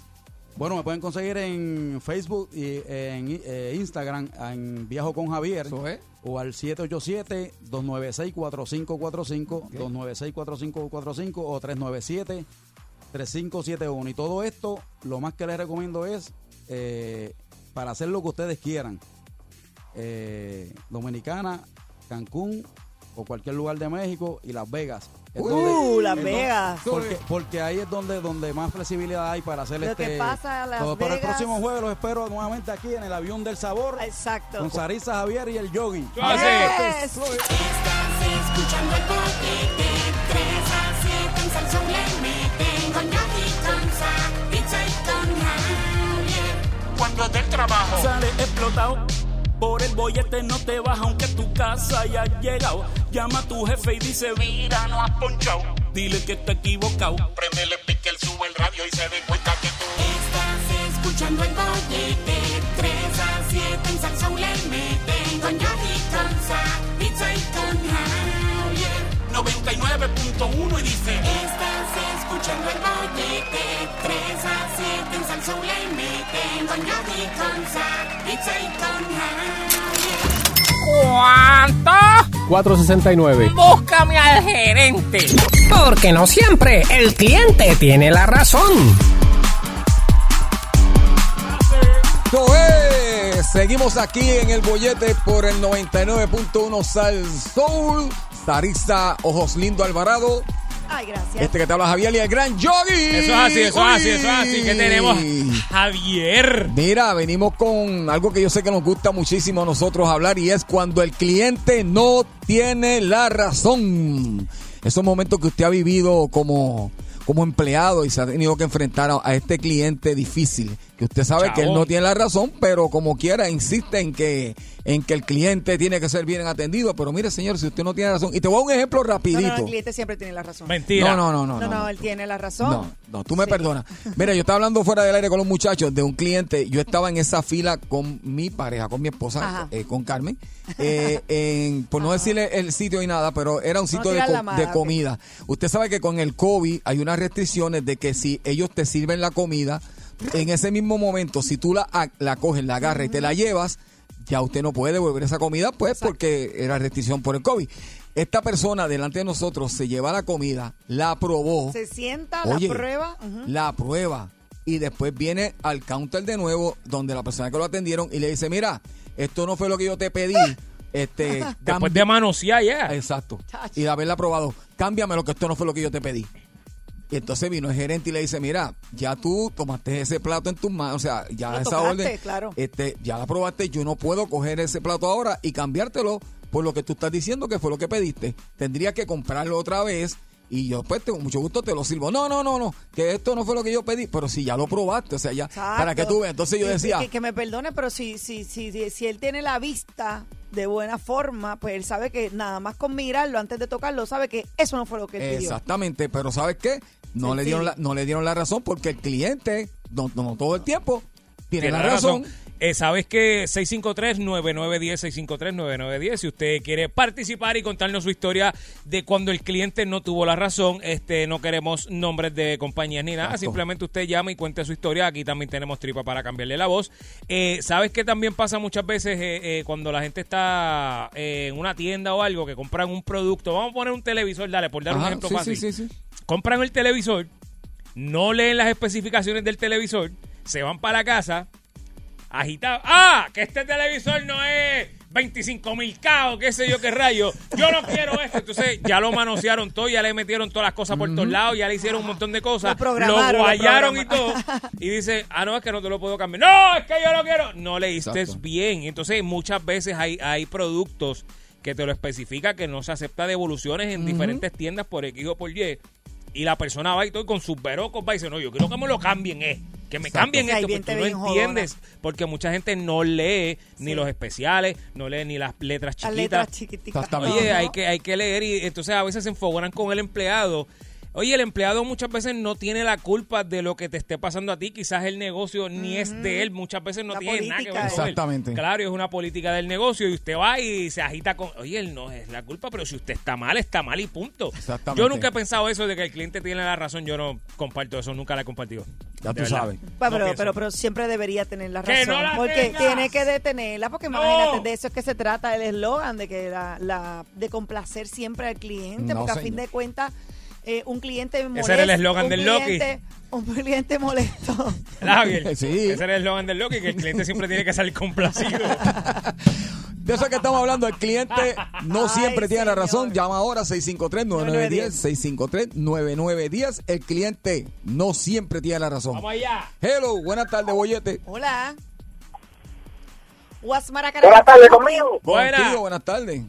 Speaker 10: Bueno, me pueden conseguir en Facebook y en eh, Instagram, en Viajo con Javier.
Speaker 4: Eso es.
Speaker 10: O al 787-296-4545, 296-4545 o 397-3571. Y todo esto, lo más que les recomiendo es eh, para hacer lo que ustedes quieran. Eh, Dominicana, Cancún o cualquier lugar de México y Las Vegas. Es
Speaker 5: Uh,
Speaker 10: donde-
Speaker 5: Las
Speaker 10: es donde-
Speaker 5: Vegas.
Speaker 10: porque, porque ahí es donde, donde más flexibilidad hay para hacer
Speaker 5: Lo
Speaker 10: este...
Speaker 5: que pasa a Las
Speaker 10: todo. Pero el
Speaker 5: Vegas-
Speaker 10: próximo jueves los espero nuevamente aquí en el Avión del Sabor.
Speaker 5: Exacto. ¡Eh!
Speaker 10: Con Sarisa Javier y el Yogi.
Speaker 8: Tú haces.
Speaker 5: Yes.
Speaker 2: Estás escuchando el bollete. 3 a 7 en Salsón le meten. Con Yogi, con Saritza y con Javier.
Speaker 11: Cuando del trabajo.
Speaker 12: Sale explotado. Por el bollete no te baja aunque tu casa haya llegado. Llama a tu jefe y dice,
Speaker 11: Mira, no has ponchado.
Speaker 12: dile que está equivocado.
Speaker 11: Prendele pique, él sube el radio y se dé cuenta que tú.
Speaker 2: Estás escuchando el bollete. 3 a 7 en Salsón le meten. Con Yogi, con Saritza y con Javier.
Speaker 11: 99.1 y dice.
Speaker 2: Estás escuchando el bollete. 3 a 7 en Salsón con Zule y meten con Yogi con Zack, pizza y con Javier.
Speaker 13: ¿Cuánto?
Speaker 14: 469.
Speaker 13: Búscame al gerente.
Speaker 14: Porque no siempre el cliente tiene la razón.
Speaker 4: Esto es. Seguimos aquí en el bollete por el 99.1 Sal Soul. Sarisa Ojos Lindo Alvarado.
Speaker 5: Ay, gracias.
Speaker 4: Este que te habla Javier y el gran Yogi.
Speaker 8: Eso es así, eso es así, eso es así. ¿Qué tenemos?
Speaker 4: Javier. Mira, venimos con algo que yo sé que nos gusta muchísimo a nosotros hablar y es cuando el cliente no tiene la razón. Esos momentos que usted ha vivido como, como empleado y se ha tenido que enfrentar a, a este cliente difícil, que usted sabe que él
Speaker 8: Chabón.
Speaker 4: no tiene la razón, pero como quiera insiste en que, en que el cliente tiene que ser bien atendido. Pero mire, señor, si usted no tiene razón, y te voy a dar un ejemplo
Speaker 5: No,
Speaker 4: rapidito.
Speaker 5: no, no, el cliente siempre tiene la razón.
Speaker 4: Mentira. No, no, no, no,
Speaker 5: No,
Speaker 4: no.
Speaker 5: él tiene la razón.
Speaker 4: No, no, tú me perdonas. Mira, yo estaba hablando fuera del aire con los muchachos de un cliente. Yo estaba en esa fila con mi pareja, con mi esposa,
Speaker 5: Ajá.
Speaker 4: eh, con Carmen.
Speaker 5: *laughs*
Speaker 4: eh, en- por no decirle el sitio y nada, pero era un sitio de,
Speaker 5: tirar la
Speaker 4: co-
Speaker 5: mala,
Speaker 4: de
Speaker 5: ok.
Speaker 4: comida. Usted sabe que con el COVID hay unas restricciones de que si ellos te sirven la comida, en ese mismo momento, si tú la, a- la coges, la agarras y te la llevas, ya usted no puede devolver esa comida, pues porque era restricción por el COVID. Esta persona delante de nosotros se lleva la comida, la probó
Speaker 5: Se sienta,
Speaker 4: Oye.
Speaker 5: la prueba. ujú.
Speaker 4: la prueba y después viene al counter de nuevo donde la persona que lo atendieron y le dice, mira, esto no fue lo que yo te
Speaker 8: *laughs*
Speaker 4: pedí. Este,
Speaker 8: Después de manosear ya.
Speaker 4: Exacto. Y de haberla probado, cámbiame lo que esto no fue lo que yo te pedí. Y entonces vino el gerente y le dice, mira, ya tú tomaste ese plato en tus manos, o sea, ya
Speaker 5: Lo
Speaker 4: esa
Speaker 5: tocaste,
Speaker 4: orden,
Speaker 5: claro.
Speaker 4: este, ya la probaste, yo no puedo coger ese plato ahora y cambiártelo por lo que tú estás diciendo que fue lo que pediste. Tendría que comprarlo otra vez y yo pues te- con mucho gusto te lo sirvo. No, no, no, no, que esto no fue lo que yo pedí, pero si ya lo probaste, o sea, ya, para que tú veas. Entonces yo
Speaker 5: Y- y
Speaker 4: decía,
Speaker 5: Que, que me perdone, pero si, si, si, si, si él tiene la vista de buena forma, pues él sabe que nada más con mirarlo antes de tocarlo, sabe que eso no fue lo que él pidió.
Speaker 4: Exactamente, pero ¿sabes qué? No le dieron la, no le dieron la razón porque el cliente no, no- no todo el tiempo tiene, la razón.
Speaker 8: Eh, Sabes que 653-9910, 653-9910, si usted quiere participar y contarnos su historia de cuando el cliente no tuvo la razón, este no queremos nombres de compañías ni nada,
Speaker 15: Exacto.
Speaker 8: simplemente usted llama y cuente su historia, aquí también tenemos tripa para cambiarle la voz. Eh, Sabes que también pasa muchas veces eh, eh, cuando la gente está eh, en una tienda o algo que compran un producto, vamos a poner un televisor, dale, por dar un
Speaker 4: Ajá,
Speaker 8: ejemplo
Speaker 4: sí,
Speaker 8: fácil
Speaker 4: sí, sí, sí.
Speaker 8: compran el televisor, no leen las especificaciones del televisor, se van para casa, agitados. ¡Ah! Que este televisor no es 25 mil K o qué sé yo qué rayo. Yo no quiero esto. Entonces ya lo manosearon todo, ya le metieron todas las cosas por todos lados, ya le hicieron un montón de cosas.
Speaker 5: Lo programaron, lo
Speaker 8: guayaron y todo.
Speaker 5: programaron.
Speaker 15: *laughs*
Speaker 8: Y dice, ah, no, es que no te lo puedo cambiar. No, es que yo lo quiero. No leíste
Speaker 15: Exacto.
Speaker 8: bien. Entonces muchas veces hay, hay productos que te lo especifica que no se acepta devoluciones en
Speaker 15: Ujú.
Speaker 8: diferentes tiendas por X o por Y. Y la persona va y todo con sus berocos va y dice, no, yo quiero que me lo cambien, eh. Que me
Speaker 15: Exacto.
Speaker 8: cambien
Speaker 15: Que ahí
Speaker 8: esto,
Speaker 15: bien te
Speaker 8: porque tú no
Speaker 15: ven jodona.
Speaker 8: entiendes. Porque mucha gente no lee ni
Speaker 15: Sí.
Speaker 8: los especiales, no lee ni las letras chiquitas.
Speaker 15: letras chiquiticas. Exactamente.
Speaker 8: Oye,
Speaker 15: Ajá.
Speaker 8: hay que, hay que leer y entonces a veces se enfogonan con el empleado. Oye, el empleado muchas veces no tiene la culpa de lo que te esté pasando a ti. Quizás el negocio ni es de él. Muchas veces no tiene nada que ver. con él.
Speaker 4: Exactamente.
Speaker 8: Claro, es una política del negocio y usted va y se agita con. Oye, él no es la culpa, pero si usted está mal, está mal y punto.
Speaker 4: Exactamente.
Speaker 8: Yo nunca he pensado eso de que el cliente tiene la razón. Yo no comparto eso, nunca la he compartido.
Speaker 4: Ya tú
Speaker 8: De verdad.
Speaker 4: sabes.
Speaker 5: Pa- Pues,
Speaker 8: No
Speaker 5: pero,
Speaker 8: pienso.
Speaker 5: pero, pero siempre debería tener la
Speaker 8: ¡Que
Speaker 5: razón.
Speaker 8: no la
Speaker 5: porque
Speaker 8: tengas!
Speaker 5: tiene que detenerla, porque imagínate, de eso es que se trata el eslogan, de que la, la- de complacer siempre al cliente,
Speaker 8: No,
Speaker 5: porque a
Speaker 8: señor.
Speaker 5: fin de cuentas, eh, un cliente molesto.
Speaker 8: era el eslogan
Speaker 5: un
Speaker 8: del Loki.
Speaker 5: cliente- Un cliente molesto.
Speaker 8: ¿Verdad, Javier? Ese era el eslogan del Loki, que el cliente siempre tiene que salir complacido.
Speaker 4: *laughs* De eso es que estamos hablando, el cliente no siempre tiene la razón. Llama ahora 653-9910, 653-9910. El cliente no siempre tiene la razón.
Speaker 5: Vamos allá.
Speaker 4: Hello, buenas tardes, Bollete.
Speaker 5: Hola. Guasmaracará.
Speaker 9: Buenas tardes conmigo.
Speaker 4: Contigo, buenas tardes.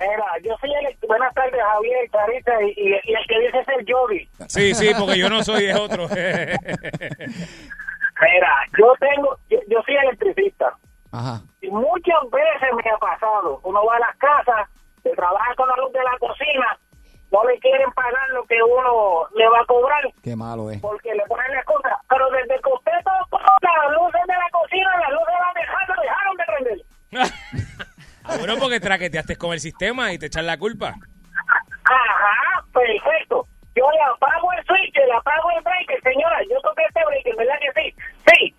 Speaker 9: Mira, yo soy el. Buenas tardes, Javier, Clarita, y, y- y el que dice ser Yogi.
Speaker 8: Sí, sí, porque yo no soy, es otro.
Speaker 9: Mira, yo tengo. Yo, yo soy electricista.
Speaker 4: Ajá.
Speaker 9: Y muchas veces me ha pasado. Uno va a las casas, se trabaja con la luz de la cocina, no le quieren pagar lo que uno le va a cobrar
Speaker 4: Qué malo eh. es.
Speaker 9: porque le ponen la excusa. Pero desde que usted tocó las luces de la cocina, las luces van dejando, dejaron de prender.
Speaker 8: Ah, bueno, porque traqueteaste con el sistema y te echan la culpa.
Speaker 9: Ajá, perfecto. Yo le apago el switch, le apago el breaker, señora. Yo toqué este este,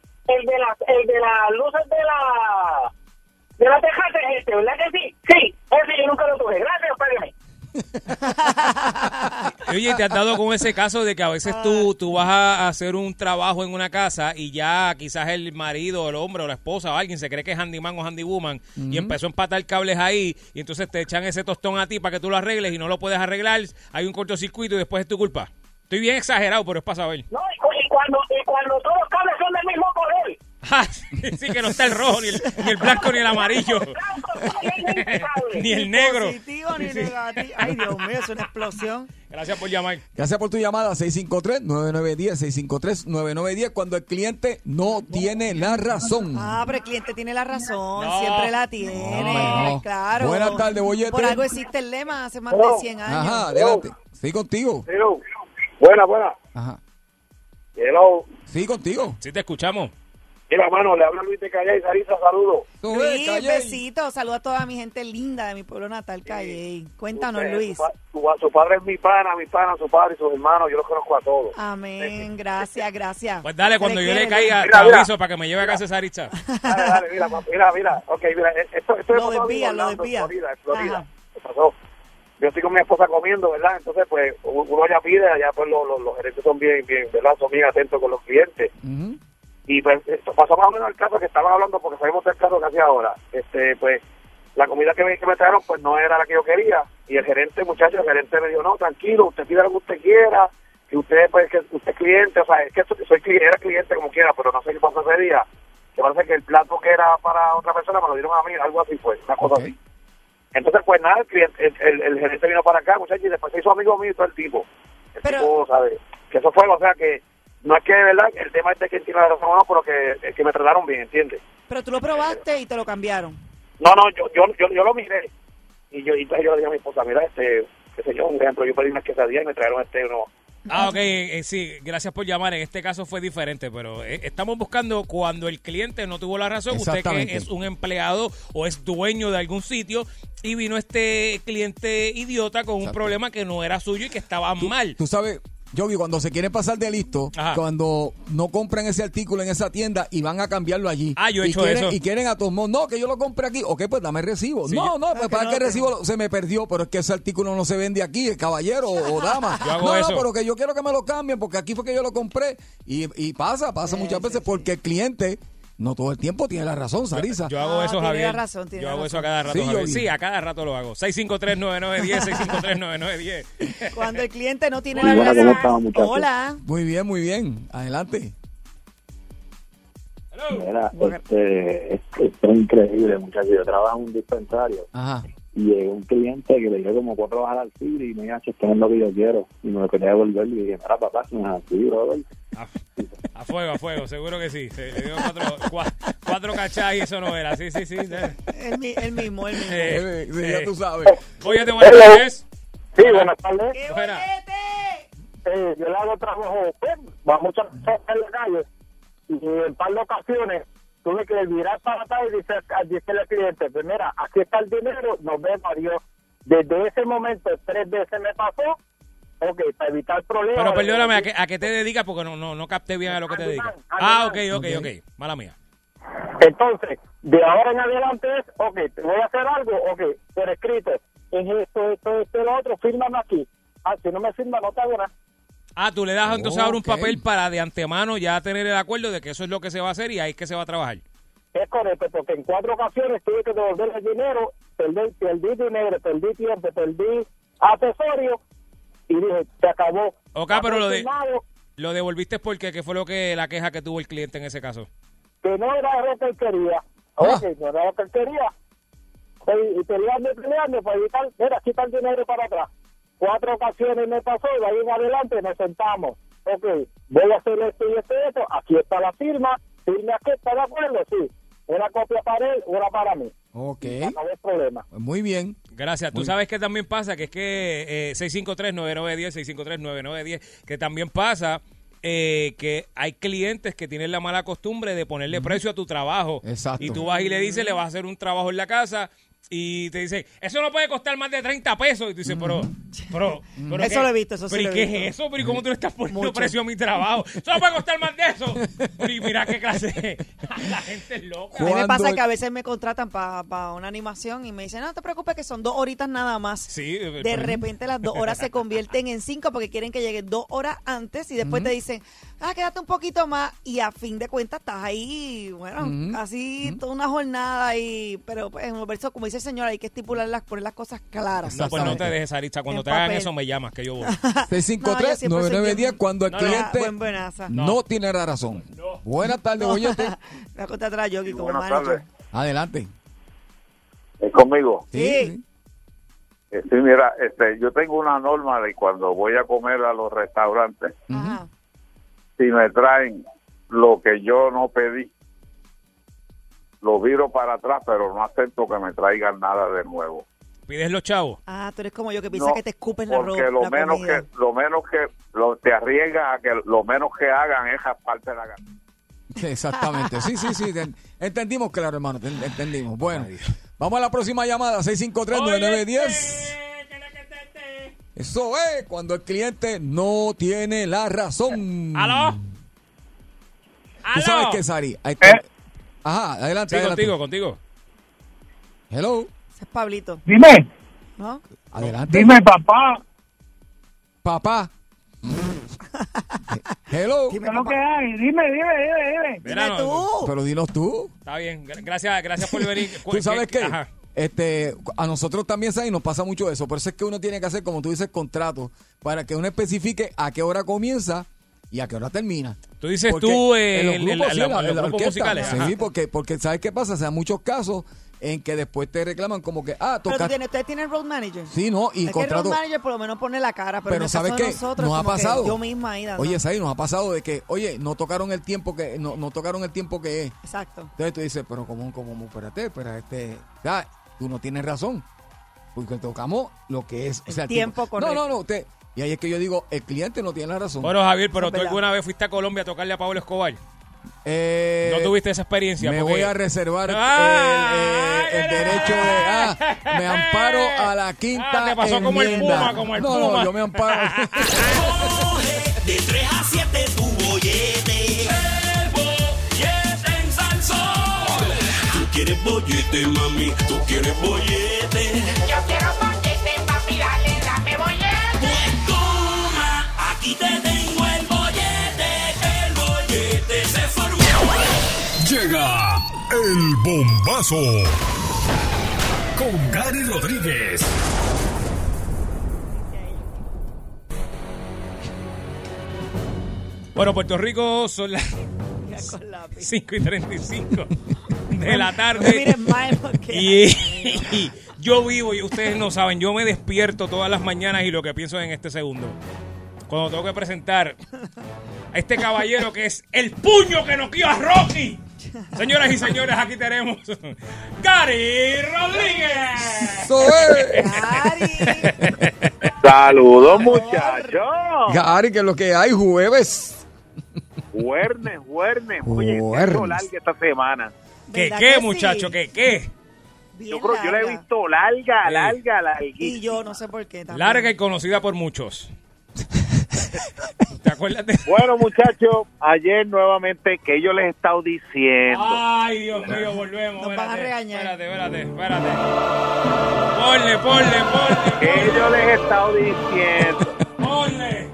Speaker 8: Oye, ¿te has dado con ese caso de que a veces tú, tú vas a hacer un trabajo en una casa y ya quizás el marido, el hombre o la esposa o alguien se cree que es handyman o handywoman
Speaker 4: Mm.
Speaker 8: y empezó a empatar cables ahí y entonces te echan ese tostón a ti para que tú lo arregles y no lo puedes arreglar, hay un cortocircuito y después es tu culpa. Estoy bien exagerado, pero es para saber.
Speaker 9: No, y, cu- y cuando, y cuando todos los cables son del mismo
Speaker 8: *laughs*
Speaker 9: color.
Speaker 8: Ah, sí, que no está el rojo, ni el, ni el blanco, ni el amarillo. *laughs* ni el negro.
Speaker 5: Positivo ni negativo. Ay, Dios mío, es una explosión.
Speaker 8: Gracias por llamar.
Speaker 4: Gracias por tu llamada, 653-9910, 653-9910, cuando el cliente no tiene la razón.
Speaker 5: Ah, pero el cliente tiene la razón,
Speaker 8: No.
Speaker 5: siempre la tiene.
Speaker 4: No.
Speaker 5: Claro.
Speaker 4: Buenas tardes, Bollete.
Speaker 5: Por algo existe el lema hace más de 100 años.
Speaker 4: Ajá, adelante. Sí, contigo.
Speaker 9: Oh. Hello. Buena, buena.
Speaker 4: Ajá.
Speaker 9: Hello.
Speaker 4: Sí, contigo.
Speaker 8: Sí, te escuchamos.
Speaker 9: Mira, mano, le habla Luis de Calle y Sarisa, saludos. E,
Speaker 5: Luis, besitos. Saludos a toda mi gente linda de mi pueblo natal, Calle. Cuéntanos,
Speaker 9: Usted,
Speaker 5: Luis.
Speaker 9: Su, pa- su- su padre es mi pana, mi pana, su padre y sus hermanos, yo los conozco
Speaker 5: *laughs*
Speaker 9: a todos.
Speaker 5: Amén. Gracias, gracias.
Speaker 8: Pues dale, cuando yo le caiga, te
Speaker 9: Mira, mira.
Speaker 8: aviso para que me lleve a casa esa Saritza.
Speaker 9: Dale, dale, mira, papi, mira, mira. Ok, mira, e- esto, esto
Speaker 5: Lo
Speaker 9: es pasado
Speaker 5: desvía,
Speaker 9: en
Speaker 5: lo
Speaker 9: Orlando, en
Speaker 5: desvía.
Speaker 9: Florida, en Florida.
Speaker 5: Ajá.
Speaker 9: ¿Qué pasó? Yo estoy con mi esposa comiendo, ¿verdad? Entonces, pues, u- uno ya pide, allá pues los, los, los gerentes son bien, bien, ¿verdad? Son bien atentos con los clientes. Y pues, esto pasó más o menos el caso que estaban hablando, porque sabemos del caso casi ahora. Este, pues, la comida que me, que me trajeron, pues, no era la que yo quería. Y el gerente, muchacho, el gerente me dijo, no, tranquilo, usted pida lo que usted quiera, que usted, pues, que usted es cliente, o sea, es que soy cli- era cliente como quiera, pero no sé qué pasó ese día. Que parece que el plato que era para otra persona me lo dieron a mí, algo así fue, una cosa así. Entonces, pues nada, el, cliente- el, el- el gerente vino para acá, muchachos, y después se hizo amigo mío y todo el tipo. El tipo, ¿sabes? Que eso fue, o sea, que no es que, ¿verdad? El tema es de que tiene la razón o no, pero que, eh, que me trataron bien, ¿entiendes?
Speaker 5: Pero tú lo probaste y te lo cambiaron.
Speaker 9: No, no, yo, yo, yo, yo lo miré. Y yo, y entonces yo le dije a mi esposa, mira, este, qué sé yo, un ejemplo, yo pedí unas quesadillas y me trajeron este, uno.
Speaker 4: *laughs*
Speaker 8: Ah, ok, eh, eh, sí, gracias por llamar. En este caso fue diferente, pero eh, estamos buscando cuando el cliente no tuvo la razón, usted que
Speaker 4: Exactamente.
Speaker 8: es un empleado o es dueño de algún sitio y vino este cliente idiota con un problema que no era suyo y que estaba mal.
Speaker 4: Tú sabes, Yogi, cuando se quieren pasar de listo,
Speaker 8: Ajá.
Speaker 4: cuando no compran ese artículo en esa tienda y van a cambiarlo allí.
Speaker 8: Ah, yo he
Speaker 4: y
Speaker 8: hecho
Speaker 4: quieren,
Speaker 8: eso.
Speaker 4: Y quieren a todos modos, no, que yo lo compré aquí. Ok, pues dame el recibo.
Speaker 8: Sí,
Speaker 4: no,
Speaker 8: yo-
Speaker 4: no,
Speaker 8: Ah,
Speaker 4: pues
Speaker 8: que
Speaker 4: para
Speaker 8: no
Speaker 4: que el
Speaker 8: lo
Speaker 4: recibo lo- se me perdió, pero es que ese artículo no se vende aquí, el caballero o, o dama.
Speaker 8: *laughs* Yo hago
Speaker 4: no,
Speaker 8: eso.
Speaker 4: no, pero que yo quiero que me lo cambien porque aquí fue que yo lo compré. Y, y pasa, pasa muchas veces porque el cliente no todo el tiempo tiene la razón, Sarisa.
Speaker 8: Yo hago eso,
Speaker 5: tiene
Speaker 8: Javier.
Speaker 5: razón, tiene
Speaker 8: yo hago eso a
Speaker 5: razón.
Speaker 8: cada rato,
Speaker 4: Sí,
Speaker 8: Javier.
Speaker 4: Yogi.
Speaker 8: Sí, a cada rato lo hago. 653-9910, 653-9910.
Speaker 5: Cuando el cliente no tiene
Speaker 4: Muy
Speaker 5: la
Speaker 4: buena, ¿cómo
Speaker 5: razón.
Speaker 4: están, muchachos?
Speaker 5: Hola.
Speaker 4: Muy bien, muy bien. Adelante.
Speaker 15: Mira, Ah, este, esto es increíble, muchachos. Yo trabajo en un dispensario
Speaker 4: Ajá.
Speaker 15: y llegó un cliente que le dio como cuatro bajas al cibre y me dijo, "Hacho, esto no es lo que yo quiero. Y me lo quería devolver y le dije, mira, papá, eso no es así, brother.
Speaker 8: A fuego, a fuego, seguro que sí. Se- le dio cuatro, cua- cuatro cachas y eso no era. Sí, sí, sí.
Speaker 5: El, mi- el mismo, el mismo.
Speaker 8: Eh,
Speaker 4: *laughs* Sí, ya tú sabes.
Speaker 8: Oye, te voy a decir.
Speaker 9: Sí, buenas tardes.
Speaker 8: Buena.
Speaker 9: Eh, yo le hago trabajo, pues, va muchas veces en la calle y en par de ocasiones tuve que virar para atrás y dice, dice el cliente, pues mira, aquí está el dinero, nos vemos, adiós. Desde ese momento, tres veces me pasó, ok, para evitar problemas.
Speaker 8: Pero
Speaker 4: pues,
Speaker 8: perdóname, ¿a qué, a qué te dedicas? Porque no, no, no capté bien a lo que te dedicas. Ah, ok, ok, ok. Mala mía.
Speaker 9: Entonces, de ahora en adelante es, ok, te voy a hacer algo, ok, por escrito, es esto, esto, esto, lo otro, fírmame aquí. Ah, si no me firma, no te hago nada.
Speaker 8: Ah, tú le das entonces ahora un
Speaker 9: Ok.
Speaker 8: papel para de antemano ya tener el acuerdo de que eso es lo que se va a hacer y ahí es que se va a trabajar.
Speaker 9: Es correcto, porque en cuatro ocasiones tuve que devolver el dinero, perdí, perdí dinero, perdí tiempo, perdí accesorio y dije, se acabó.
Speaker 8: Ok, pero lo, de,
Speaker 9: Firmado,
Speaker 8: lo devolviste porque ¿qué fue lo que la queja que tuvo el cliente en ese caso?
Speaker 9: Que no era lo que él quería. Ok, no era lo que él quería. Y, y peleando y peleando para evitar, mira, aquí está el dinero para atrás. Cuatro ocasiones me pasó y de ahí en adelante nos sentamos. Ok, voy a hacer esto y esto y esto, aquí está la firma, firma aquí, ¿está de acuerdo? Sí, una copia para él, una para mí.
Speaker 4: Ok.
Speaker 9: No hay problema.
Speaker 4: Muy bien.
Speaker 8: Gracias. Tú sabes que también pasa, que es que eh, 653-9910, 653-9910, que también pasa eh, que hay clientes que tienen la mala costumbre de ponerle precio a tu trabajo.
Speaker 4: Exacto.
Speaker 8: Y tú vas y le dices, le vas a hacer un trabajo en la casa y te dice, eso no puede costar más de 30 pesos. Y tú dices, pero,
Speaker 4: Mm.
Speaker 8: pero, pero
Speaker 5: Eso
Speaker 8: ¿qué?
Speaker 5: lo he visto, eso sí
Speaker 8: ¿Pero
Speaker 5: lo
Speaker 8: y
Speaker 5: he
Speaker 8: qué
Speaker 5: visto.
Speaker 8: es eso? ¿Pero y cómo tú le estás poniendo
Speaker 5: Mucho.
Speaker 8: precio a mi trabajo? Eso no puede costar más de eso. Pero y mira qué clase. La gente es loca.
Speaker 5: A mí me pasa que a veces me contratan para una animación y me dicen, no, no te preocupes que son dos horitas nada más.
Speaker 8: Sí, eh,
Speaker 5: De
Speaker 8: pero-
Speaker 5: repente las dos horas se convierten en cinco porque quieren que llegue dos horas antes y después
Speaker 8: Ujú.
Speaker 5: te dicen, ah, quédate un poquito más y a fin de cuentas estás ahí, bueno,
Speaker 16: Ujú.
Speaker 5: así toda una jornada y, pero pues en un verso, como dice el señor, hay que estipular las, poner las cosas claras.
Speaker 8: No, pues no te dejes Aritza. Cuando
Speaker 5: En
Speaker 8: te hagan
Speaker 5: papel.
Speaker 8: eso, me llamas, que yo voy.
Speaker 5: No, yo siempre soy
Speaker 4: 653-9910
Speaker 5: bien-
Speaker 4: cuando el
Speaker 5: No, no,
Speaker 4: cliente
Speaker 5: buen- buenaza.
Speaker 4: no. tiene la razón. Buenas
Speaker 5: *laughs*
Speaker 4: tardes,
Speaker 5: No.
Speaker 4: Bollete.
Speaker 5: Me voy a contratar a Yogi como
Speaker 15: buenas
Speaker 5: manager.
Speaker 15: tardes.
Speaker 4: Adelante. *laughs*
Speaker 15: ¿Es conmigo?
Speaker 5: Sí.
Speaker 15: Eh, Sí, mira, este, yo tengo una norma de cuando voy a comer a los restaurantes, si me traen lo que yo no pedí, lo viro para atrás, pero no acepto que me traigan nada de nuevo.
Speaker 8: Pides los chavos.
Speaker 5: Ah, tú eres como yo que piensa
Speaker 15: No,
Speaker 5: que te escupen la ropa.
Speaker 15: Porque lo menos que, lo menos que lo, te arriesgas a que lo menos que hagan es parte de la gana.
Speaker 4: Exactamente. Sí, sí, sí. Ent- Entendimos, claro, hermano. Ent- Entendimos. Bueno, vamos a la próxima llamada: 653-9910. Eso es cuando el cliente no tiene la razón.
Speaker 8: ¿Aló?
Speaker 4: ¿Tú sabes
Speaker 8: ¿Aló?
Speaker 4: qué, Sari? Ahí está. Ajá, adelante.
Speaker 8: Sí,
Speaker 4: adelante.
Speaker 8: contigo, contigo.
Speaker 4: Hello.
Speaker 5: Ese es Pablito.
Speaker 17: Dime.
Speaker 5: ¿No?
Speaker 4: Adelante.
Speaker 17: Dime, papá.
Speaker 4: Papá. Hello.
Speaker 17: ¿Qué es lo que hay? Dime, dime, dime, dime.
Speaker 8: Mira, no, no.
Speaker 4: Pero dinos tú.
Speaker 8: Está bien. gra- Gracias, gracias por venir.
Speaker 4: ¿Tú sabes qué?
Speaker 8: Ajá.
Speaker 4: Este, a nosotros también, ¿sabes? Nos pasa mucho eso. Por eso es que uno tiene que hacer, como tú dices, contratos para que uno especifique a qué hora comienza y a qué hora termina.
Speaker 8: Tú dices
Speaker 4: Porque
Speaker 8: tú, eh,
Speaker 4: en los
Speaker 8: el-
Speaker 4: grupos,
Speaker 8: el-
Speaker 4: sí,
Speaker 8: la-
Speaker 4: la-
Speaker 8: los
Speaker 4: la
Speaker 8: grupos
Speaker 4: orquesta,
Speaker 8: musicales,
Speaker 4: sí,
Speaker 8: ajá.
Speaker 4: porque, porque ¿sabes qué pasa? O sea, muchos casos en que después te reclaman como que, ah,
Speaker 5: Pero tú
Speaker 4: tocaste...
Speaker 5: tienes, ustedes tienen road manager.
Speaker 4: Sí, no, y
Speaker 5: es
Speaker 4: contrato-
Speaker 5: que el road manager por lo menos pone la cara, pero, en
Speaker 4: Pero
Speaker 5: el caso
Speaker 4: ¿sabes
Speaker 5: de
Speaker 4: qué?
Speaker 5: nosotros
Speaker 4: Nos ha
Speaker 5: como que
Speaker 4: pasado.
Speaker 5: Yo misma ahí dando.
Speaker 4: Oye, Saí, nos ha pasado de que, oye, no tocaron el tiempo que, no, no tocaron el tiempo que es.
Speaker 5: Exacto.
Speaker 4: Entonces tú dices, pero como, como, espérate, pero este, ya, tú no tienes razón. Porque tocamos lo que es. O sea, el
Speaker 5: tiempo correcto.
Speaker 4: No, no, no, usted. Y ahí es que yo digo, el cliente no tiene la razón.
Speaker 8: Bueno, Javier, pero tú alguna vez fuiste a Colombia a tocarle a Pablo Escobar.
Speaker 4: Eh,
Speaker 8: no tuviste esa experiencia.
Speaker 4: Me
Speaker 8: porque-
Speaker 4: voy a reservar el-
Speaker 8: ¡Ah!
Speaker 4: el, el derecho de. ah, me amparo a la quinta.
Speaker 8: Ah, te pasó como el
Speaker 4: enmienda.
Speaker 8: Puma, como el
Speaker 4: no, No,
Speaker 8: Puma.
Speaker 4: yo me amparo.
Speaker 2: De 3 a 7 tu bollete. El bollete en salsón.
Speaker 18: Tú quieres bollete, mami, tú quieres bollete.
Speaker 2: Yo quiero bollete, papi, dale, dame bollete. Pues toma, aquí te tengo el bollete. El bollete se formó.
Speaker 1: Llega el bombazo con Gary Rodríguez.
Speaker 8: Bueno, Puerto Rico son las 5 y 35 de la
Speaker 5: No
Speaker 8: tarde.
Speaker 5: mires mal, porque-
Speaker 8: Y, *laughs* y yo vivo, y ustedes no saben, yo me despierto todas las mañanas y lo que pienso es en este segundo. Cuando tengo que presentar a este caballero que es el puño que nos dio a Rocky. Señoras y señores, aquí tenemos Gary Rodríguez.
Speaker 4: *laughs*
Speaker 15: Saludos, muchachos.
Speaker 4: Gary, que lo que hay jueves.
Speaker 15: Huernes, huernes. Oye,
Speaker 4: Juernes.
Speaker 15: tengo larga esta semana.
Speaker 8: ¿Qué, qué, muchacho? ¿Qué, qué?
Speaker 15: Yo creo que yo la he visto larga,
Speaker 8: Sí.
Speaker 15: larga, larguísima.
Speaker 5: Y yo no sé por qué. también.
Speaker 8: Larga y conocida por muchos. ¿Te acuerdas de...?
Speaker 15: Bueno, muchachos, ayer nuevamente que yo les he estado diciendo.
Speaker 8: Ay, Dios mío, volvemos. Nos van a regañar. Espérate, espérate, espérate. Ponle, ponle, ponle.
Speaker 15: Que yo les he estado diciendo.
Speaker 8: Ponle.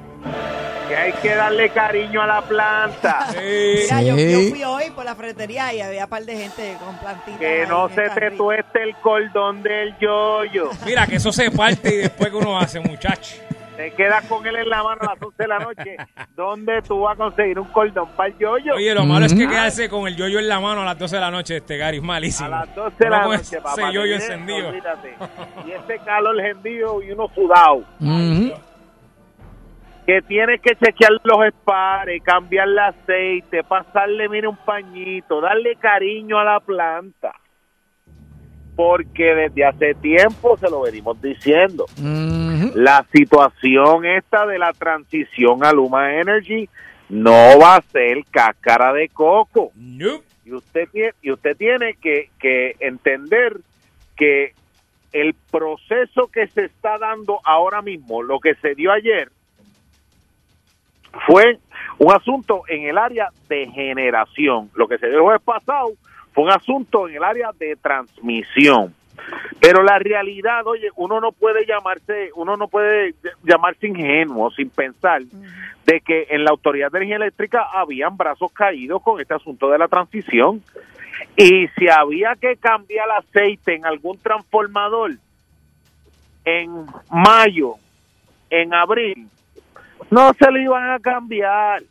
Speaker 15: Que hay que darle cariño a la planta.
Speaker 5: Mira, yo, yo fui hoy por la ferretería y había un par de gente con plantitas.
Speaker 15: Que no se te tueste el cordón del yoyo.
Speaker 8: Mira, que eso se parte y después que uno hace, muchacho.
Speaker 15: Te quedas con él en la mano a las 11 de la
Speaker 8: *laughs*
Speaker 15: noche. ¿Dónde tú vas a conseguir un cordón para el yoyo?
Speaker 8: Oye, lo malo es que quedarse con el yoyo en la mano a las 12 de la noche, este Gary, es malísimo. A las
Speaker 15: 12 de la noche,
Speaker 8: ese
Speaker 15: papá. te
Speaker 8: yoyo
Speaker 15: vienes,
Speaker 8: encendido. *laughs*
Speaker 15: olvídate. Y ese calor hendido y uno sudado. Que tienes que chequear los espares, cambiar el aceite, pasarle, mire, un pañito, darle cariño a la planta. Porque desde hace tiempo se lo venimos diciendo. La situación esta de la transición a Luma Energy no va a ser cáscara de coco.
Speaker 8: Nope.
Speaker 15: Y usted tiene, y usted tiene que, que entender que el proceso que se está dando ahora mismo, lo que se dio ayer, fue un asunto en el área de generación. Lo que se dio el jueves pasado fue un asunto en el área de transmisión. Pero la realidad, oye, uno no puede llamarse, uno no puede llamarse ingenuo sin pensar de que en la Autoridad de Energía Eléctrica habían brazos caídos con este asunto de la transición. Y si había que cambiar aceite en algún transformador en mayo, en abril, no se lo iban a cambiar.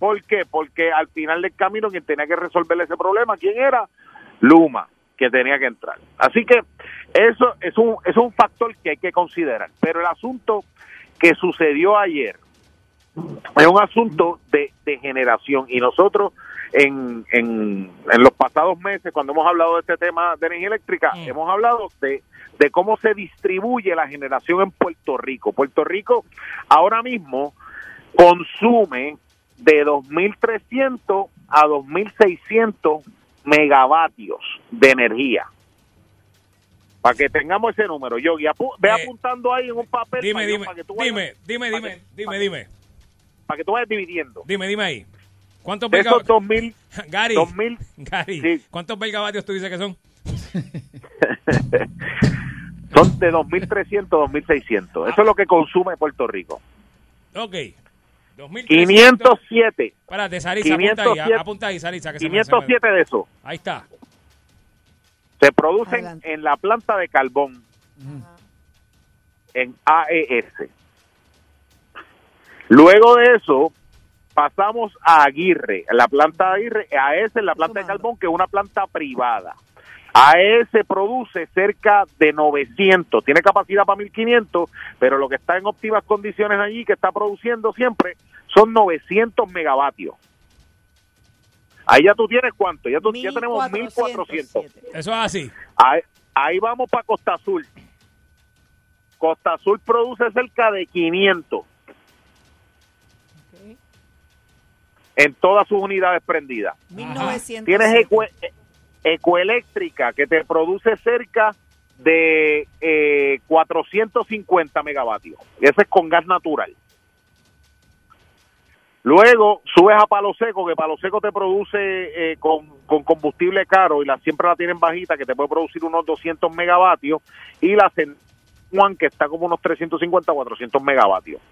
Speaker 15: ¿Por qué? Porque al final del camino quien tenía que resolver ese problema, ¿quién era? Luma, que tenía que entrar. Así que eso es un, es un factor que hay que considerar. Pero el asunto que sucedió ayer es un asunto de, de generación y nosotros en, en, en los pasados meses cuando hemos hablado de este tema de energía eléctrica hemos hablado de, de cómo se distribuye la generación en Puerto Rico. Puerto Rico ahora mismo consume de 2.300 a 2.600 megavatios de energía. Para que tengamos ese número, Yogi. apu-
Speaker 8: Eh,
Speaker 15: ve apuntando ahí en un papel
Speaker 8: Dime,
Speaker 15: para,
Speaker 8: dime,
Speaker 15: para que tú vayas,
Speaker 8: dime, dime, dime, dime, dime.
Speaker 15: para que tú vayas dividiendo.
Speaker 8: Dime, dime ahí. ¿Cuántos
Speaker 15: De esos
Speaker 8: megavatios?
Speaker 15: 2000,
Speaker 8: *laughs* Gary,
Speaker 15: 2000,
Speaker 8: Gary, ¿cuántos megavatios tú dices que son?
Speaker 15: *laughs* son de 2.300 a 2.600. Eso es lo que consume Puerto Rico.
Speaker 8: Ok. 2300.
Speaker 15: 507.
Speaker 8: Espérate, Sarisa, apunta ahí.
Speaker 15: 507.
Speaker 8: Apunta ahí, Sarisa. Que se me- se me-
Speaker 15: 507 de eso
Speaker 8: Ahí está.
Speaker 15: se producen en la planta de carbón, en AES. Luego de eso, pasamos a Aguirre, en la planta de Aguirre, AES en la planta de carbón, que es una planta privada. AES produce cerca de 900, tiene capacidad para 1500, pero lo que está en óptimas condiciones allí, que está produciendo siempre, son 900 megavatios. Ahí ya tú tienes cuánto, ya, tú, ya tenemos 1400.
Speaker 8: Eso es así.
Speaker 15: Ahí, ahí vamos para Costa Azul. Costa Azul produce cerca de 500 en todas sus unidades prendidas.
Speaker 5: 1900.
Speaker 15: Tienes eco- Ecoeléctrica que te produce cerca de eh, 450 megavatios. Ese es con gas natural. Luego subes a Palo Seco, que Palo Seco te produce eh, con, con combustible caro y la siempre la tienen bajita, que te puede producir unos 200 megavatios, y la San Juan, que está como unos 350, 400 megavatios.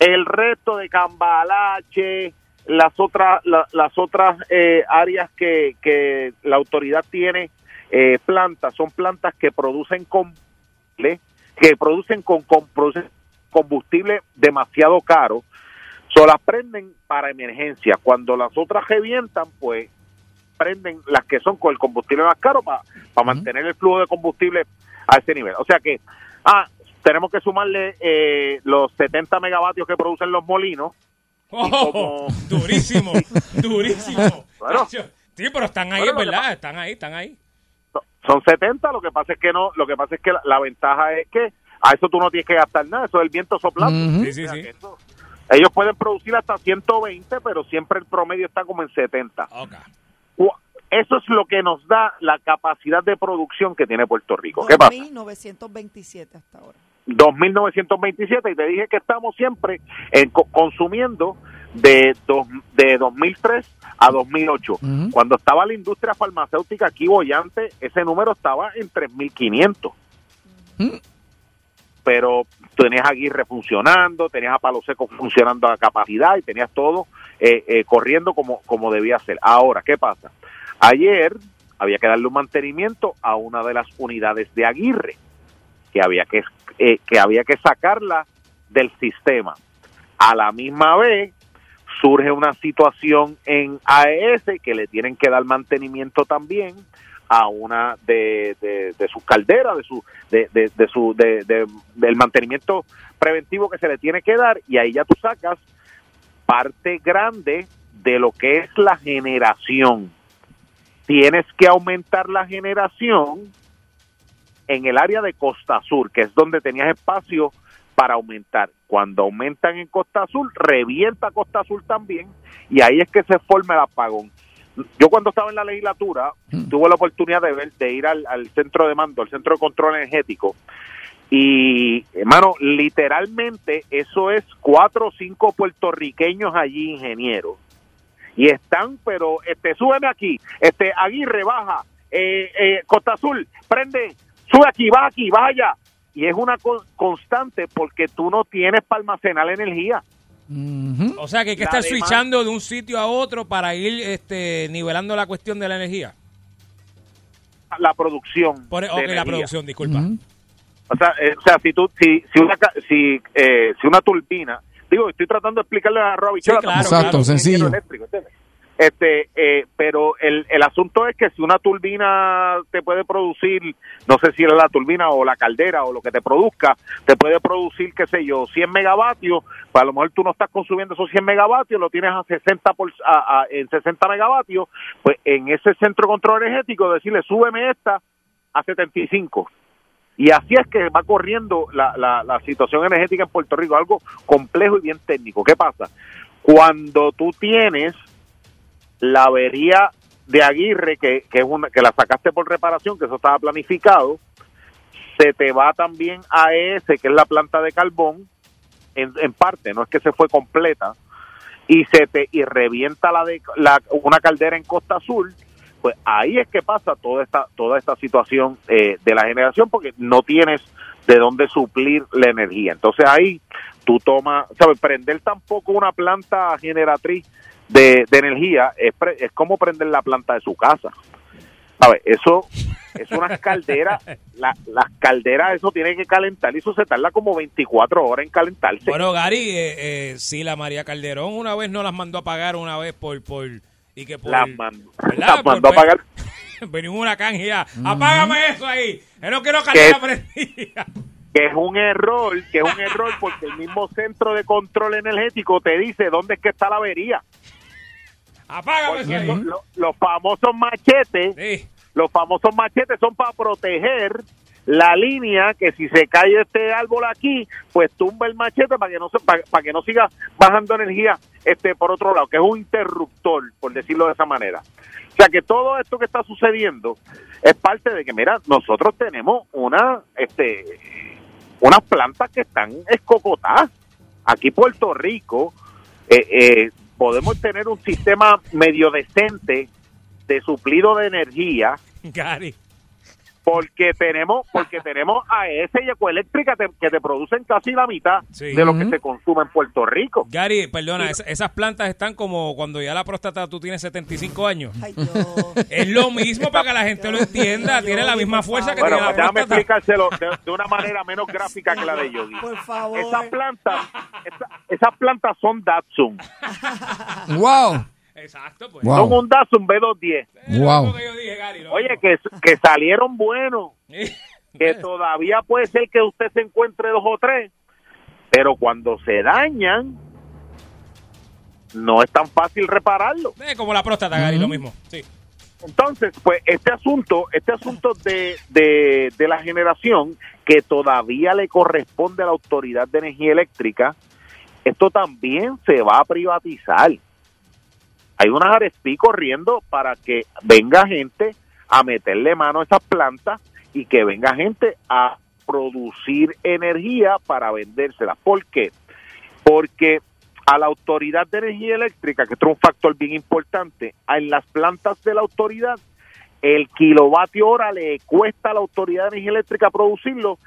Speaker 15: El resto de Cambalache, las otras, la- las otras eh, áreas que, que la autoridad tiene eh, plantas, son plantas que producen con ¿eh? que producen con, con producen combustible demasiado caro So, las prenden para emergencia. Cuando las otras revientan, pues prenden las que son con el combustible más caro para mantener el flujo de combustible a ese nivel. O sea que, ah, tenemos que sumarle eh, los 70 megavatios que producen los molinos.
Speaker 8: Oh, *laughs* durísimo, durísimo.
Speaker 15: *laughs* Bueno.
Speaker 8: sí, pero están ahí,
Speaker 15: Bueno, lo
Speaker 8: es
Speaker 15: que
Speaker 8: verdad. Están ahí, están ahí.
Speaker 15: Son 70, lo que pasa es que no, lo que pasa es que la, la ventaja es que a eso tú no tienes que gastar nada, eso es el viento soplando.
Speaker 8: Ujú.
Speaker 15: O
Speaker 8: Sí, sí,
Speaker 15: sea
Speaker 8: sí.
Speaker 15: que eso- ellos pueden producir hasta 120, pero siempre el promedio está como en 70. Cu- Eso es lo que nos da la capacidad de producción que tiene Puerto Rico. ¿Qué pasa?
Speaker 5: 1927 hasta ahora.
Speaker 15: 2.927 y te dije que estamos siempre en co- consumiendo de, dos, de 2003 a 2008.
Speaker 2: Ujú.
Speaker 15: Cuando estaba la industria farmacéutica aquí bollante, ese número estaba en 3.500. Pero tenías a Aguirre funcionando, tenías a Palo Seco funcionando a capacidad y tenías todo eh, eh, corriendo como, como debía ser. Ahora, ¿qué pasa? Ayer había que darle un mantenimiento a una de las unidades de Aguirre que había que, eh, que había que sacarla del sistema. A la misma vez surge una situación en AES que le tienen que dar mantenimiento también a una de, de, de sus calderas, de su, de, de- de su, de- de- del mantenimiento preventivo que se le tiene que dar y ahí ya tú sacas parte grande de lo que es la generación. Tienes que aumentar la generación en el área de Costa Sur, que es donde tenías espacio para aumentar. Cuando aumentan en Costa Sur, revienta Costa Sur también y ahí es que se forma el apagón. yo cuando estaba en la legislatura tuve la oportunidad de ver de ir al, al centro de mando, al centro de control energético y hermano, literalmente eso es cuatro o cinco puertorriqueños allí ingenieros y están, pero este súbeme aquí, este Aguirre baja, eh, eh, Costa Azul prende, sube aquí, baja aquí, vaya y es una con- constante porque tú no tienes para almacenar energía.
Speaker 8: O sea que hay que
Speaker 15: La
Speaker 8: estar
Speaker 15: demanda-
Speaker 8: switchando de un sitio a otro para ir este, nivelando la cuestión de la energía.
Speaker 15: la producción.
Speaker 8: Por- e-
Speaker 15: de
Speaker 8: ok, la
Speaker 15: energía.
Speaker 8: producción, disculpa.
Speaker 15: O sea, eh, o sea, si tú, si, si una, ca- si, eh, si una turbina, digo, estoy tratando de explicarle a Robbie.
Speaker 4: Sí, claro, Exacto, claro. sencillo.
Speaker 15: Este, eh, pero el, el asunto es que si una turbina te puede producir, no sé si era la turbina o la caldera o lo que te produzca, te puede producir, qué sé yo, 100 megavatios, pues a lo mejor tú no estás consumiendo esos 100 megavatios, lo tienes a 60 por, a- a- en 60 megavatios, pues en ese centro de control energético decirle, súbeme esta a 75. Y así es que va corriendo la, la, la situación energética en Puerto Rico, algo complejo y bien técnico. ¿Qué pasa? Cuando tú tienes la avería de Aguirre, que, que, es una, que la sacaste por reparación, que eso estaba planificado, se te va también a ese, que es la planta de carbón, en, en parte, no es que se fue completa, y se te y revienta la de, la, una caldera en Costa Azul, pues ahí es que pasa toda esta, toda esta situación eh, de la generación, porque no tienes de dónde suplir la energía. Entonces ahí tú tomas, ¿sabes? Prender tampoco una planta generatriz de, de energía es, pre- es como prender la planta de su casa. ¿Sabes? Eso es unas calderas,
Speaker 8: *laughs*
Speaker 15: la- las calderas, eso tiene que calentar y eso se tarda como 24 horas en calentarse.
Speaker 8: Bueno, Gary, eh, eh, si la María Calderón una vez no las mandó a pagar una vez por... por y que por,
Speaker 15: Las mandó-
Speaker 8: ¿verdad?
Speaker 15: las
Speaker 8: Por- pues,
Speaker 15: mandó a pagar.
Speaker 8: *laughs* Venía un huracán y ya,
Speaker 15: Ujú.
Speaker 8: apágame eso ahí. Yo no quiero caldera
Speaker 15: Que- *laughs*
Speaker 8: prendida.
Speaker 15: que es un error, que es un error porque el mismo centro de control energético te dice dónde es que está la avería.
Speaker 8: Apágame
Speaker 15: Porque lo- lo- los famosos machetes, los famosos machetes son para proteger la línea que si se cae este árbol aquí, pues tumba el machete para que no se, para, para que no siga bajando energía este por otro lado, que es un interruptor, por decirlo de esa manera. O sea que todo esto que está sucediendo es parte de que, mira, nosotros tenemos una, este, unas plantas que están escocotadas. Aquí Puerto Rico eh, eh, podemos tener un sistema medio decente de suplido de energía
Speaker 8: Gary.
Speaker 15: porque tenemos
Speaker 4: *laughs*
Speaker 15: porque tenemos AES y Ecoeléctrica te- que te producen casi la mitad
Speaker 8: Sí.
Speaker 15: de lo que
Speaker 8: Ujú.
Speaker 15: se consume en Puerto Rico.
Speaker 8: Gary, perdona, esa- esas plantas están como cuando ya la próstata tú tienes 75 años. *laughs* Es lo mismo para que la gente lo entienda. Tiene la misma fuerza que
Speaker 15: Bueno,
Speaker 8: tiene la
Speaker 15: pues déjame
Speaker 8: próstata.
Speaker 15: explicárselo de, de una manera menos gráfica que la de Yogi.
Speaker 5: Por favor.
Speaker 15: Esas plantas, esa- esas plantas son Datsun.
Speaker 4: ¡Wow!
Speaker 8: Exacto,
Speaker 4: pues. Wow.
Speaker 15: Son un Datsun B210.
Speaker 4: ¡Wow!
Speaker 15: Oye, que, que salieron buenos. que todavía puede ser que usted se encuentre dos o tres. Pero cuando se dañan, no es tan fácil repararlo.
Speaker 8: Eh, como la próstata, Gary, lo mismo. Sí.
Speaker 15: Entonces, pues este asunto, este asunto de, de, de la generación que todavía le corresponde a la Autoridad de Energía Eléctrica, esto también se va a privatizar. Hay unas arestí corriendo para que venga gente a meterle mano a esas plantas y que venga gente a producir energía para vendérselas. ¿Por qué? porque a la autoridad de energía eléctrica, que esto es un factor bien importante, en las plantas de la autoridad, el kilovatio hora le cuesta a la autoridad de energía eléctrica producirlo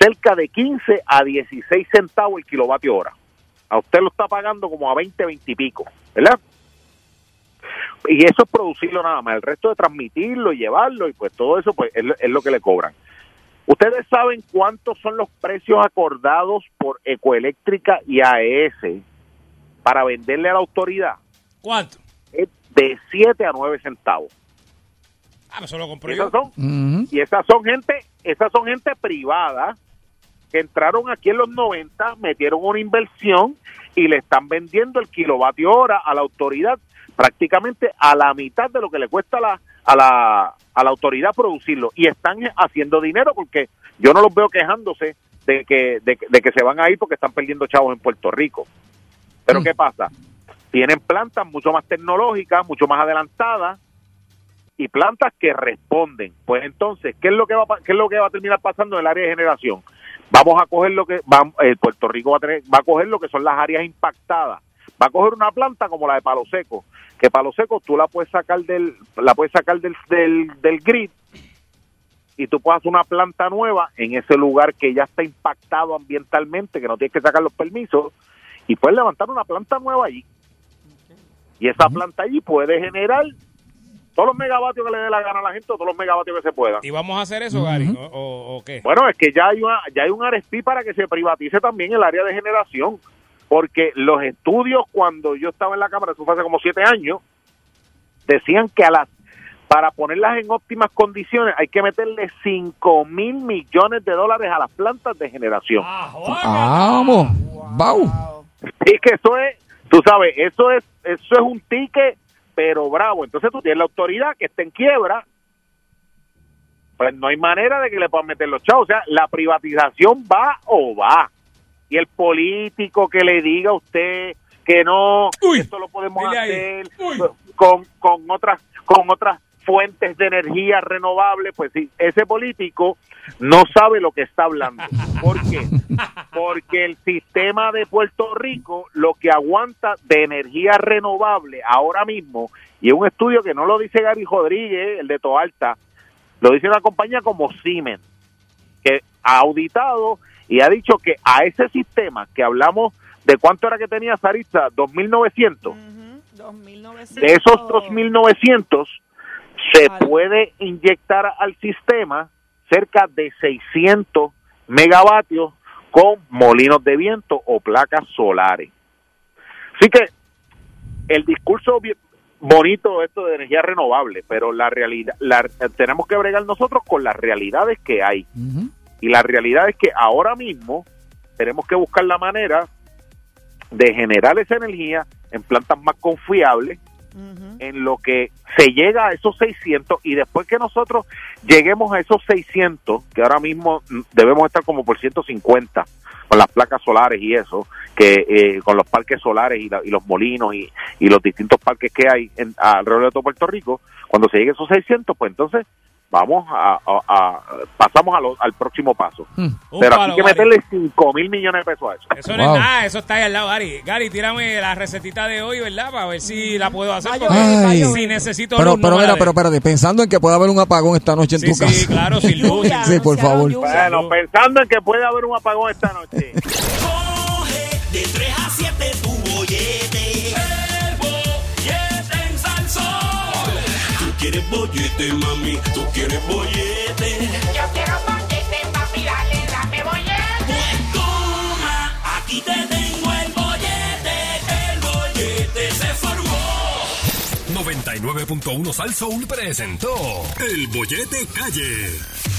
Speaker 15: cerca de 15 a 16 centavos el kilovatio hora. A usted lo está pagando como a 20, 20 y pico, ¿verdad? Y eso es producirlo nada más, el resto de transmitirlo y llevarlo y pues todo eso pues es lo- es lo que le cobran. Ustedes saben cuántos son los precios acordados por Ecoeléctrica y AES para venderle a la autoridad.
Speaker 8: ¿Cuánto?
Speaker 15: Es de 7 a 9 centavos.
Speaker 8: *laughs* Ah, pues eso lo compré
Speaker 15: Y
Speaker 8: yo.
Speaker 15: esas son, y esas son gente, esas son gente privada que entraron aquí en los 90, metieron una inversión y le están vendiendo el kilovatio hora a la autoridad prácticamente a la mitad de lo que le cuesta a la, a la, a la autoridad producirlo. Y están haciendo dinero porque yo no los veo quejándose de que, de, que- de que se van a ir porque están perdiendo chavos en Puerto Rico. Pero ¿qué pasa? tienen plantas mucho más tecnológicas, mucho más adelantadas y plantas que responden. Pues entonces, ¿qué es lo que va, a pa- qué es lo que va a terminar pasando en el área de generación? Vamos a coger lo que va, eh, Puerto Rico va a, tener- va a coger lo que son las áreas impactadas. Va a coger una planta como la de palo seco, que palo seco tú la puedes sacar del la puedes sacar del del, del grid y tú puedes hacer una planta nueva en ese lugar que ya está impactado ambientalmente, que no tienes que sacar los permisos y puedes levantar una planta nueva allí. Y esa planta allí puede generar todos los megavatios que le dé la gana a la gente, todos los megavatios que se puedan.
Speaker 8: ¿Y vamos a hacer eso, Gary? ¿O- o, o qué?
Speaker 15: Bueno, es que ya hay, una, ya hay un RSP para que se privatice también el área de generación, porque los estudios cuando yo estaba en la Cámara, eso fue hace como siete años, decían que a las para ponerlas en óptimas condiciones hay que meterle 5 mil millones de dólares a las plantas de generación.
Speaker 8: Ah,
Speaker 4: Vamos. Bau.
Speaker 15: Sí, que eso es, tú sabes, eso es, eso es un ticket, pero bravo. Entonces tú tienes la autoridad que está en quiebra, pues no hay manera de que le puedan meter los chavos. O sea, la privatización va o va. Y el político que le diga a usted que no, que esto lo podemos
Speaker 8: dile ahí.
Speaker 15: hacer pues, con, con otras, con otras fuentes de energía renovable, pues sí, ese político no sabe lo que está hablando. ¿Por qué? Porque el sistema de Puerto Rico lo que aguanta de energía renovable ahora mismo, y es un estudio que no lo dice Gary Rodríguez, el de Toalta, lo dice una compañía como Siemens, que ha auditado y ha dicho que a ese sistema que hablamos de cuánto era que tenía Saritza, 2900, de esos 2900 se puede inyectar al sistema cerca de 600 megavatios con molinos de viento o placas solares. Así que el discurso bi- bonito esto de energía renovable, pero la realidad la, tenemos que bregar nosotros con las realidades que hay. Y la realidad es que ahora mismo tenemos que buscar la manera de generar esa energía en plantas más confiables, en lo que se llega a esos 600 y después que nosotros lleguemos a esos 600, que ahora mismo mm, debemos estar como por 150 con las placas solares y eso, que eh, con los parques solares y, la- y los molinos y, y los distintos parques que hay en, alrededor de todo Puerto Rico, cuando se llegue a esos 600, pues entonces vamos a, a- a- pasamos a lo- al próximo paso.
Speaker 8: Hmm. Un
Speaker 15: Pero
Speaker 8: palo,
Speaker 15: hay que
Speaker 8: Gary.
Speaker 15: meterle 5 mil millones de pesos a eso.
Speaker 8: Eso no es nada, eso está ahí al lado, Gary. Gary, tírame la recetita de hoy, ¿verdad? Para ver si la puedo hacer. porque
Speaker 4: Ay.
Speaker 8: si necesito
Speaker 4: Pero,
Speaker 8: luz, no
Speaker 4: pero
Speaker 8: me la
Speaker 4: mira,
Speaker 8: den.
Speaker 4: pero espérate, pensando en que pueda haber un apagón esta noche en
Speaker 8: Sí,
Speaker 4: tu
Speaker 8: sí,
Speaker 4: casa.
Speaker 8: claro, sin luz,
Speaker 4: *laughs*
Speaker 8: sin
Speaker 4: sí, por favor.
Speaker 15: Bueno, pensando en que puede haber un apagón esta noche.
Speaker 2: De 3 a 7 tu bollete. El bollete en salsón.
Speaker 18: Tú quieres bollete, mami, tú quieres bollete.
Speaker 2: Yo quiero bollete, papi, dale, dame bollete. Pues toma, aquí te tengo el bollete. El bollete se formó.
Speaker 1: 99.1 Sal Soul presentó El Bollete Calle.